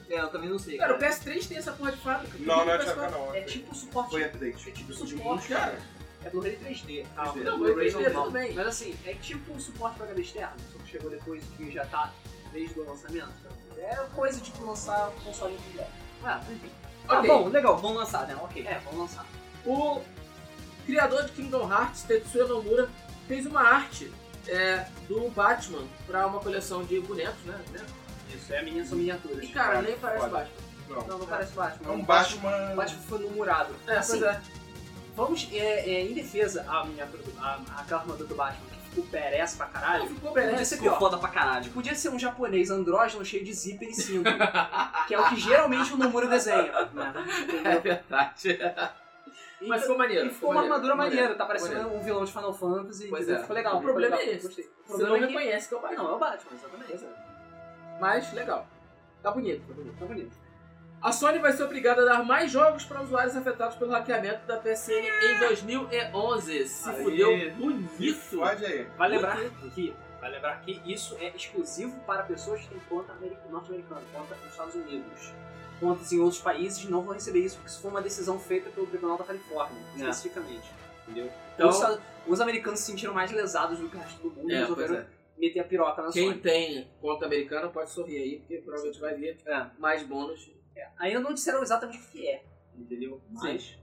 [SPEAKER 5] É, eu também não sei.
[SPEAKER 1] Cara, o PS3 tem essa porra de fábrica.
[SPEAKER 3] Não, não é
[SPEAKER 1] Por
[SPEAKER 3] de
[SPEAKER 1] que que o
[SPEAKER 3] época,
[SPEAKER 1] PS4?
[SPEAKER 3] não.
[SPEAKER 2] É tipo suporte.
[SPEAKER 3] Foi update.
[SPEAKER 2] É tipo
[SPEAKER 1] Isso de
[SPEAKER 2] suporte.
[SPEAKER 1] cara.
[SPEAKER 2] É Blu-ray 3D. Ah,
[SPEAKER 1] Não,
[SPEAKER 2] o
[SPEAKER 1] Blu-ray 3D
[SPEAKER 2] normal.
[SPEAKER 1] também.
[SPEAKER 2] Mas assim, é tipo um suporte pra HD externo, só que chegou depois que já tá desde o lançamento. É coisa tipo lançar um console de
[SPEAKER 5] Ah, enfim.
[SPEAKER 1] Tá
[SPEAKER 5] Tá
[SPEAKER 1] bom,
[SPEAKER 2] Ah,
[SPEAKER 5] bom, legal, vamos lançar, né? Ok.
[SPEAKER 2] É, vamos lançar.
[SPEAKER 1] O criador de Kingdom Hearts, Tetsuya Nomura, fez uma arte é, do Batman pra uma coleção de bonecos, né? né?
[SPEAKER 2] Isso, é a minha, são miniaturas.
[SPEAKER 1] E cara, nem parece
[SPEAKER 3] Foda.
[SPEAKER 1] Batman.
[SPEAKER 3] Não.
[SPEAKER 2] Não, não parece Batman.
[SPEAKER 3] É um
[SPEAKER 2] Batman.
[SPEAKER 3] Batman.
[SPEAKER 2] Batman tipo, foi no murado.
[SPEAKER 1] É,
[SPEAKER 2] Assim,
[SPEAKER 1] pois é.
[SPEAKER 2] Vamos, é, é, em defesa, a miniatura, do, a, aquela armadura do Batman, que ficou perece pra
[SPEAKER 1] Não,
[SPEAKER 2] caralho,
[SPEAKER 1] ficou
[SPEAKER 2] podia
[SPEAKER 1] beleza.
[SPEAKER 2] ser
[SPEAKER 5] Ficou
[SPEAKER 2] pior.
[SPEAKER 5] foda pra caralho.
[SPEAKER 2] Podia ser um japonês andrógeno cheio de zíper e cinto, que é o que geralmente o Nomura desenha. Né?
[SPEAKER 1] É verdade. Mas ficou maneiro.
[SPEAKER 2] E ficou uma armadura maneira,
[SPEAKER 1] maneiro,
[SPEAKER 2] tá parecendo
[SPEAKER 1] maneiro.
[SPEAKER 2] um vilão de Final Fantasy.
[SPEAKER 1] Pois
[SPEAKER 2] entendeu?
[SPEAKER 1] é.
[SPEAKER 2] Ficou legal.
[SPEAKER 1] O problema
[SPEAKER 2] ficou legal,
[SPEAKER 1] é esse.
[SPEAKER 2] Gostei.
[SPEAKER 1] Você
[SPEAKER 2] O
[SPEAKER 1] não
[SPEAKER 2] problema é que...
[SPEAKER 1] reconhece que é o Batman.
[SPEAKER 2] Não, é o Batman, exatamente.
[SPEAKER 1] Mas legal. Tá bonito, tá bonito, tá bonito. A Sony vai ser obrigada a dar mais jogos para usuários afetados pelo hackeamento da PSN em 2011. Se
[SPEAKER 2] Aí.
[SPEAKER 1] fudeu bonito.
[SPEAKER 3] Pode aí.
[SPEAKER 2] Vai lembrar que, vai lembrar que isso é exclusivo para pessoas que têm conta ameri- norte-americana, conta nos Estados Unidos. Contas em outros países não vão receber isso, porque isso foi uma decisão feita pelo Tribunal da Califórnia,
[SPEAKER 1] É.
[SPEAKER 2] especificamente. Entendeu? Então,
[SPEAKER 1] Então-
[SPEAKER 2] os, Estados- os americanos se sentiram mais lesados do que o resto do mundo e
[SPEAKER 1] É, pois
[SPEAKER 2] resolveram
[SPEAKER 1] é.
[SPEAKER 2] meter a piroca na
[SPEAKER 1] Quem
[SPEAKER 2] Sony.
[SPEAKER 1] tem conta americana pode sorrir aí, porque provavelmente vai vir
[SPEAKER 2] É.
[SPEAKER 1] mais bônus.
[SPEAKER 2] Ainda não disseram exatamente o que é, entendeu? Mas,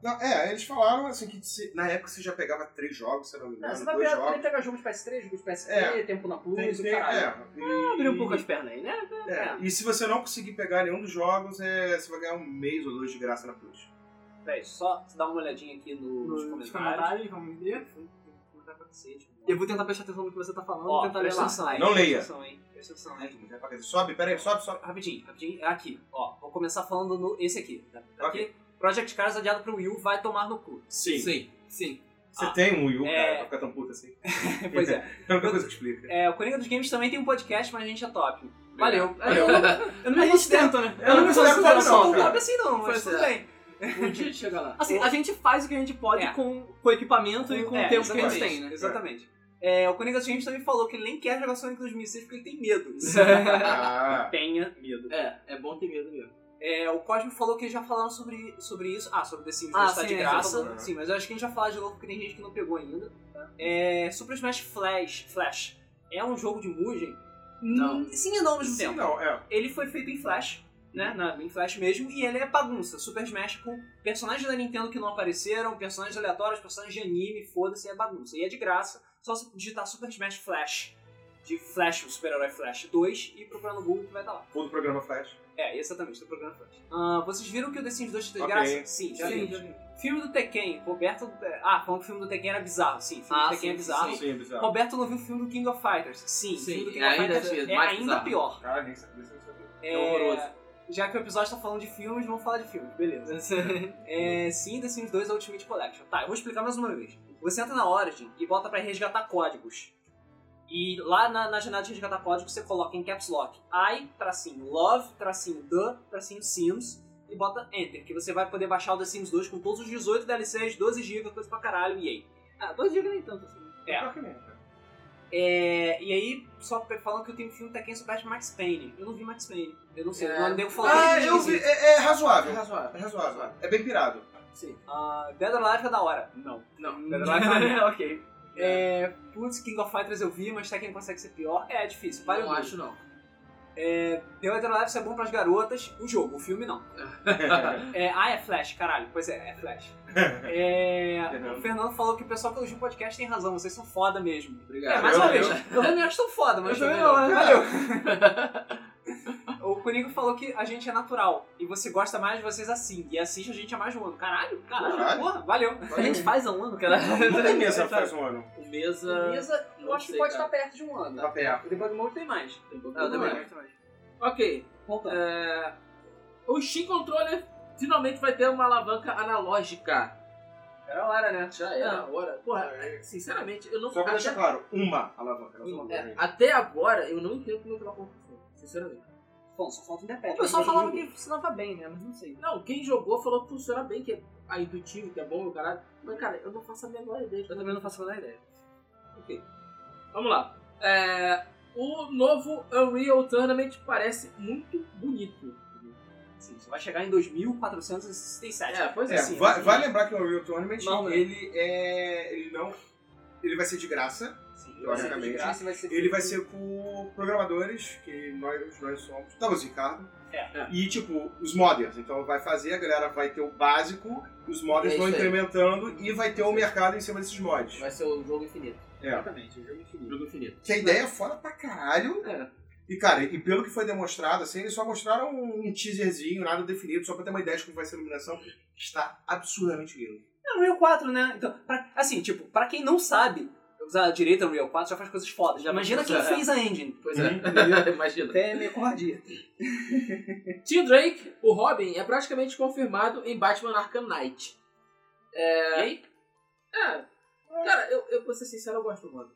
[SPEAKER 3] Não, é, eles falaram assim que se- na época você já pegava três jogos, se eu não me
[SPEAKER 2] Não,
[SPEAKER 3] engano,
[SPEAKER 2] você tá vai
[SPEAKER 3] Né, dois
[SPEAKER 2] pegar,
[SPEAKER 3] jogos.
[SPEAKER 2] poder pegar jogo de PS3, jogo de PSP,
[SPEAKER 3] É.
[SPEAKER 2] tempo na Plus,
[SPEAKER 3] Tem,
[SPEAKER 2] o
[SPEAKER 3] tem,
[SPEAKER 2] caralho.
[SPEAKER 3] é, e,
[SPEAKER 2] Abriu um pouco as pernas aí, né?
[SPEAKER 3] é, e se você não conseguir pegar nenhum dos jogos, é, você vai ganhar um mês ou dois de graça na Plus.
[SPEAKER 2] Peraí, só dá uma olhadinha aqui no, nos
[SPEAKER 5] Nos
[SPEAKER 2] comentários.
[SPEAKER 5] comentários, vamos ver.
[SPEAKER 2] Comentar pra cacete, mano.
[SPEAKER 5] Eu vou tentar prestar atenção no que você tá falando
[SPEAKER 2] Ó,
[SPEAKER 5] tentar ler
[SPEAKER 2] presta
[SPEAKER 5] lá.
[SPEAKER 2] atenção aí.
[SPEAKER 3] Não
[SPEAKER 2] presta
[SPEAKER 3] leia.
[SPEAKER 2] atenção aí, Presta atenção
[SPEAKER 3] Ah, é,
[SPEAKER 2] aí.
[SPEAKER 3] Sobe, peraí, sobe, sobe.
[SPEAKER 2] Rapidinho, rapidinho. É aqui, ó. Vou começar falando no esse aqui. Tá, tá aqui. Project Cars adiado pro Wii U vai tomar no cu.
[SPEAKER 3] Sim.
[SPEAKER 1] Sim, sim.
[SPEAKER 3] Você
[SPEAKER 2] Ah,
[SPEAKER 3] tem um Wii U,
[SPEAKER 2] é.
[SPEAKER 3] cara, pra ficar tão puta assim.
[SPEAKER 2] pois é.
[SPEAKER 3] É a única coisa que explica.
[SPEAKER 2] é. O Coringa dos Games também tem um podcast, mas a gente é top. Valeu.
[SPEAKER 3] Valeu.
[SPEAKER 2] Eu não me considero, né?
[SPEAKER 3] Eu não me considero
[SPEAKER 2] tão
[SPEAKER 3] top, não, cara.
[SPEAKER 2] top assim, não, mas
[SPEAKER 1] Pois
[SPEAKER 2] tudo
[SPEAKER 1] é.
[SPEAKER 2] bem.
[SPEAKER 1] Um dia de chegar lá.
[SPEAKER 5] Assim, a gente faz o que a gente pode
[SPEAKER 2] É.
[SPEAKER 5] com, com o equipamento e com
[SPEAKER 2] É,
[SPEAKER 5] o tempo que a gente
[SPEAKER 2] exatamente,
[SPEAKER 5] tem, né?
[SPEAKER 2] Exatamente. É, o Coringa dos Games também falou que ele nem quer jogar Sonic 2006 porque ele tem medo.
[SPEAKER 3] Ah,
[SPEAKER 2] Tenha medo.
[SPEAKER 1] É, é bom ter medo mesmo.
[SPEAKER 2] É, o Cosmo falou que eles já falaram sobre, sobre isso. Ah, sobre The Sims
[SPEAKER 5] Ah,
[SPEAKER 2] está
[SPEAKER 5] sim,
[SPEAKER 2] de
[SPEAKER 5] é,
[SPEAKER 2] graça.
[SPEAKER 5] já
[SPEAKER 3] falou.
[SPEAKER 2] sim, mas eu acho que a gente vai falar de novo porque tem gente que não pegou ainda. É, Super Smash Flash, Flash é um jogo de Mugen? Hum,
[SPEAKER 1] Não.
[SPEAKER 2] Sim e não ao mesmo
[SPEAKER 3] sim,
[SPEAKER 2] um tempo.
[SPEAKER 3] não, é.
[SPEAKER 2] Ele foi feito em Flash, né? Na, em Flash mesmo, e ele é bagunça. Super Smash com personagens da Nintendo que não apareceram, personagens aleatórios, personagens de anime, foda-se, é bagunça. E é de graça, só se digitar Super Smash Flash de Flash, o super-herói Flash 2 e procurar no Google que vai estar lá.
[SPEAKER 3] Ou do programa Flash.
[SPEAKER 2] É, exatamente, do programa Flash. Ah, vocês viram que o The Sims 2 está de
[SPEAKER 3] Ok.
[SPEAKER 2] graça? Sim, já
[SPEAKER 5] Sim,
[SPEAKER 2] vi. Filme do Tekken, Roberto. Ah, falando que o filme do Tekken era bizarro. Sim, filme
[SPEAKER 1] Ah,
[SPEAKER 2] do Tekken
[SPEAKER 1] sim,
[SPEAKER 2] é bizarro.
[SPEAKER 1] sim,
[SPEAKER 3] Sim, bizarro.
[SPEAKER 2] Roberto não viu o filme do King of Fighters. Sim, o
[SPEAKER 1] Sim,
[SPEAKER 2] filme do King
[SPEAKER 1] é
[SPEAKER 2] of
[SPEAKER 1] ainda
[SPEAKER 2] Fighters
[SPEAKER 1] pior,
[SPEAKER 2] é
[SPEAKER 1] mais
[SPEAKER 2] ainda
[SPEAKER 1] bizarro.
[SPEAKER 2] pior.
[SPEAKER 3] Cara, nem sabia, nem sabia.
[SPEAKER 2] É,
[SPEAKER 1] horroroso.
[SPEAKER 2] Já que o episódio tá falando de filmes, vamos falar de filmes, beleza. É, sim, The Sims 2 Ultimate Collection. Tá, eu vou explicar mais uma vez. Você entra na Origin e bota pra resgatar códigos. E lá na, na janela de resgatar códigos você coloca em caps lock I, tracinho love, tracinho the, tracinho sims e bota enter, que você vai poder baixar o The Sims 2 com todos os 18 DLCs, 12 GB, coisa pra caralho, e aí.
[SPEAKER 5] Ah, dois dias nem tanto assim.
[SPEAKER 2] É.
[SPEAKER 3] Pior que nem, cara.
[SPEAKER 2] É, e aí, só falando que eu tenho um filme Tekken sobre Max Payne. Eu não vi Max Payne. Eu não sei,
[SPEAKER 1] É.
[SPEAKER 2] o nome dele falou
[SPEAKER 3] Ah,
[SPEAKER 2] que
[SPEAKER 3] eu vi. É, é
[SPEAKER 1] É
[SPEAKER 3] razoável. É
[SPEAKER 1] razoável.
[SPEAKER 3] razoável. É bem pirado.
[SPEAKER 1] Sim.
[SPEAKER 2] Ah, Dead or Alive é da hora. Não.
[SPEAKER 1] Não.
[SPEAKER 2] Dead or Alive é ok.
[SPEAKER 1] É,
[SPEAKER 2] É, putz, King of Fighters eu vi, mas Tekken consegue ser pior. É, é difícil. Vale
[SPEAKER 1] não
[SPEAKER 2] o
[SPEAKER 1] acho não.
[SPEAKER 2] Dead or Alive isso é bom pras garotas, o jogo, o filme não. É, ah, é Flash, caralho. Pois é, é Flash. É, o Fernando falou que o pessoal que elogia o podcast tem razão, vocês são foda mesmo.
[SPEAKER 1] Obrigado.
[SPEAKER 2] É, mais uma
[SPEAKER 3] eu-
[SPEAKER 2] vez, eu não me acho tão foda, mas
[SPEAKER 1] Eu
[SPEAKER 2] também
[SPEAKER 1] também
[SPEAKER 2] não,
[SPEAKER 1] não.
[SPEAKER 2] mas valeu. O Coringo falou que a gente é natural e você gosta mais de vocês assim, e assiste a gente há mais de um ano. Caralho, caralho,
[SPEAKER 3] Caralho.
[SPEAKER 2] porra, valeu.
[SPEAKER 5] A gente faz há um ano, cara.
[SPEAKER 3] Não tem mesa faz um ano.
[SPEAKER 1] O mesa.
[SPEAKER 2] Mesa, eu
[SPEAKER 1] Não
[SPEAKER 2] acho que
[SPEAKER 1] sei,
[SPEAKER 2] pode
[SPEAKER 1] cara.
[SPEAKER 2] estar perto de um ano.
[SPEAKER 3] Tá perto.
[SPEAKER 2] O Debug Mode tem mais.
[SPEAKER 1] Tem um pouco
[SPEAKER 5] Ah, eu também.
[SPEAKER 1] mais. Ok.
[SPEAKER 2] Voltando.
[SPEAKER 1] É, O Steam Controller finalmente vai ter uma alavanca analógica.
[SPEAKER 2] Era hora, né?
[SPEAKER 1] Já era a hora. Porra, sinceramente, eu não
[SPEAKER 3] Só
[SPEAKER 1] até,
[SPEAKER 3] pra deixar claro, uma alavanca. não só uma
[SPEAKER 1] é,
[SPEAKER 3] alavanca.
[SPEAKER 1] até agora eu não entendo como é que ela funciona. Sinceramente.
[SPEAKER 2] Bom, só falta um Interpad.
[SPEAKER 5] O pessoal falava que funcionava bem, né? Mas não sei.
[SPEAKER 1] Não, quem jogou falou que funciona bem, que é a intuitivo, que é bom, o caralho. Mas, cara, eu não faço a menor ideia. de
[SPEAKER 5] Eu
[SPEAKER 1] como é
[SPEAKER 5] também não faço a menor ideia.
[SPEAKER 1] Vamos lá. É, o novo Unreal Tournament parece muito bonito.
[SPEAKER 2] Sim, só vai chegar em 2467.
[SPEAKER 1] É, pois
[SPEAKER 3] É,
[SPEAKER 1] é.
[SPEAKER 2] assim,
[SPEAKER 3] vai,
[SPEAKER 2] assim.
[SPEAKER 3] vai lembrar que o Unreal Tournament,
[SPEAKER 2] Não, né?
[SPEAKER 3] ele é. Ele não. Ele vai ser de graça.
[SPEAKER 2] Sim,
[SPEAKER 3] Logicamente.
[SPEAKER 2] de graça, vai ser
[SPEAKER 3] Ele vai
[SPEAKER 2] feito-
[SPEAKER 3] ser com programadores, que nós, nós somos. Estamos Ricardo.
[SPEAKER 2] É.
[SPEAKER 3] E tipo, os modders. Então vai fazer, a galera vai ter o básico, os modders
[SPEAKER 1] É
[SPEAKER 3] vão
[SPEAKER 1] isso aí.
[SPEAKER 3] incrementando e vai ter o mercado em cima desses mods.
[SPEAKER 1] Vai ser o jogo infinito.
[SPEAKER 3] É.
[SPEAKER 2] Exatamente, o jogo infinito.
[SPEAKER 1] Jogo infinito.
[SPEAKER 3] Que a ideia é foda pra caralho.
[SPEAKER 1] É.
[SPEAKER 3] E cara, e pelo que foi demonstrado, assim, eles só mostraram um teaserzinho, nada definido, só pra ter uma ideia de como vai ser a iluminação. Está absurdamente lindo.
[SPEAKER 2] É Unreal 4, né? Então, pra- assim, tipo, pra quem não sabe usar direito Unreal 4, já faz coisas fodas. Já Imagina
[SPEAKER 1] faz
[SPEAKER 2] quem
[SPEAKER 1] coisa,
[SPEAKER 2] fez a engine.
[SPEAKER 1] Pois é. Imagina.
[SPEAKER 2] Até meio covardia.
[SPEAKER 1] Tim Drake, o Robin, é praticamente confirmado em Batman Arkham Knight.
[SPEAKER 2] E aí?
[SPEAKER 1] É. Cara, eu, eu vou ser sincero, eu gosto do Robin.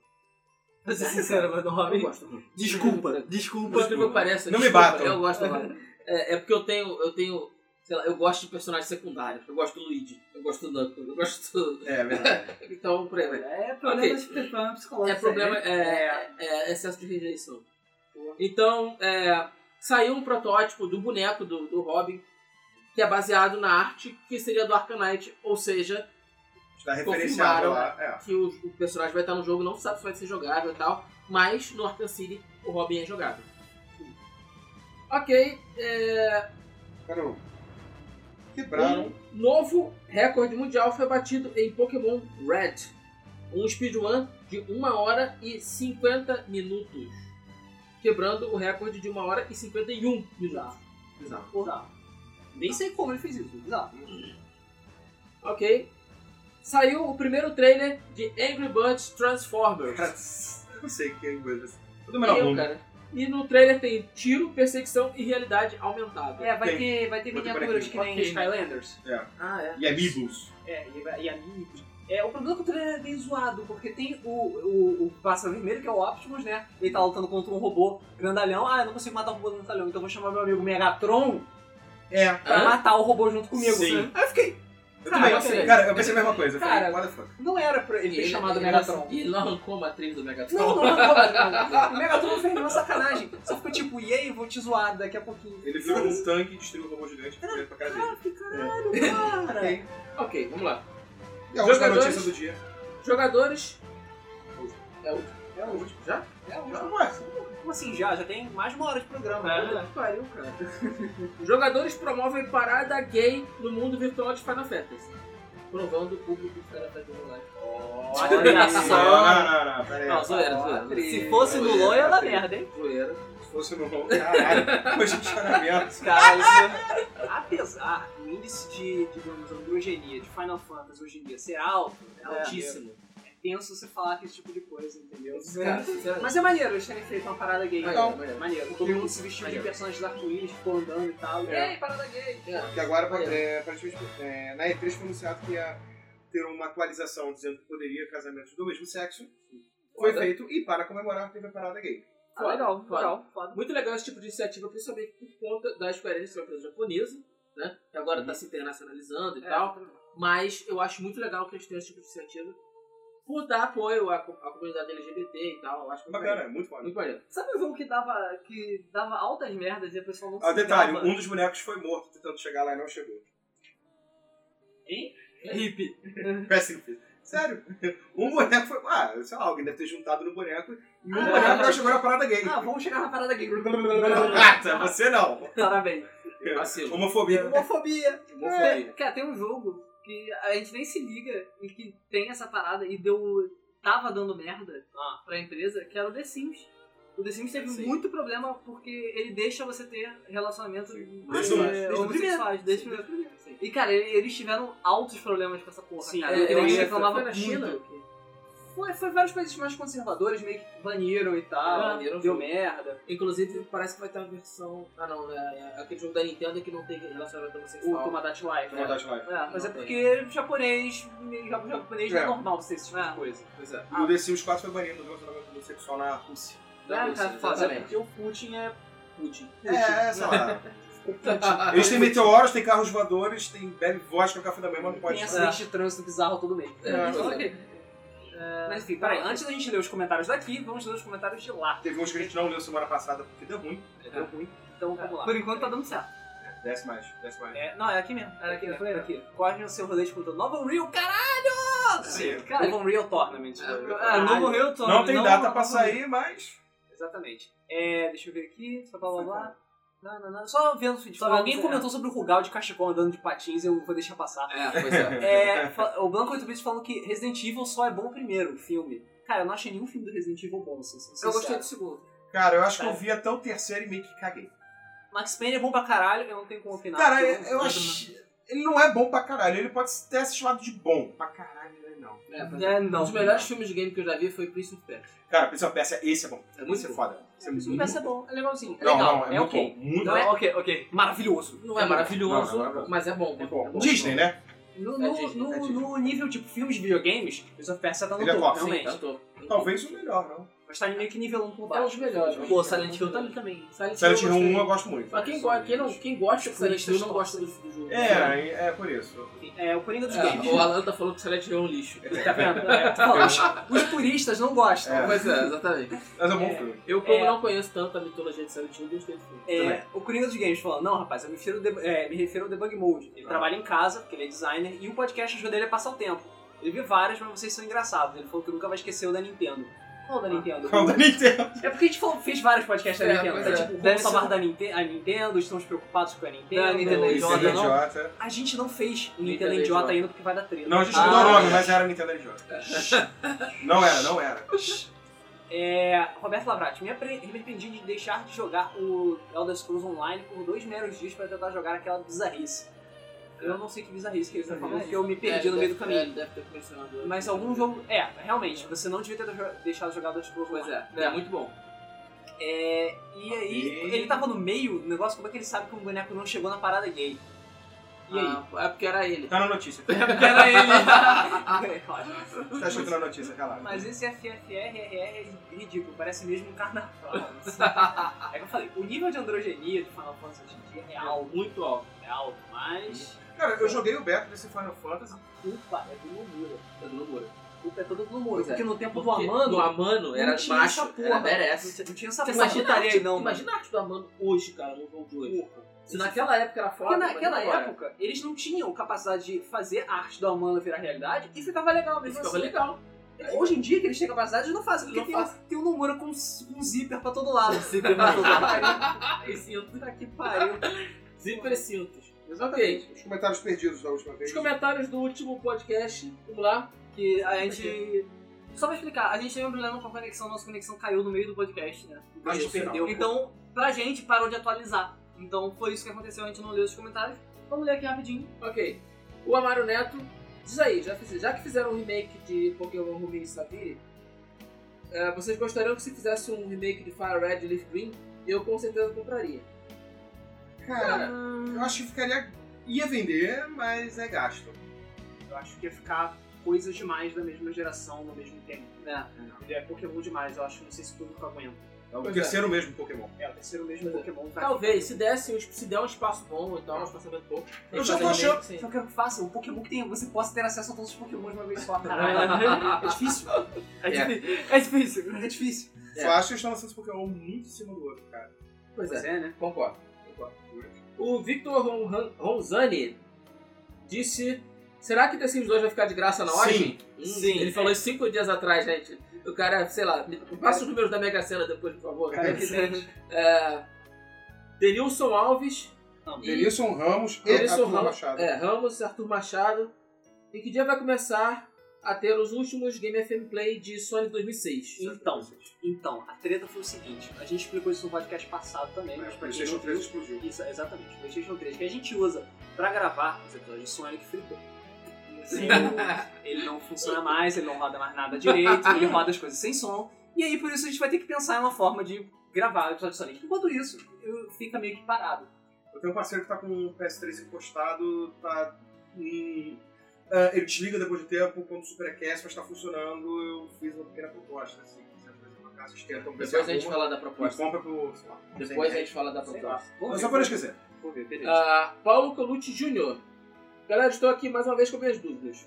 [SPEAKER 5] Pra ser sincero, mas não Robin.
[SPEAKER 1] Eu gosto.
[SPEAKER 5] Desculpa, desculpa.
[SPEAKER 1] Por incrível que pareça.
[SPEAKER 3] Não me
[SPEAKER 1] desculpa,
[SPEAKER 3] batam.
[SPEAKER 1] Eu gosto do Robin. É, é porque eu tenho, eu tenho, sei lá, eu gosto de personagens secundários. Eu gosto do Luigi, eu gosto do Knuckles, eu gosto do...
[SPEAKER 3] É, verdade.
[SPEAKER 1] Então, por aí vai.
[SPEAKER 5] É problema, de problema psicológico.
[SPEAKER 1] É
[SPEAKER 2] né?
[SPEAKER 5] sério.
[SPEAKER 1] problema, é, é excesso de rejeição. Então, é, saiu um protótipo do boneco do, do Robin, que é baseado na arte que seria do Arcanite, ou seja,
[SPEAKER 3] Está referenciado
[SPEAKER 1] Confirmaram.
[SPEAKER 3] lá. É.
[SPEAKER 1] que o, o personagem vai estar no jogo, não sabe se vai ser jogável e tal, mas no Arkham City o Robin é jogável. Ok, é,
[SPEAKER 3] Caramba. Quebraram.
[SPEAKER 1] um novo recorde mundial foi batido em Pokémon Red, um speedrun de 1 hora e 50 minutos, quebrando o recorde de 1 hora e 51 minutos.
[SPEAKER 2] Bizarro. Nem sei como ele fez isso, bizarro.
[SPEAKER 1] Ok, saiu o primeiro trailer de Angry Birds Transformers.
[SPEAKER 3] Cara, eu não sei quem é coisa. Tudo
[SPEAKER 1] E eu, cara. E no trailer tem tiro, perseguição e realidade aumentada.
[SPEAKER 2] É, vai
[SPEAKER 3] Tem.
[SPEAKER 2] ter, vai ter
[SPEAKER 3] Muito
[SPEAKER 2] miniaturas
[SPEAKER 3] bonequinho.
[SPEAKER 2] que nem
[SPEAKER 1] Ok.
[SPEAKER 2] Skylanders.
[SPEAKER 1] Ah, é.
[SPEAKER 3] E amigos.
[SPEAKER 2] É, e, e amigos. É, o problema é que o trailer é bem zoado, porque tem o, o, o pássaro vermelho, que é o Optimus, né? Ele tá lutando contra um robô grandalhão. Ah, eu não consigo matar o robô grandalhão, então eu vou chamar meu amigo Megatron
[SPEAKER 3] É.
[SPEAKER 2] pra
[SPEAKER 1] Hã?
[SPEAKER 2] matar o robô junto comigo.
[SPEAKER 3] Sim.
[SPEAKER 2] Aí eu fiquei,
[SPEAKER 3] Eu
[SPEAKER 2] Cara,
[SPEAKER 3] também.
[SPEAKER 1] eu sei.
[SPEAKER 3] Cara, eu pensei a mesma coisa. Eu falei,
[SPEAKER 2] Cara,
[SPEAKER 3] motherfucker.
[SPEAKER 2] não era pra ele ter chamado
[SPEAKER 1] ele,
[SPEAKER 2] Megatron.
[SPEAKER 1] E ele não arrancou a matriz do Megatron.
[SPEAKER 2] Não, não, não, não, não. O Megatron fez uma sacanagem. Só ficou tipo, e aí, vou te zoar daqui a pouquinho.
[SPEAKER 3] Ele viu um tanque e destruiu um robô gigante e olhou pra cara dele.
[SPEAKER 2] Cara,
[SPEAKER 1] Ok, vamos lá.
[SPEAKER 3] E a última
[SPEAKER 1] Jogadores-
[SPEAKER 3] notícia do dia.
[SPEAKER 1] Jogadores. É o
[SPEAKER 2] é o último.
[SPEAKER 1] Já?
[SPEAKER 2] É o último.
[SPEAKER 3] Ué,
[SPEAKER 2] Como assim já? Já tem mais de uma hora de programa.
[SPEAKER 5] É.
[SPEAKER 2] Puta que pariu, cara.
[SPEAKER 1] Jogadores promovem parada gay no mundo virtual de Final Fantasy. Provando o público de Final Fantasy online.
[SPEAKER 5] Olha
[SPEAKER 3] Não,
[SPEAKER 5] só.
[SPEAKER 3] não, não, não, pera
[SPEAKER 2] É, tá
[SPEAKER 1] Não,
[SPEAKER 3] aí.
[SPEAKER 1] zoeira, zoeira.
[SPEAKER 2] Patrícia.
[SPEAKER 5] Se fosse
[SPEAKER 2] é,
[SPEAKER 5] no LoL, ia dar merda, hein?
[SPEAKER 1] Zoeira.
[SPEAKER 3] Se fosse no. Caralho, hoje chora mesmo.
[SPEAKER 2] Cara, isso- né? apesar do índice de, digamos, androgenia de Final Fantasy hoje em dia ser alto, é altíssimo,
[SPEAKER 1] Altíssimo.
[SPEAKER 2] é tenso você falar que esse tipo de coisa, entendeu?
[SPEAKER 1] Cara, sinceramente. é,
[SPEAKER 2] Mas é maneiro eles terem feito uma parada gay.
[SPEAKER 1] Maneiro,
[SPEAKER 2] então,
[SPEAKER 1] maneiro.
[SPEAKER 2] maneiro. Todo mundo se vestiu de
[SPEAKER 1] Maneiro.
[SPEAKER 2] personagens da arco-íris, ficou andando e tal. né? E
[SPEAKER 3] É.
[SPEAKER 2] aí, parada gay.
[SPEAKER 3] Que agora, é, aparentemente, é, na E3 foi anunciado que ia ter uma atualização dizendo que poderia casamentos do mesmo sexo. Foi
[SPEAKER 1] Foda.
[SPEAKER 3] feito e, para comemorar, teve a parada gay.
[SPEAKER 2] Ah, legal,
[SPEAKER 1] Foda.
[SPEAKER 2] legal, foda.
[SPEAKER 1] Muito legal esse tipo de iniciativa, principalmente por conta da Square Enix, que é uma empresa japonesa, né? Que agora está se internacionalizando e
[SPEAKER 2] Uhum. É.
[SPEAKER 1] tal. Mas eu acho muito legal que eles tenham esse tipo de iniciativa por dar apoio à, co- à comunidade LGBT e tal. Eu acho muito
[SPEAKER 3] Bacana,
[SPEAKER 1] maneiro.
[SPEAKER 3] é muito foda.
[SPEAKER 1] Muito maneiro.
[SPEAKER 5] Sabe o jogo que dava, que dava altas merdas e a pessoa não
[SPEAKER 3] Ah, detalhe,
[SPEAKER 5] ligava?
[SPEAKER 3] um dos bonecos foi morto tentando chegar lá e não chegou.
[SPEAKER 1] Hip.
[SPEAKER 3] Péssimo. Sério. Um boneco foi... Ah, sei lá, alguém deve ter juntado no boneco e um
[SPEAKER 2] Ah,
[SPEAKER 3] boneco
[SPEAKER 2] ah,
[SPEAKER 3] não chegou na parada gay.
[SPEAKER 2] Ah, vamos chegar na parada gay.
[SPEAKER 3] Gata, você não.
[SPEAKER 5] Parabéns.
[SPEAKER 1] Vacilo.
[SPEAKER 3] Homofobia.
[SPEAKER 5] Homofobia.
[SPEAKER 1] Homofobia.
[SPEAKER 5] É, cara, tem um jogo que a gente nem se liga e que tem essa parada e deu... Tava dando merda
[SPEAKER 2] Ah.
[SPEAKER 5] pra empresa, que era o The Sims. O The Sims teve
[SPEAKER 1] Sim.
[SPEAKER 5] muito problema porque ele deixa você ter relacionamentos
[SPEAKER 3] Desde o-
[SPEAKER 2] é,
[SPEAKER 5] eh,
[SPEAKER 3] desde
[SPEAKER 1] o
[SPEAKER 5] homossexuais. Desde o primeiro. E, cara, ele- eles tiveram altos problemas com essa porra,
[SPEAKER 2] Sim,
[SPEAKER 5] cara.
[SPEAKER 2] é,
[SPEAKER 5] Porque
[SPEAKER 2] eu
[SPEAKER 5] eles
[SPEAKER 2] ia-
[SPEAKER 5] reclamavam
[SPEAKER 1] foi na China?
[SPEAKER 5] muito.
[SPEAKER 2] Foi, foi vários países mais conservadores, meio que baniram e tal.
[SPEAKER 1] Ah, baniram o
[SPEAKER 2] deu
[SPEAKER 1] jogo.
[SPEAKER 2] merda.
[SPEAKER 1] Inclusive, parece que vai ter uma versão. Ah, não, é, é aquele jogo da Nintendo que não tem relacionamento
[SPEAKER 2] O
[SPEAKER 1] homossexual.
[SPEAKER 2] Tomodachi Life.
[SPEAKER 3] Vou dar de live.
[SPEAKER 5] É,
[SPEAKER 2] Mas
[SPEAKER 1] Não tem.
[SPEAKER 2] é porque japonês, meio japo- japonês não é
[SPEAKER 3] É.
[SPEAKER 2] normal você esse tipo de
[SPEAKER 5] É.
[SPEAKER 2] coisa.
[SPEAKER 1] Pois é.
[SPEAKER 3] E o The Sims 4 foi banido do relacionamento homossexual na Rússia.
[SPEAKER 1] Da
[SPEAKER 5] Ah,
[SPEAKER 1] Rússia,
[SPEAKER 5] cara,
[SPEAKER 2] Mas é
[SPEAKER 1] exatamente.
[SPEAKER 2] porque o Putin é
[SPEAKER 1] Putin.
[SPEAKER 3] É, sei lá. Eles têm meteoros, têm carros voadores, tem bebe vodka, café da manhã, mas não pode
[SPEAKER 2] tem acidente de trânsito bizarro todo mês.
[SPEAKER 1] É,
[SPEAKER 2] Mas,
[SPEAKER 1] pois é.
[SPEAKER 2] ok. Mas enfim, peraí, antes da gente ler os comentários daqui, vamos ler os comentários de lá.
[SPEAKER 3] Teve uns que a gente não leu semana passada porque deu ruim.
[SPEAKER 2] Deu ruim. Então vamos lá.
[SPEAKER 5] Por enquanto tá dando certo.
[SPEAKER 3] Desce mais, desce mais.
[SPEAKER 2] É, não, é aqui mesmo.
[SPEAKER 5] Era aqui,
[SPEAKER 2] é,
[SPEAKER 5] eu falei,
[SPEAKER 2] é aqui. Corre no seu rolê disputando Nova Unreal, caralho!
[SPEAKER 3] Sim.
[SPEAKER 2] Cara, Nova Unreal Tournament. né?
[SPEAKER 5] É, não morreu, Tom.
[SPEAKER 3] Não tem data
[SPEAKER 5] não-
[SPEAKER 3] pra
[SPEAKER 5] é
[SPEAKER 3] sair, mas.
[SPEAKER 2] Exatamente. É, deixa eu ver aqui, só blá blá blá. Não, não, não. Só vendo o vídeo.
[SPEAKER 5] Só vendo,
[SPEAKER 2] Alguém
[SPEAKER 5] é.
[SPEAKER 2] comentou sobre o Rugal de cachecol andando de patins, eu vou deixar passar.
[SPEAKER 1] É, pois é.
[SPEAKER 2] É, fa- o Blanco 8 Bits falando que Resident Evil só é bom o primeiro filme. Cara, eu não achei nenhum filme do Resident Evil bom, assim, sendo
[SPEAKER 1] Eu gostei
[SPEAKER 2] sincero.
[SPEAKER 1] do segundo.
[SPEAKER 3] Cara, eu acho que eu vi até o terceiro e meio que caguei.
[SPEAKER 2] Max Payne é bom pra caralho, eu não tenho como opinar.
[SPEAKER 3] Cara, é,
[SPEAKER 2] porque
[SPEAKER 3] eu, eu acho. Ele não é bom pra caralho, ele pode até ser chamado de bom. Pra caralho, ele não.
[SPEAKER 1] É, pois é.
[SPEAKER 5] É,
[SPEAKER 1] Um
[SPEAKER 5] não.
[SPEAKER 1] dos melhores filmes de game que eu já vi foi Prince of Persia.
[SPEAKER 3] Cara, Prince of Persia, esse é bom.
[SPEAKER 1] É muito
[SPEAKER 3] esse é
[SPEAKER 1] bom.
[SPEAKER 3] foda. Esse é muito
[SPEAKER 2] Esse
[SPEAKER 3] bom.
[SPEAKER 2] peça é bom, é legalzinho. É
[SPEAKER 3] Não,
[SPEAKER 2] legal,
[SPEAKER 3] não, é,
[SPEAKER 2] é
[SPEAKER 3] muito
[SPEAKER 2] ok.
[SPEAKER 3] bom. Muito
[SPEAKER 2] Não
[SPEAKER 3] bom.
[SPEAKER 2] é ok, ok. Maravilhoso.
[SPEAKER 1] Não é maravilhoso,
[SPEAKER 3] Não, não é maravilhoso.
[SPEAKER 1] mas é bom.
[SPEAKER 3] Muito bom.
[SPEAKER 1] É bom.
[SPEAKER 3] Disney, né?
[SPEAKER 2] No,
[SPEAKER 1] É
[SPEAKER 2] no,
[SPEAKER 1] Disney,
[SPEAKER 2] no-
[SPEAKER 3] é Disney.
[SPEAKER 2] no nível tipo filmes de videogames, Prince of Persia tá no
[SPEAKER 3] Ele é
[SPEAKER 2] topo,
[SPEAKER 3] top,
[SPEAKER 1] Sim,
[SPEAKER 2] realmente.
[SPEAKER 1] tá top.
[SPEAKER 3] Talvez o melhor, não.
[SPEAKER 2] Mas tá meio que nivelando por
[SPEAKER 1] É um dos
[SPEAKER 2] baixo.
[SPEAKER 1] melhores.
[SPEAKER 5] Pô, Silent Hill tá ali também.
[SPEAKER 1] Silent,
[SPEAKER 3] Silent Hill
[SPEAKER 1] eu
[SPEAKER 3] 1
[SPEAKER 1] gostei.
[SPEAKER 3] eu gosto muito.
[SPEAKER 1] Pra quem, go quem, não, quem gosta de Silent Hill não gosta do, do jogo.
[SPEAKER 3] É, é por isso.
[SPEAKER 2] É, o Coringa dos
[SPEAKER 1] É,
[SPEAKER 2] Games.
[SPEAKER 1] o Alan tá falando que Silent Hill é um lixo.
[SPEAKER 2] Tá vendo? É, tu fala, os, os puristas não gostam.
[SPEAKER 3] É.
[SPEAKER 1] Pois é, exatamente.
[SPEAKER 3] Mas é um bom filme.
[SPEAKER 1] Eu, como
[SPEAKER 2] É.
[SPEAKER 1] não conheço tanto a mitologia de Silent Hill, gostei do filme.
[SPEAKER 2] É, o Coringa dos Games falando, não, rapaz, eu me refiro, ao deb- é, me refiro ao debug mode. Ele trabalha em casa, porque ele é designer, e o podcast ajuda ele a passar o tempo. Ele vê várias, mas vocês são engraçados. Ele falou que nunca vai esquecer o da Nintendo. Qual o da Nintendo?
[SPEAKER 3] Não, da Nintendo.
[SPEAKER 2] É porque a gente falou- fez vários podcasts da
[SPEAKER 1] É,
[SPEAKER 2] Nintendo.
[SPEAKER 1] pois
[SPEAKER 2] Tá,
[SPEAKER 1] é.
[SPEAKER 2] tipo, como
[SPEAKER 5] Deve
[SPEAKER 2] salvar
[SPEAKER 5] ser-
[SPEAKER 2] da Ninte- a Nintendo, estamos preocupados com a Nintendo.
[SPEAKER 5] Da Nintendo é
[SPEAKER 2] e-
[SPEAKER 5] idiota,
[SPEAKER 3] Nintendo
[SPEAKER 5] não?
[SPEAKER 3] idiota.
[SPEAKER 2] A gente não fez o
[SPEAKER 1] Nintendo
[SPEAKER 2] Nintendo
[SPEAKER 1] é
[SPEAKER 2] Idiota
[SPEAKER 1] idiota.
[SPEAKER 2] ainda porque vai dar treta.
[SPEAKER 3] Não, a gente
[SPEAKER 5] Ah.
[SPEAKER 3] mudou o nome, mas era Nintendo idiota. Não era, não era.
[SPEAKER 2] É, Roberto Lavrati, me apre- me arrependi de deixar de jogar o Elder Scrolls Online por dois meros dias pra tentar jogar aquela bizarrice. Eu não sei que bizarrice que ele tá falando, porque eu me perdi
[SPEAKER 1] É,
[SPEAKER 2] no meio do
[SPEAKER 1] deve- é,
[SPEAKER 2] caminho.
[SPEAKER 1] deve ter começado.
[SPEAKER 2] Mas algum jogo. É, realmente, você não devia ter jo- deixado de jogar Elder Scrolls
[SPEAKER 1] Pois
[SPEAKER 2] Online.
[SPEAKER 1] é, é muito bom.
[SPEAKER 2] É, e aí,
[SPEAKER 3] Ok.
[SPEAKER 2] ele tava no meio do negócio, como é que ele sabe que um boneco não chegou na parada gay? E aí?
[SPEAKER 1] Ah, é porque era ele.
[SPEAKER 3] Tá na notícia.
[SPEAKER 2] Era ele! É,
[SPEAKER 3] Tá escrito na notícia, relaxa.
[SPEAKER 2] Mas esse FFRRR é ridículo, parece mesmo um carnaval. é que eu falei, o nível de androgenia de Final Fantasy hoje em dia é alto,
[SPEAKER 1] Ah, Muito alto.
[SPEAKER 2] é alto, mas.
[SPEAKER 3] Cara, eu joguei o beta desse Final Fantasy.
[SPEAKER 2] Culpa é do Nomura.
[SPEAKER 1] Eu não lembro.
[SPEAKER 2] Culpa é toda do Nomura.
[SPEAKER 1] Pois é.
[SPEAKER 2] Porque no tempo do
[SPEAKER 1] Porque
[SPEAKER 2] Amano.
[SPEAKER 1] Do Amano era
[SPEAKER 2] não tinha
[SPEAKER 1] macho,
[SPEAKER 2] essa porra.
[SPEAKER 1] era
[SPEAKER 2] Não
[SPEAKER 1] badass.
[SPEAKER 2] tinha- não tinha essa
[SPEAKER 1] Você
[SPEAKER 2] porra.
[SPEAKER 1] imagina a arte,
[SPEAKER 2] não. mano.
[SPEAKER 1] imagina a arte do Amano hoje, cara, no jogo de hoje. Se naquela época era é foda,
[SPEAKER 2] Porque
[SPEAKER 1] mas
[SPEAKER 2] naquela
[SPEAKER 1] agora.
[SPEAKER 2] época, eles não tinham capacidade de fazer a arte do Amano virar realidade e ficava legal
[SPEAKER 1] Isso
[SPEAKER 2] mesmo
[SPEAKER 1] ficava
[SPEAKER 2] assim.
[SPEAKER 1] legal.
[SPEAKER 2] Hoje em dia que eles têm capacidade, eles não fazem, porque
[SPEAKER 1] Não Um
[SPEAKER 2] tem,
[SPEAKER 1] fazem.
[SPEAKER 2] tem um Nomura com um zíper pra todo lado. Zíper pra todo lado.
[SPEAKER 1] Ah, e cinto.
[SPEAKER 2] Puta que pariu.
[SPEAKER 1] Zíper e cintos.
[SPEAKER 3] Exatamente. Os comentários perdidos da última vez.
[SPEAKER 1] Os comentários do último podcast, vamos lá.
[SPEAKER 5] Que a gente. Só pra explicar, a gente teve um problema com a conexão, nossa conexão caiu no meio do podcast, né?
[SPEAKER 3] A gente perdeu.
[SPEAKER 5] Então, pra gente, parou de atualizar. Então, foi isso que aconteceu, a gente não leu os comentários. Vamos ler aqui rapidinho.
[SPEAKER 1] Ok. O Amaro Neto diz aí, já, fiz- já que fizeram um remake de Pokémon Ruby e Safiri, eh, vocês gostariam que se fizesse um remake de Fire Red e Leaf Green? Eu com certeza compraria.
[SPEAKER 3] Então, Cara, eu acho que ficaria. Ia vender, mas é gasto.
[SPEAKER 2] Eu acho que ia ficar coisas demais da mesma geração no mesmo tempo.
[SPEAKER 5] É.
[SPEAKER 2] Ele é Pokémon demais, eu acho, não sei se o público aguenta.
[SPEAKER 3] É o
[SPEAKER 1] Pois
[SPEAKER 3] terceiro mesmo Pokémon.
[SPEAKER 2] É, o terceiro mesmo
[SPEAKER 1] Pois é.
[SPEAKER 2] Pokémon
[SPEAKER 3] tá.
[SPEAKER 2] vai
[SPEAKER 1] Talvez, se desse, um- se der um espaço bom e tal, um espaçamento bom.
[SPEAKER 3] Eu
[SPEAKER 1] fazer
[SPEAKER 3] já tô
[SPEAKER 1] remake,
[SPEAKER 3] achando-
[SPEAKER 1] sim.
[SPEAKER 2] Eu só quero que faça um Pokémon que tenha, você possa ter acesso a todos os Pokémon de uma vez só. é difícil.
[SPEAKER 1] É.
[SPEAKER 2] É, difícil. é difícil. É difícil.
[SPEAKER 1] É.
[SPEAKER 3] Eu acho que eles estão lançando esse Pokémon muito em cima do outro, cara.
[SPEAKER 1] Pois é,
[SPEAKER 2] né?
[SPEAKER 1] concordo. concordo. O Victor Ron- Ron- Ronzani disse... Será que The Sims 2 vai ficar de graça Tá na hora?
[SPEAKER 3] Sim.
[SPEAKER 5] Sim.
[SPEAKER 1] Ele falou isso cinco dias atrás, gente. O cara, sei lá, me passa os números da Mega Sena depois, por favor.
[SPEAKER 2] Cara, que gente.
[SPEAKER 1] É, Denilson Alves, e,
[SPEAKER 3] Denilson Ramos e
[SPEAKER 1] Denilson
[SPEAKER 3] Arthur
[SPEAKER 1] Ramos,
[SPEAKER 3] Machado.
[SPEAKER 1] é, Ramos, Arthur Machado. E que dia vai começar a ter os últimos Game FM Play de Sonic 2006?
[SPEAKER 2] Então, então, a treta foi o seguinte, a gente explicou isso no podcast passado também, mas
[SPEAKER 3] É, o
[SPEAKER 2] pra quem
[SPEAKER 3] PlayStation
[SPEAKER 2] não
[SPEAKER 3] 3
[SPEAKER 2] viu,
[SPEAKER 3] explodiu.
[SPEAKER 2] Isso, exatamente. O PlayStation 3 que a gente usa pra gravar os episódios de Sonic fritou. Sim. ele não funciona mais, ele não roda mais nada direito, ele roda as coisas sem som. E aí, por isso, a gente vai ter que pensar em uma forma de gravar o episódio de Sonic. Enquanto isso, eu fica meio que parado.
[SPEAKER 3] Eu tenho um parceiro que tá com o PS3 encostado, tá. em- Ah, ele desliga depois de tempo, quando superaquece, mas tá funcionando. Eu fiz uma pequena proposta, assim, se quiser fazer uma casa, um vocês tentam ver se
[SPEAKER 1] Depois a gente
[SPEAKER 3] arruma,
[SPEAKER 1] fala da
[SPEAKER 3] e
[SPEAKER 1] proposta.
[SPEAKER 3] Compra pro. Sei lá, não sei,
[SPEAKER 1] Depois a
[SPEAKER 3] né?
[SPEAKER 1] gente fala da
[SPEAKER 2] Sei lá.
[SPEAKER 1] proposta.
[SPEAKER 3] Eu
[SPEAKER 2] Vamos
[SPEAKER 3] só
[SPEAKER 2] ver.
[SPEAKER 3] pra não esquecer.
[SPEAKER 2] Vamos ver, beleza.
[SPEAKER 1] Ah, Paulo Colucci Jr. Galera, estou aqui mais uma vez com minhas dúvidas.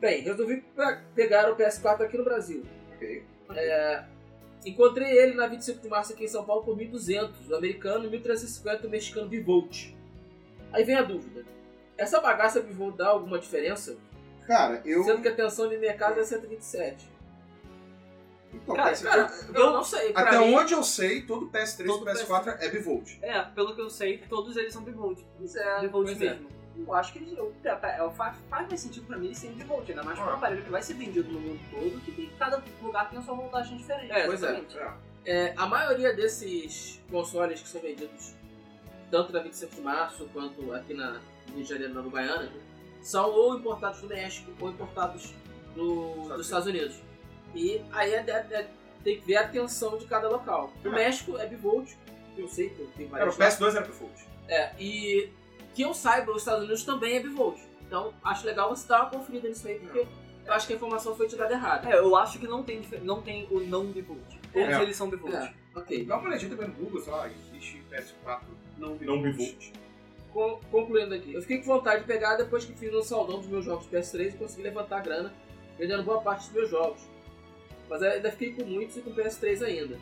[SPEAKER 1] Bem, resolvi pe- pegar o PS4 aqui no Brasil.
[SPEAKER 3] Ok.
[SPEAKER 1] É, encontrei ele na 25 de março aqui em São Paulo por 1.200, o americano e 1.350 o mexicano bivolt. Aí vem a dúvida. Essa bagaça bivolt dá alguma diferença?
[SPEAKER 3] Cara, eu.
[SPEAKER 1] Sendo que a tensão de minha casa é 127.
[SPEAKER 3] Então,
[SPEAKER 5] Cara,
[SPEAKER 3] PS3
[SPEAKER 1] Cara, eu não sei. Pra
[SPEAKER 3] até
[SPEAKER 1] mim,
[SPEAKER 3] onde eu sei, todo PS3
[SPEAKER 5] Todo
[SPEAKER 3] e PS4 é bivolt.
[SPEAKER 5] É, pelo que eu sei, todos eles são Bivolt.
[SPEAKER 2] Pois é,
[SPEAKER 5] Bivolt
[SPEAKER 1] pois é.
[SPEAKER 5] mesmo.
[SPEAKER 2] eu acho que eles- eu, tá, tá, eu, faz, faz mais sentido pra mim ele ser Bivolt, ainda mais pra um
[SPEAKER 3] Ah.
[SPEAKER 2] aparelho que vai ser vendido no mundo todo, que tem, cada lugar tem a sua montagem diferente.
[SPEAKER 5] É,
[SPEAKER 1] Pois é.
[SPEAKER 5] exatamente.
[SPEAKER 1] é, a maioria desses consoles que são vendidos, tanto na 25 de março quanto aqui na no Rio de Janeiro, na Uruguaiana, são ou importados do México ou importados do- dos Estados Unidos. E aí é- é- é- tem que ver a tensão de cada local. O
[SPEAKER 3] Ah.
[SPEAKER 1] México é bivolt, eu sei que tem
[SPEAKER 3] Cara,
[SPEAKER 1] vários.
[SPEAKER 3] o PS2 era bivolt.
[SPEAKER 1] lá. É, e que eu saiba, os Estados Unidos também é bivolt. Então acho legal você dar uma conferida nisso aí, porque eu acho que a informação foi te dada errada.
[SPEAKER 5] É, eu acho que não tem, difer- não tem o não Bivolt. Todos
[SPEAKER 3] É.
[SPEAKER 5] eles são default.
[SPEAKER 1] É, ok.
[SPEAKER 3] Dá uma olhadinha também no Google, sei lá, existe PS4
[SPEAKER 2] Não vi.
[SPEAKER 3] não bivolt.
[SPEAKER 1] Co- concluindo aqui. Eu fiquei com vontade de pegar depois que fiz um saldão dos meus jogos PS3 e consegui levantar a grana, vendendo boa parte dos meus jogos. Mas ainda fiquei com muitos e com PS3 ainda.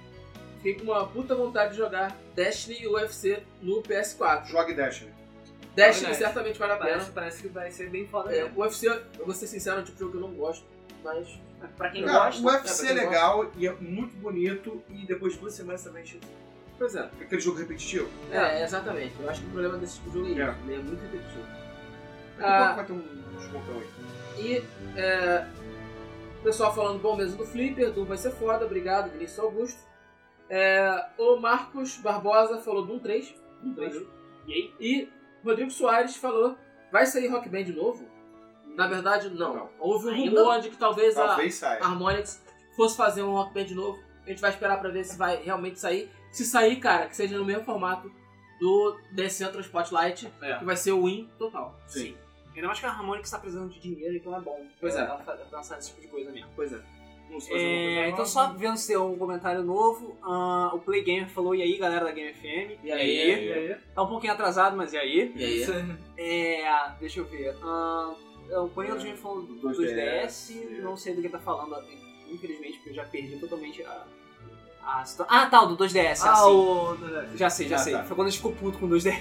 [SPEAKER 1] Fiquei com uma puta vontade de jogar Destiny e UFC no PS4.
[SPEAKER 3] Jogue Destiny.
[SPEAKER 1] Destiny
[SPEAKER 5] verdade.
[SPEAKER 1] certamente vale a pena.
[SPEAKER 5] Parece, parece que vai ser bem foda
[SPEAKER 1] É,
[SPEAKER 5] mesmo.
[SPEAKER 1] o UFC, eu vou ser sincero, é um tipo de jogo que eu não gosto, mas.
[SPEAKER 2] Pra quem
[SPEAKER 3] Cara,
[SPEAKER 2] gosta.
[SPEAKER 3] o UFC é,
[SPEAKER 1] pra quem
[SPEAKER 3] legal e é muito bonito e depois de duas semanas também chega.
[SPEAKER 1] Pois é.
[SPEAKER 3] Fica aquele jogo repetitivo.
[SPEAKER 1] É, exatamente. Eu acho que o problema desse tipo de jogo é,
[SPEAKER 3] É.
[SPEAKER 1] isso. Ele é muito repetitivo.
[SPEAKER 3] Daqui a pouco
[SPEAKER 1] Ah,
[SPEAKER 3] vai ter um descontão aí.
[SPEAKER 1] e é, o pessoal falando bom mesmo do Flipper, do vai ser foda, obrigado, Vinícius Augusto. É, o Marcos Barbosa falou do 3, Doom
[SPEAKER 3] Uhum.
[SPEAKER 1] 3.
[SPEAKER 2] E aí?
[SPEAKER 1] E Rodrigo Soares falou: vai sair Rock Band de novo? Na verdade, não.
[SPEAKER 3] Não.
[SPEAKER 1] Houve um
[SPEAKER 2] Ainda
[SPEAKER 1] rumor de que talvez,
[SPEAKER 3] Talvez saia.
[SPEAKER 1] a Harmonix fosse fazer um Rock Band de novo. A gente vai esperar pra ver se vai realmente sair. Se sair, cara, que seja no mesmo formato do The Central Spotlight,
[SPEAKER 2] É.
[SPEAKER 1] que vai ser o win total.
[SPEAKER 2] Sim. Ainda mais que a Harmonix tá precisando de dinheiro, então é bom.
[SPEAKER 1] Pois é.
[SPEAKER 2] Ela fa- lançar esse tipo de coisa mesmo.
[SPEAKER 1] Pois é.
[SPEAKER 3] Não se faz alguma coisa
[SPEAKER 2] É,
[SPEAKER 3] nova.
[SPEAKER 2] então só vendo se tem um comentário novo, ah, o Play Gamer falou, e aí galera da Game FM?
[SPEAKER 1] E aí?
[SPEAKER 3] E aí?
[SPEAKER 2] Tá um pouquinho atrasado, mas e aí?
[SPEAKER 1] E aí?
[SPEAKER 2] É, deixa eu ver. Ah, o Corinto já falou do-
[SPEAKER 3] Dos
[SPEAKER 2] dos DS,
[SPEAKER 3] DS.
[SPEAKER 2] não sei do que ele tá falando, infelizmente, porque eu já perdi totalmente a, a situação. Ah, tá, o do 2DS,
[SPEAKER 5] Ah,
[SPEAKER 2] assim.
[SPEAKER 5] o.
[SPEAKER 2] Já sei, já
[SPEAKER 3] Ah,
[SPEAKER 2] sei.
[SPEAKER 3] tá.
[SPEAKER 2] Foi quando a gente ficou puto com o 2DS.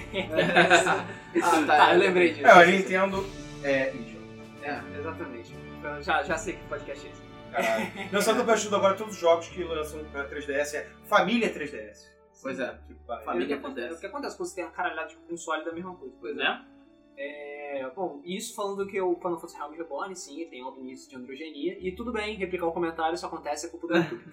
[SPEAKER 1] Ah,
[SPEAKER 2] tá, eu lembrei disso.
[SPEAKER 3] É, a Nintendo é idiota.
[SPEAKER 2] É, exatamente. Então, já, já sei que podcast é esse.
[SPEAKER 3] Caralho. Não, sabe que eu ajudo agora todos os jogos que lançam pra 3DS é Família 3DS.
[SPEAKER 1] Pois é.
[SPEAKER 3] Tipo, vai.
[SPEAKER 1] Família
[SPEAKER 2] É o que acontece-
[SPEAKER 1] 3DS.
[SPEAKER 2] é O que acontece quando você tem uma tipo, caralhada de console da mesma coisa, pois um é. É, bom, isso falando que o Final Fantasy Realm Reborn, sim, tem um início de androgenia, e tudo bem, replicar o comentário, isso acontece, é culpa do YouTube.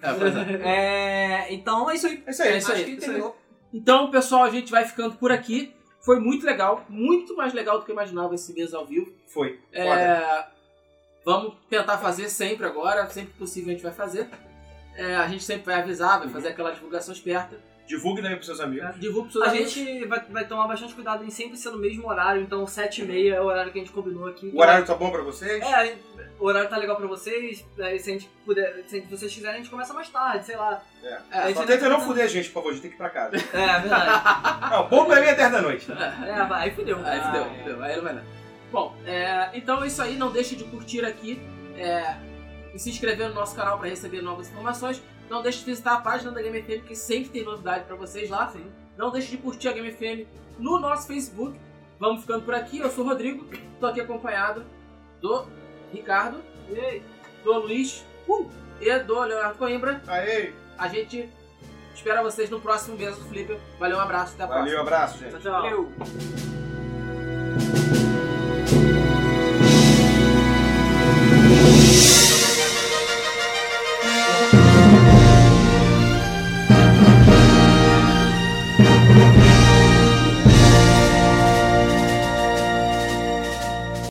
[SPEAKER 2] É, então é isso aí.
[SPEAKER 3] É isso aí.
[SPEAKER 1] É isso aí,
[SPEAKER 2] Acho que
[SPEAKER 1] isso aí.
[SPEAKER 2] terminou.
[SPEAKER 1] Então, pessoal, a gente vai ficando por aqui. Foi muito legal, muito mais legal do que eu imaginava esse mês ao vivo.
[SPEAKER 3] Foi. Foda.
[SPEAKER 1] É, vamos tentar fazer sempre agora, sempre que possível a gente vai fazer. É, a gente sempre vai avisar, vai fazer aquela divulgação esperta.
[SPEAKER 3] Divulgue também pros seus amigos.
[SPEAKER 1] Divulga pros seus
[SPEAKER 5] A
[SPEAKER 1] amigos.
[SPEAKER 5] gente vai, vai tomar bastante cuidado em sempre ser no mesmo horário, então 7h30 é o horário que a gente combinou aqui.
[SPEAKER 3] O horário tá bom pra vocês?
[SPEAKER 5] É, aí, o horário tá legal pra vocês, aí se a gente puder, se vocês quiserem, a gente começa mais tarde, sei lá.
[SPEAKER 3] É, Só
[SPEAKER 5] gente-
[SPEAKER 3] tenta não fuder a gente, por favor, a gente tem que ir pra casa.
[SPEAKER 5] É, verdade.
[SPEAKER 3] Não, bom pra mim é 10 da noite.
[SPEAKER 5] é, vai, aí fudeu.
[SPEAKER 1] Aí fudeu,
[SPEAKER 2] Ah, é.
[SPEAKER 1] fudeu, aí não vai dar. Bom, é, então é isso aí. Não deixe de curtir aqui é, e se inscrever no nosso canal para receber novas informações. Não deixe de visitar a página da Game FM, que sempre tem novidade para vocês lá. Não deixe de curtir a Game FM no nosso Facebook. Vamos ficando por aqui. Eu sou o Rodrigo, estou aqui acompanhado do Ricardo, do Luiz uh, e do Leonardo Coimbra.
[SPEAKER 3] Aê!
[SPEAKER 1] A gente espera vocês no próximo mês do Flipper. Valeu, um abraço, até a
[SPEAKER 3] Valeu,
[SPEAKER 1] próxima.
[SPEAKER 3] abraço, gente.
[SPEAKER 1] Tchau, tchau.
[SPEAKER 2] Valeu.